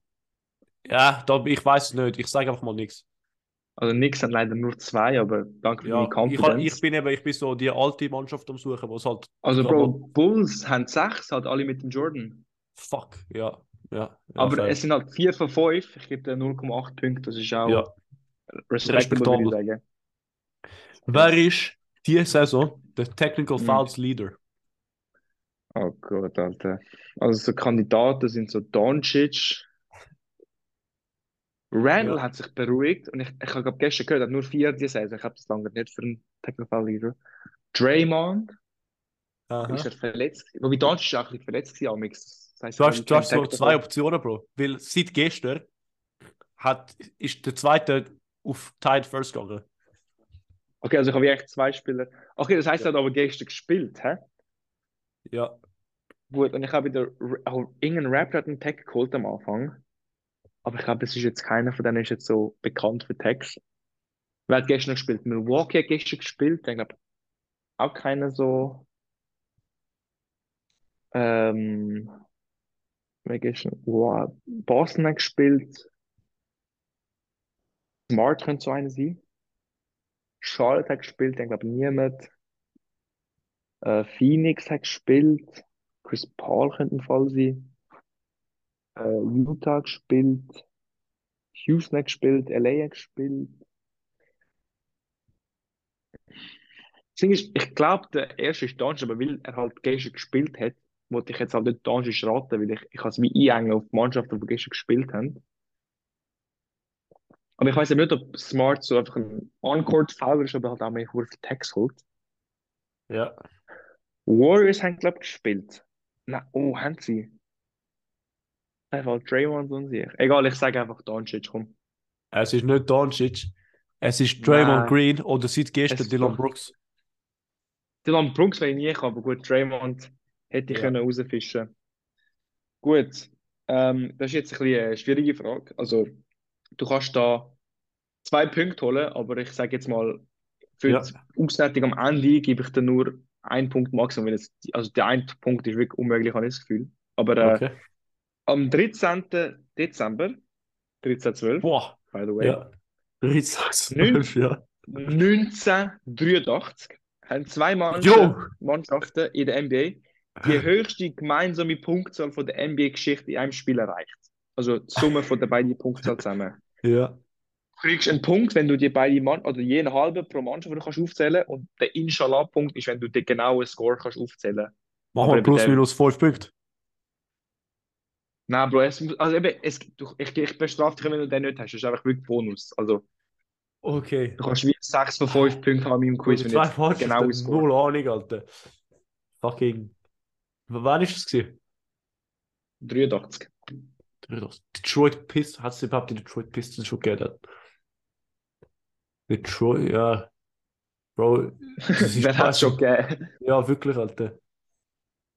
S1: ja, da, ich weiß es nicht. Ich sage einfach mal nichts.
S2: Also, Nix hat leider nur zwei, aber danke für
S1: Ja,
S2: deine
S1: ich, ha- ich
S2: Confidence.
S1: bin eben, ich bin so die alte Mannschaft am suchen, was halt
S2: Also,
S1: Ja,
S2: Bro, Bulls haben sechs, halt alle mit dem Jordan.
S1: fuck, ja, ja. ja
S2: Aber
S1: fair.
S2: es sind halt vier von fünf. Ich gebe dir 0,8 Punkte, das ist auch
S1: ja.
S2: respectable, würde ich
S1: Respektabel.
S2: sagen.
S1: Wer ist diese Saison der Technical
S2: Hm.
S1: Fouls Leader?
S2: Oh Gott, Alter. Also so Kandidaten sind so Doncic. Randall
S1: Ja.
S2: hat sich beruhigt und ich, ich habe gestern gehört, er hat nur vier diese Saison. Ich habe es lange nicht für einen Technical Leader. Draymond
S1: Aha.
S2: ist er verletzt. Wobei Doncic war auch ein bisschen verletzt war, Amix. Das heisst,
S1: Du
S2: er
S1: hast,
S2: kann
S1: du hast so
S2: keinen
S1: zwei
S2: Technical-
S1: Optionen, Bro. Weil seit gestern hat, ist der zweite auf Tide First gegangen.
S2: Okay, also ich habe echt zwei Spieler. Okay, das heisst,
S1: Ja.
S2: er hat aber gestern gespielt, hä?
S1: Ja.
S2: Gut, und ich habe wieder auch irgendeinen Rapper hat einen Tag geholt am Anfang. Aber ich glaube, es ist jetzt keiner von denen ist jetzt so bekannt für Tags. Wer hat gestern noch gespielt? Milwaukee hat gestern gespielt. Dann glaube auch keiner so. Ähm, wer gestern? Wow. Boston hat gespielt. Smart könnte so einer sein. Charlotte hat gespielt, dann glaube niemand. Äh, Phoenix hat gespielt. Chris Paul könnte ein Fall sein. Äh, Utah gespielt. Houston hat gespielt. LA hat gespielt. Das Ding ist, ich glaube, der erste ist Doncic, aber weil er halt gestern gespielt hat, wollte ich jetzt halt nicht Doncic raten, weil ich, ich kann es wie einengen auf die Mannschaften, die gestern gespielt haben. Aber ich weiß eben nicht, ob Smart so einfach ein On-Court-Fouler ist, aber halt auch mehr Hurf Tags holt.
S1: Ja.
S2: Warriors haben, glaube ich, gespielt. Nein, oh, haben sie? Einfach Draymond und sich. Egal, ich sage einfach Doncic, komm.
S1: Es ist nicht Doncic, es ist Draymond
S2: Nein.
S1: Green oder seit gestern
S2: Es-
S1: Dylan Brooks.
S2: Dylan Brooks wäre ich nie gekommen, aber gut, Draymond hätte ich
S1: Ja.
S2: können rausfischen. Gut, ähm, das ist jetzt ein bisschen eine schwierige Frage. Also, du kannst da zwei Punkte holen, aber ich sage jetzt mal, für
S1: Ja.
S2: die Auswertung am Ende gebe ich dir nur einen Punkt Maximum, weil es, also der eine Punkt ist wirklich unmöglich, habe ich das Gefühl. Aber äh,
S1: Okay.
S2: am 13. Dezember, 13.12.,
S1: Boah.
S2: by the way,
S1: Ja. 13, ja.
S2: 1983 haben zwei
S1: Jo! Ah.
S2: Mannschaften, Mannschaften in der NBA die höchste gemeinsame Punktzahl von der NBA-Geschichte in einem Spiel erreicht. Also die Summe von der beiden Punktzahl zusammen.
S1: Ja.
S2: Du kriegst einen Punkt, wenn du die beiden Mann oder jeden halben pro Mannschaft die du kannst aufzählen und der Inshallah-Punkt ist, wenn du den genauen Score kannst aufzählen.
S1: Machen
S2: Aber
S1: wir
S2: eben
S1: plus
S2: der-
S1: minus 5 Punkte.
S2: Nein, Bro, es, muss- also eben, es, du, ich, ich bestrafe dich, wenn du den nicht hast. Das ist einfach wirklich Bonus. Also
S1: Okay.
S2: du kannst wie 6 von 5 Punkten haben im Quiz, wenn du
S1: zwei
S2: jetzt genau den genauen
S1: Mannschaften,
S2: Score.
S1: null Ahnung, Alter. Fucking. W- Wann ist das gewesen?
S2: 83.
S1: Detroit Pistons. Hat es überhaupt die Detroit Pistons schon geändert? Detroit, ja. Bro, das ist
S2: Wer hat es schon gegeben?
S1: Ja, wirklich, Alter.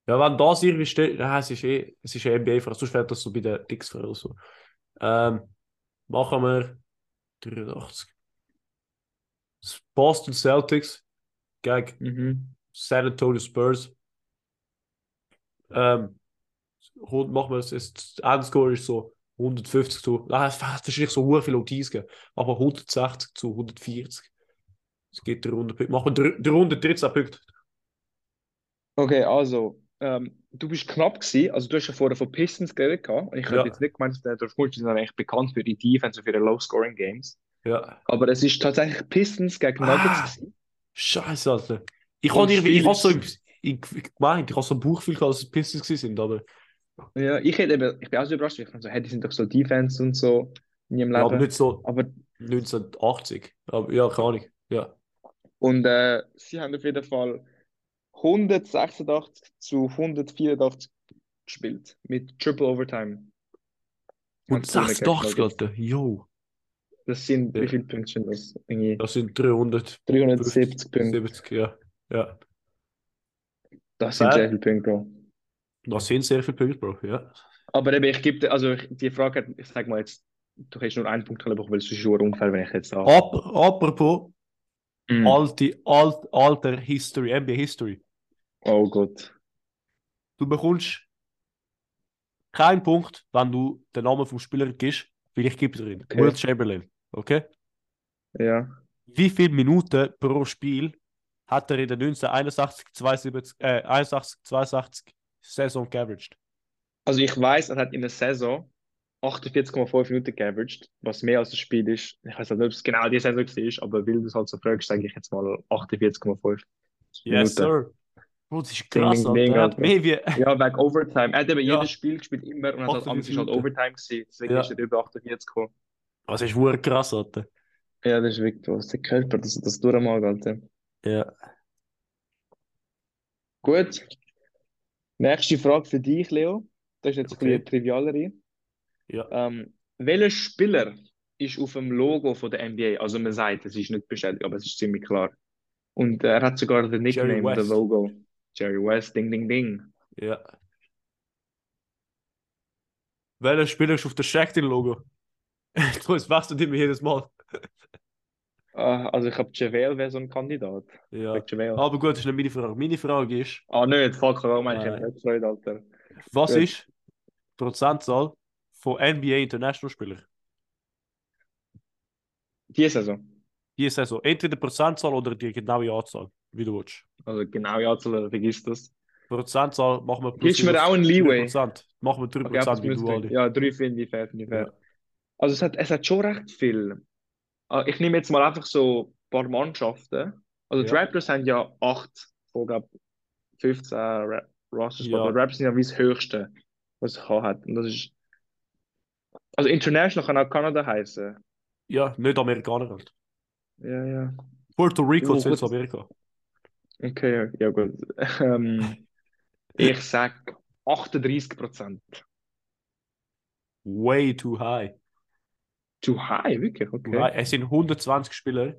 S1: Ja, wenn das irgendwie steht, nein, es ist eh, es ist eh NBA-Frage, sonst wäre das so bei den Dicks oder so. Ähm, machen wir 83. Das Boston Celtics gegen
S2: Mhm.
S1: San Antonio Spurs. Ähm, hund- machen wir es, es- das Endscore ist so 150 zu, nein, es hat wahrscheinlich so hure viel OTs gegeben, machen wir 160 zu 140. Es geht 300 Punkte, machen wir 313 Punkte.
S2: Okay, also, ähm, du bist knapp gewesen, also du hast ja vorher von Pistons geredet gehabt. und ich hätte
S1: Ja.
S2: jetzt nicht gemeint, dass der drauf kommst, die sind eigentlich bekannt für die Defense und für die Low-Scoring-Games.
S1: Ja.
S2: Aber es ist tatsächlich Pistons gegen
S1: Ah.
S2: Nuggets gewesen.
S1: Scheiße, Alter. Ich
S2: Und
S1: habe irgendwie, ich habe so im,
S2: Phoenix.
S1: im, gemeint, ich habe so ein Buch viel gehabt, dass es Pistons gewesen sind, aber,
S2: Ja, ich hätte eben, ich bin auch so überrascht, weil ich fand so, hey, die sind doch so Defense und so in ihrem
S1: ja, aber
S2: Leben.
S1: nicht so
S2: Aber
S1: 1980. Aber ja, keine Ahnung. Ja.
S2: und äh, sie haben auf jeden Fall 186 zu 184 gespielt mit Triple Overtime.
S1: Und
S2: Haben gewonnen gegen
S1: 86,
S2: Nuggets.
S1: Alter. Jo.
S2: Das sind,
S1: Ja.
S2: wie viele Punkte sind das? Irgendwie
S1: Das sind 370
S2: 370 Punkte.
S1: ja. ja.
S2: Das sind
S1: Fair.
S2: sehr viele Punkte, Bro.
S1: Das sind sehr viele Punkte, Bro. Ja.
S2: Aber eben, ich gebe dir, also ich, die Frage, hat- ich sag mal jetzt, du hast nur einen Punkt bekommen, weil es ist schon unfair, wenn ich jetzt sage.
S1: Ap apropos
S2: Mm.
S1: alte, alt, alter History, NBA History.
S2: Oh Gott.
S1: Du bekommst keinen Punkt, wenn du den Namen vom Spieler gibst, weil ich gebe dir ihn.
S2: Okay.
S1: Will Chamberlain. Okay?
S2: Ja.
S1: Wie viele Minuten pro Spiel hat er in der 1981 72, äh, 81, 82 Saison geaveraged?
S2: Also ich weiß, er hat in der Saison 48,5 Minuten geaveraged, was mehr als das Spiel ist. Ich weiß halt nicht, ob es genau die Saison war, aber weil du es halt so fragst, sage ich jetzt mal 48,5
S1: Yes,
S2: Minuten.
S1: sir. Bro, das ist
S2: Ding,
S1: krass,
S2: ding,
S1: Alter.
S2: ding,
S1: er hat
S2: Alter.
S1: mehr wie.
S2: Ja, wegen Overtime. Er hat eben
S1: Ja.
S2: jedes Spiel gespielt, immer, und hat halt, alles ist
S1: 48
S2: halt Overtime gewesen, deswegen
S1: Ja.
S2: ist er über 48 gekommen.
S1: Das ist wuhr krass, Alter.
S2: Ja, das ist wirklich was. Der Körper, dass er das durchmacht, Alter.
S1: Ja.
S2: Gut. Nächste Frage für dich, Leo. Das ist jetzt ein
S1: Okay.
S2: bisschen trivialere.
S1: Ja.
S2: Ähm, welcher Spieler ist auf dem Logo von der NBA? Also man sagt, es ist nicht bestätigt, aber es ist ziemlich klar. Und äh, er hat sogar den
S1: Jerry
S2: Nickname,
S1: West.
S2: das Logo. Jerry West, ding, ding, ding.
S1: Ja. Welcher Spieler ist auf der Shaqtin-Logo? Das machst du immer jedes Mal.
S2: Ah, also ich glaube, JaVale wäre so ein Kandidat.
S1: Ja.
S2: Sag JaVale.
S1: Aber gut, das ist nicht meine Frage. Meine Frage ist,
S2: Ah, nicht, fuck, warum meine ich
S1: Nein.
S2: habe mich gefreut, Alter.
S1: was
S2: Gut.
S1: ist die Prozentzahl von NBA International Spielern?
S2: Diese Saison.
S1: Die Saison. Entweder die Prozentzahl oder die genaue Anzahl. wie du willst.
S2: Also genau ja zu vergiss das.
S1: Prozentzahl machen wir
S2: Gibst mir auch einen Leeway?
S1: 3%. Machen wir 3%
S2: Okay, etwas
S1: wie du,
S2: müsste-
S1: Ali.
S2: ja, drei finde ich fair, finde ich fair.
S1: Ja.
S2: Also es hat, es hat schon recht viel. Ah, Ich nehme jetzt mal einfach so ein paar Mannschaften. Also die
S1: Ja.
S2: Raptors haben ja acht von, glaube 15 eh, Ra Rosters.
S1: Ja.
S2: Aber die Raptors sind ja wie das Höchste, was es gehabt hat. Und das ist... Also International kann auch Kanada heißen.
S1: Ja, nicht Amerikaner halt.
S2: Ja, ja.
S1: Puerto Rico
S2: Oh,
S1: zählt zu
S2: gut.
S1: Amerika.
S2: Okay, eh, ja gut. Ähm, ich sag 38 Prozent.
S1: Way too high.
S2: Too high, wirklich? Okay.
S1: Weil Es sind 120 Spieler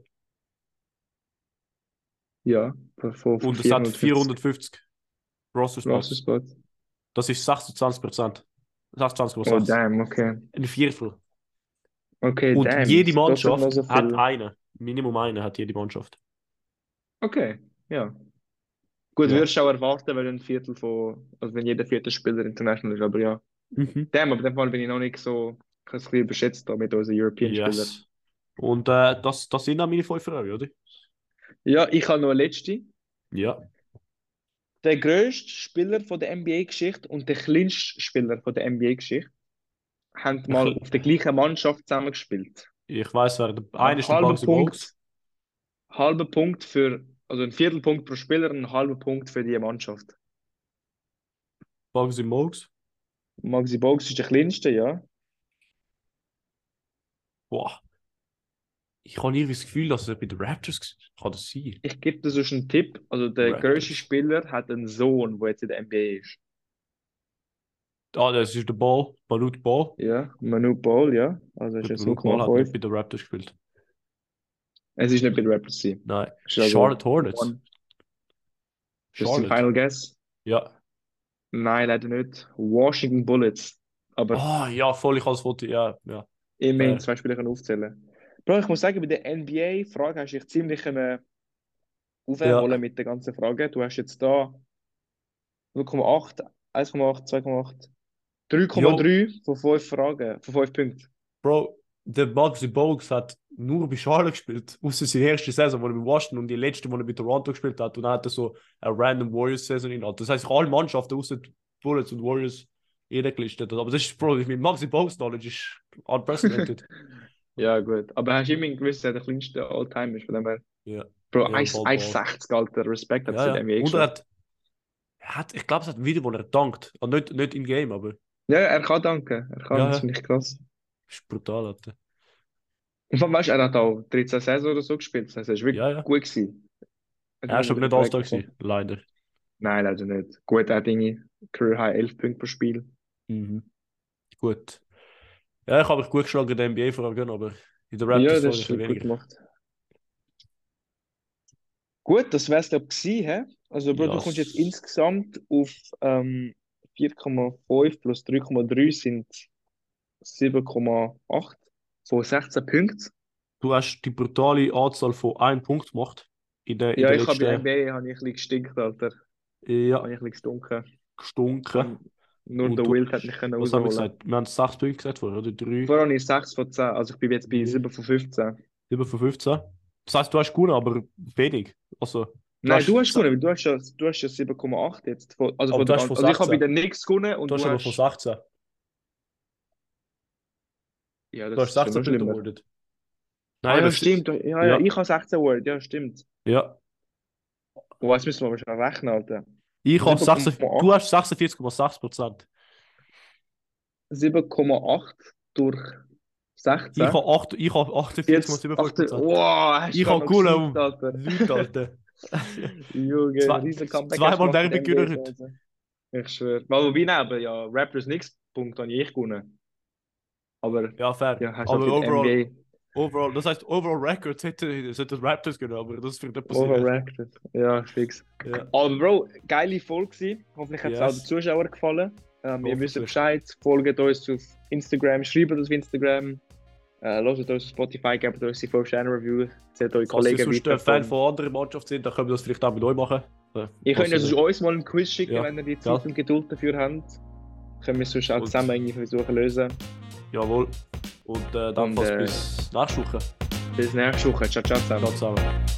S2: Ja, von, von
S1: und es hat
S2: 450
S1: 450 Roster Spots.
S2: Roster Spots.
S1: Das ist 26 Prozent. 26
S2: Oh,
S1: Prozent.
S2: damn, okay.
S1: Ein Viertel.
S2: Okay,
S1: Und
S2: damn.
S1: jede
S2: Das sind
S1: Mannschaft
S2: noch so
S1: hat
S2: viele.
S1: eine. Minimum eine hat jede Mannschaft.
S2: Okay, ja. Gut,
S1: Ja.
S2: würdest du auch erwarten, wenn ein Viertel von, also wenn jeder vierte Spieler international ist, aber ja. Damn, aber in dem Fall bin ich noch nicht so, ich habe es ein bisschen überschätzt da mit unseren European Spielern.
S1: Yes. Und äh, das, das sind auch meine fünf Fragen, oder?
S2: Ja, ich habe noch eine letzte.
S1: Ja.
S2: Der grösste Spieler von der NBA-Geschichte und der kleinste Spieler von der NBA-Geschichte haben mal auf der gleichen Mannschaft zusammengespielt.
S1: Ich weiß, wer der eine ist der
S2: Halber
S1: Bugs
S2: Punkt.
S1: Bogues.
S2: Halber Punkt für, also ein Viertelpunkt pro Spieler und ein halber Punkt für die Mannschaft.
S1: Bugs Bogues.
S2: Maxi Bogues ist der kleinste, ja.
S1: Boah. Ich habe irgendwie das Gefühl, dass er bei den Raptors war. Kann das sein?
S2: Ich gebe dir sonst einen Tipp. Also der
S1: Right.
S2: größte Spieler hat einen Sohn, der jetzt in der NBA ist.
S1: Ah, das ist der Ball. Manute Ball.
S2: Ja, Manu Ball, ja. Also ist
S1: Der
S2: jetzt
S1: Manute Ball hat
S2: 0,5.
S1: nicht bei den Raptors gespielt.
S2: Es ist nicht bei den Raptors. gewesen.
S1: Nein.
S2: Es ist also-
S1: Charlotte Hornets.
S2: One. Das ist
S1: Charlotte.
S2: ein Final Guess.
S1: Ja.
S2: Nein, leider nicht. Washington Bullets. Aber
S1: Ah, ja, voll. Ich als Foto. Ja, ja.
S2: immerhin
S1: Äh.
S2: zwei Spieler können aufzählen. Bro, ich muss sagen, bei der NBA-Frage hast du dich ziemlich können aufholen
S1: Ja.
S2: mit der ganzen Frage. Du hast jetzt da 0,8, 1,8, 2,8, 3,3 von 5 Fragen, von 5 Punkten.
S1: Bro, der Bugsy Bogues hat nur bei Charlotte gespielt. Außer seine erste Saison, wo er bei Washington und die letzte, wo er bei Toronto gespielt hat. Und dann hat er so eine random Warriors-Saison innerhalb. Das heißt, alle Mannschaften außer die Bullets und Warriors jeder gelistet. hat. Aber das ist, Bro, ich meine, Bugsy Bogues Knowledge ist unprecedented.
S2: Ja, gut. Aber hast du immerhin gewusst, dass er der kleinste All-Time ist, von dem her.
S1: Ja.
S2: Bro,
S1: Ja,
S2: 1
S1: Ball, Ball.
S2: 1,60, Alter. Respekt, hat
S1: ja,
S2: sie
S1: ja.
S2: in der NBA
S1: Und er
S2: geschafft.
S1: hat, er hat, ich glaube, es hat ein Video, wo er dankt. Und nicht, nicht in Game, aber
S2: Ja, ja, er kann danken. Er kann,
S1: Ja,
S2: das
S1: ja.
S2: finde ich krass.
S1: das ist brutal, Alter.
S2: Und vor allem, weißt du, er hat auch 13 Saison oder so gespielt. Das heißt, er ist wirklich
S1: Ja, ja.
S2: gut gewesen. Also, Er
S1: Er ist aber
S2: hat
S1: nicht
S2: einen
S1: All-Star
S2: Break bekommen.
S1: gewesen, leider.
S2: Nein, leider nicht. Gut, er hat irgendwie Career High 11 Punkte pro Spiel.
S1: Mhm. Gut. Ja, ich habe mich gut geschlagen in der NBA-Frage, aber in der
S2: Ja, das
S1: Raptors-Frage
S2: ist
S1: ein bisschen
S2: gut
S1: weniger.
S2: gemacht. Gut, das wär's, glaube ich, gewesen, hä? Also, Bro, du
S1: Yes.
S2: kommst jetzt insgesamt auf ähm, 4,5 plus 3,3 sind 7,8 von 16 Punkten.
S1: Du hast die brutale Anzahl von einem Punkt gemacht in der, in
S2: Ja,
S1: der
S2: ich habe bei
S1: letzten
S2: NBA habe ich ein bisschen gestinkt, Alter. Habe
S1: ja,
S2: ich ein bisschen gestunken.
S1: gestunken.
S2: Nur
S1: Und
S2: der
S1: du
S2: Wild hat
S1: hast-
S2: mich können
S1: Was haben wir
S2: rausholen.
S1: gesagt? Wir haben sechs Punkte gesagt vorher, oder? Drei,
S2: Vorher habe ich 6 von 10, also ich bin jetzt bei
S1: Mhm.
S2: 7 von 15.
S1: sieben von 15. Das heißt, du hast gewonnen, aber wenig. Also,
S2: Nein,
S1: hast
S2: du hast
S1: 10.
S2: gewonnen, weil du hast ja, du hast ja 7,8 jetzt. Von, also
S1: Aber
S2: von
S1: du
S2: der
S1: hast
S2: ganzen-
S1: von
S2: also ich habe
S1: 16.
S2: wieder nichts gewonnen und
S1: du hast
S2: du
S1: aber
S2: hast.
S1: von 16.
S2: Ja,
S1: Du
S2: das
S1: hast 16
S2: ist schon
S1: Punkte
S2: schlimmer.
S1: geholt.
S2: Ah,
S1: Nein,
S2: ja,
S1: das
S2: stimmt. Ja, ja,
S1: ja.
S2: ich habe 16 Word, ja, stimmt.
S1: Ja.
S2: Oh, jetzt müssen wir aber schon rechnen, Alter.
S1: Ich habe
S2: 7,8.
S1: 46, du hast 46,6 Prozent.
S2: 7,8 durch 16.
S1: Ich habe acht- ich habe
S2: jetzt
S1: 48,75
S2: achter,
S1: Prozent.
S2: wow, hast
S1: Ich
S2: grad
S1: hab
S2: noch
S1: gewonnen,
S2: gesneakt, Alter.
S1: Leute, Alter.
S2: Junge,
S1: Zwei-
S2: riesen Comeback
S1: zweimal
S2: hast du gemacht
S1: Derby
S2: in der NBA,
S1: gewonnen.
S2: Alter. also. Ich schwöre. Weil wobei neben, ja, Raptors nix Punkt habe ich gewonnen. Aber
S1: Ja, fair.
S2: ja, hast du
S1: aber
S2: noch die
S1: overall,
S2: NBA
S1: overall, das heißt, overall Records hätte, das hätte Raptors genommen, aber das wird etwas
S2: overreacted. Ja, fix.
S1: Ja.
S2: Aber Bro, geile Folge gewesen. Hoffentlich hat es auch
S1: Yes.
S2: den Zuschauern gefallen. Ähm, ihr wisst
S1: Hoffentlich.
S2: Bescheid, folgt uns auf Instagram, schreibt uns auf Instagram, äh, hört uns auf Spotify, gebt uns die 5-Sterne-Review,
S1: Falls
S2: seht eure
S1: ihr
S2: Kollegen
S1: sonst ein eh, Fan von anderen Mannschaften sind, dann können wir das vielleicht auch mit euch machen. Äh,
S2: Ihr könnt
S1: falls
S2: uns uns mal einen Quiz schicken,
S1: Ja,
S2: wenn ihr die Zeit
S1: ja.
S2: und Geduld dafür habt. Können wir sonst auch
S1: Und-
S2: zusammen irgendwie versuchen lösen.
S1: Jawohl. Und äh, dann
S2: Und,
S1: fast
S2: äh,
S1: bis nächste Woche.
S2: Bis nächste Woche. Ciao, ciao zusammen.
S1: Ciao zusammen.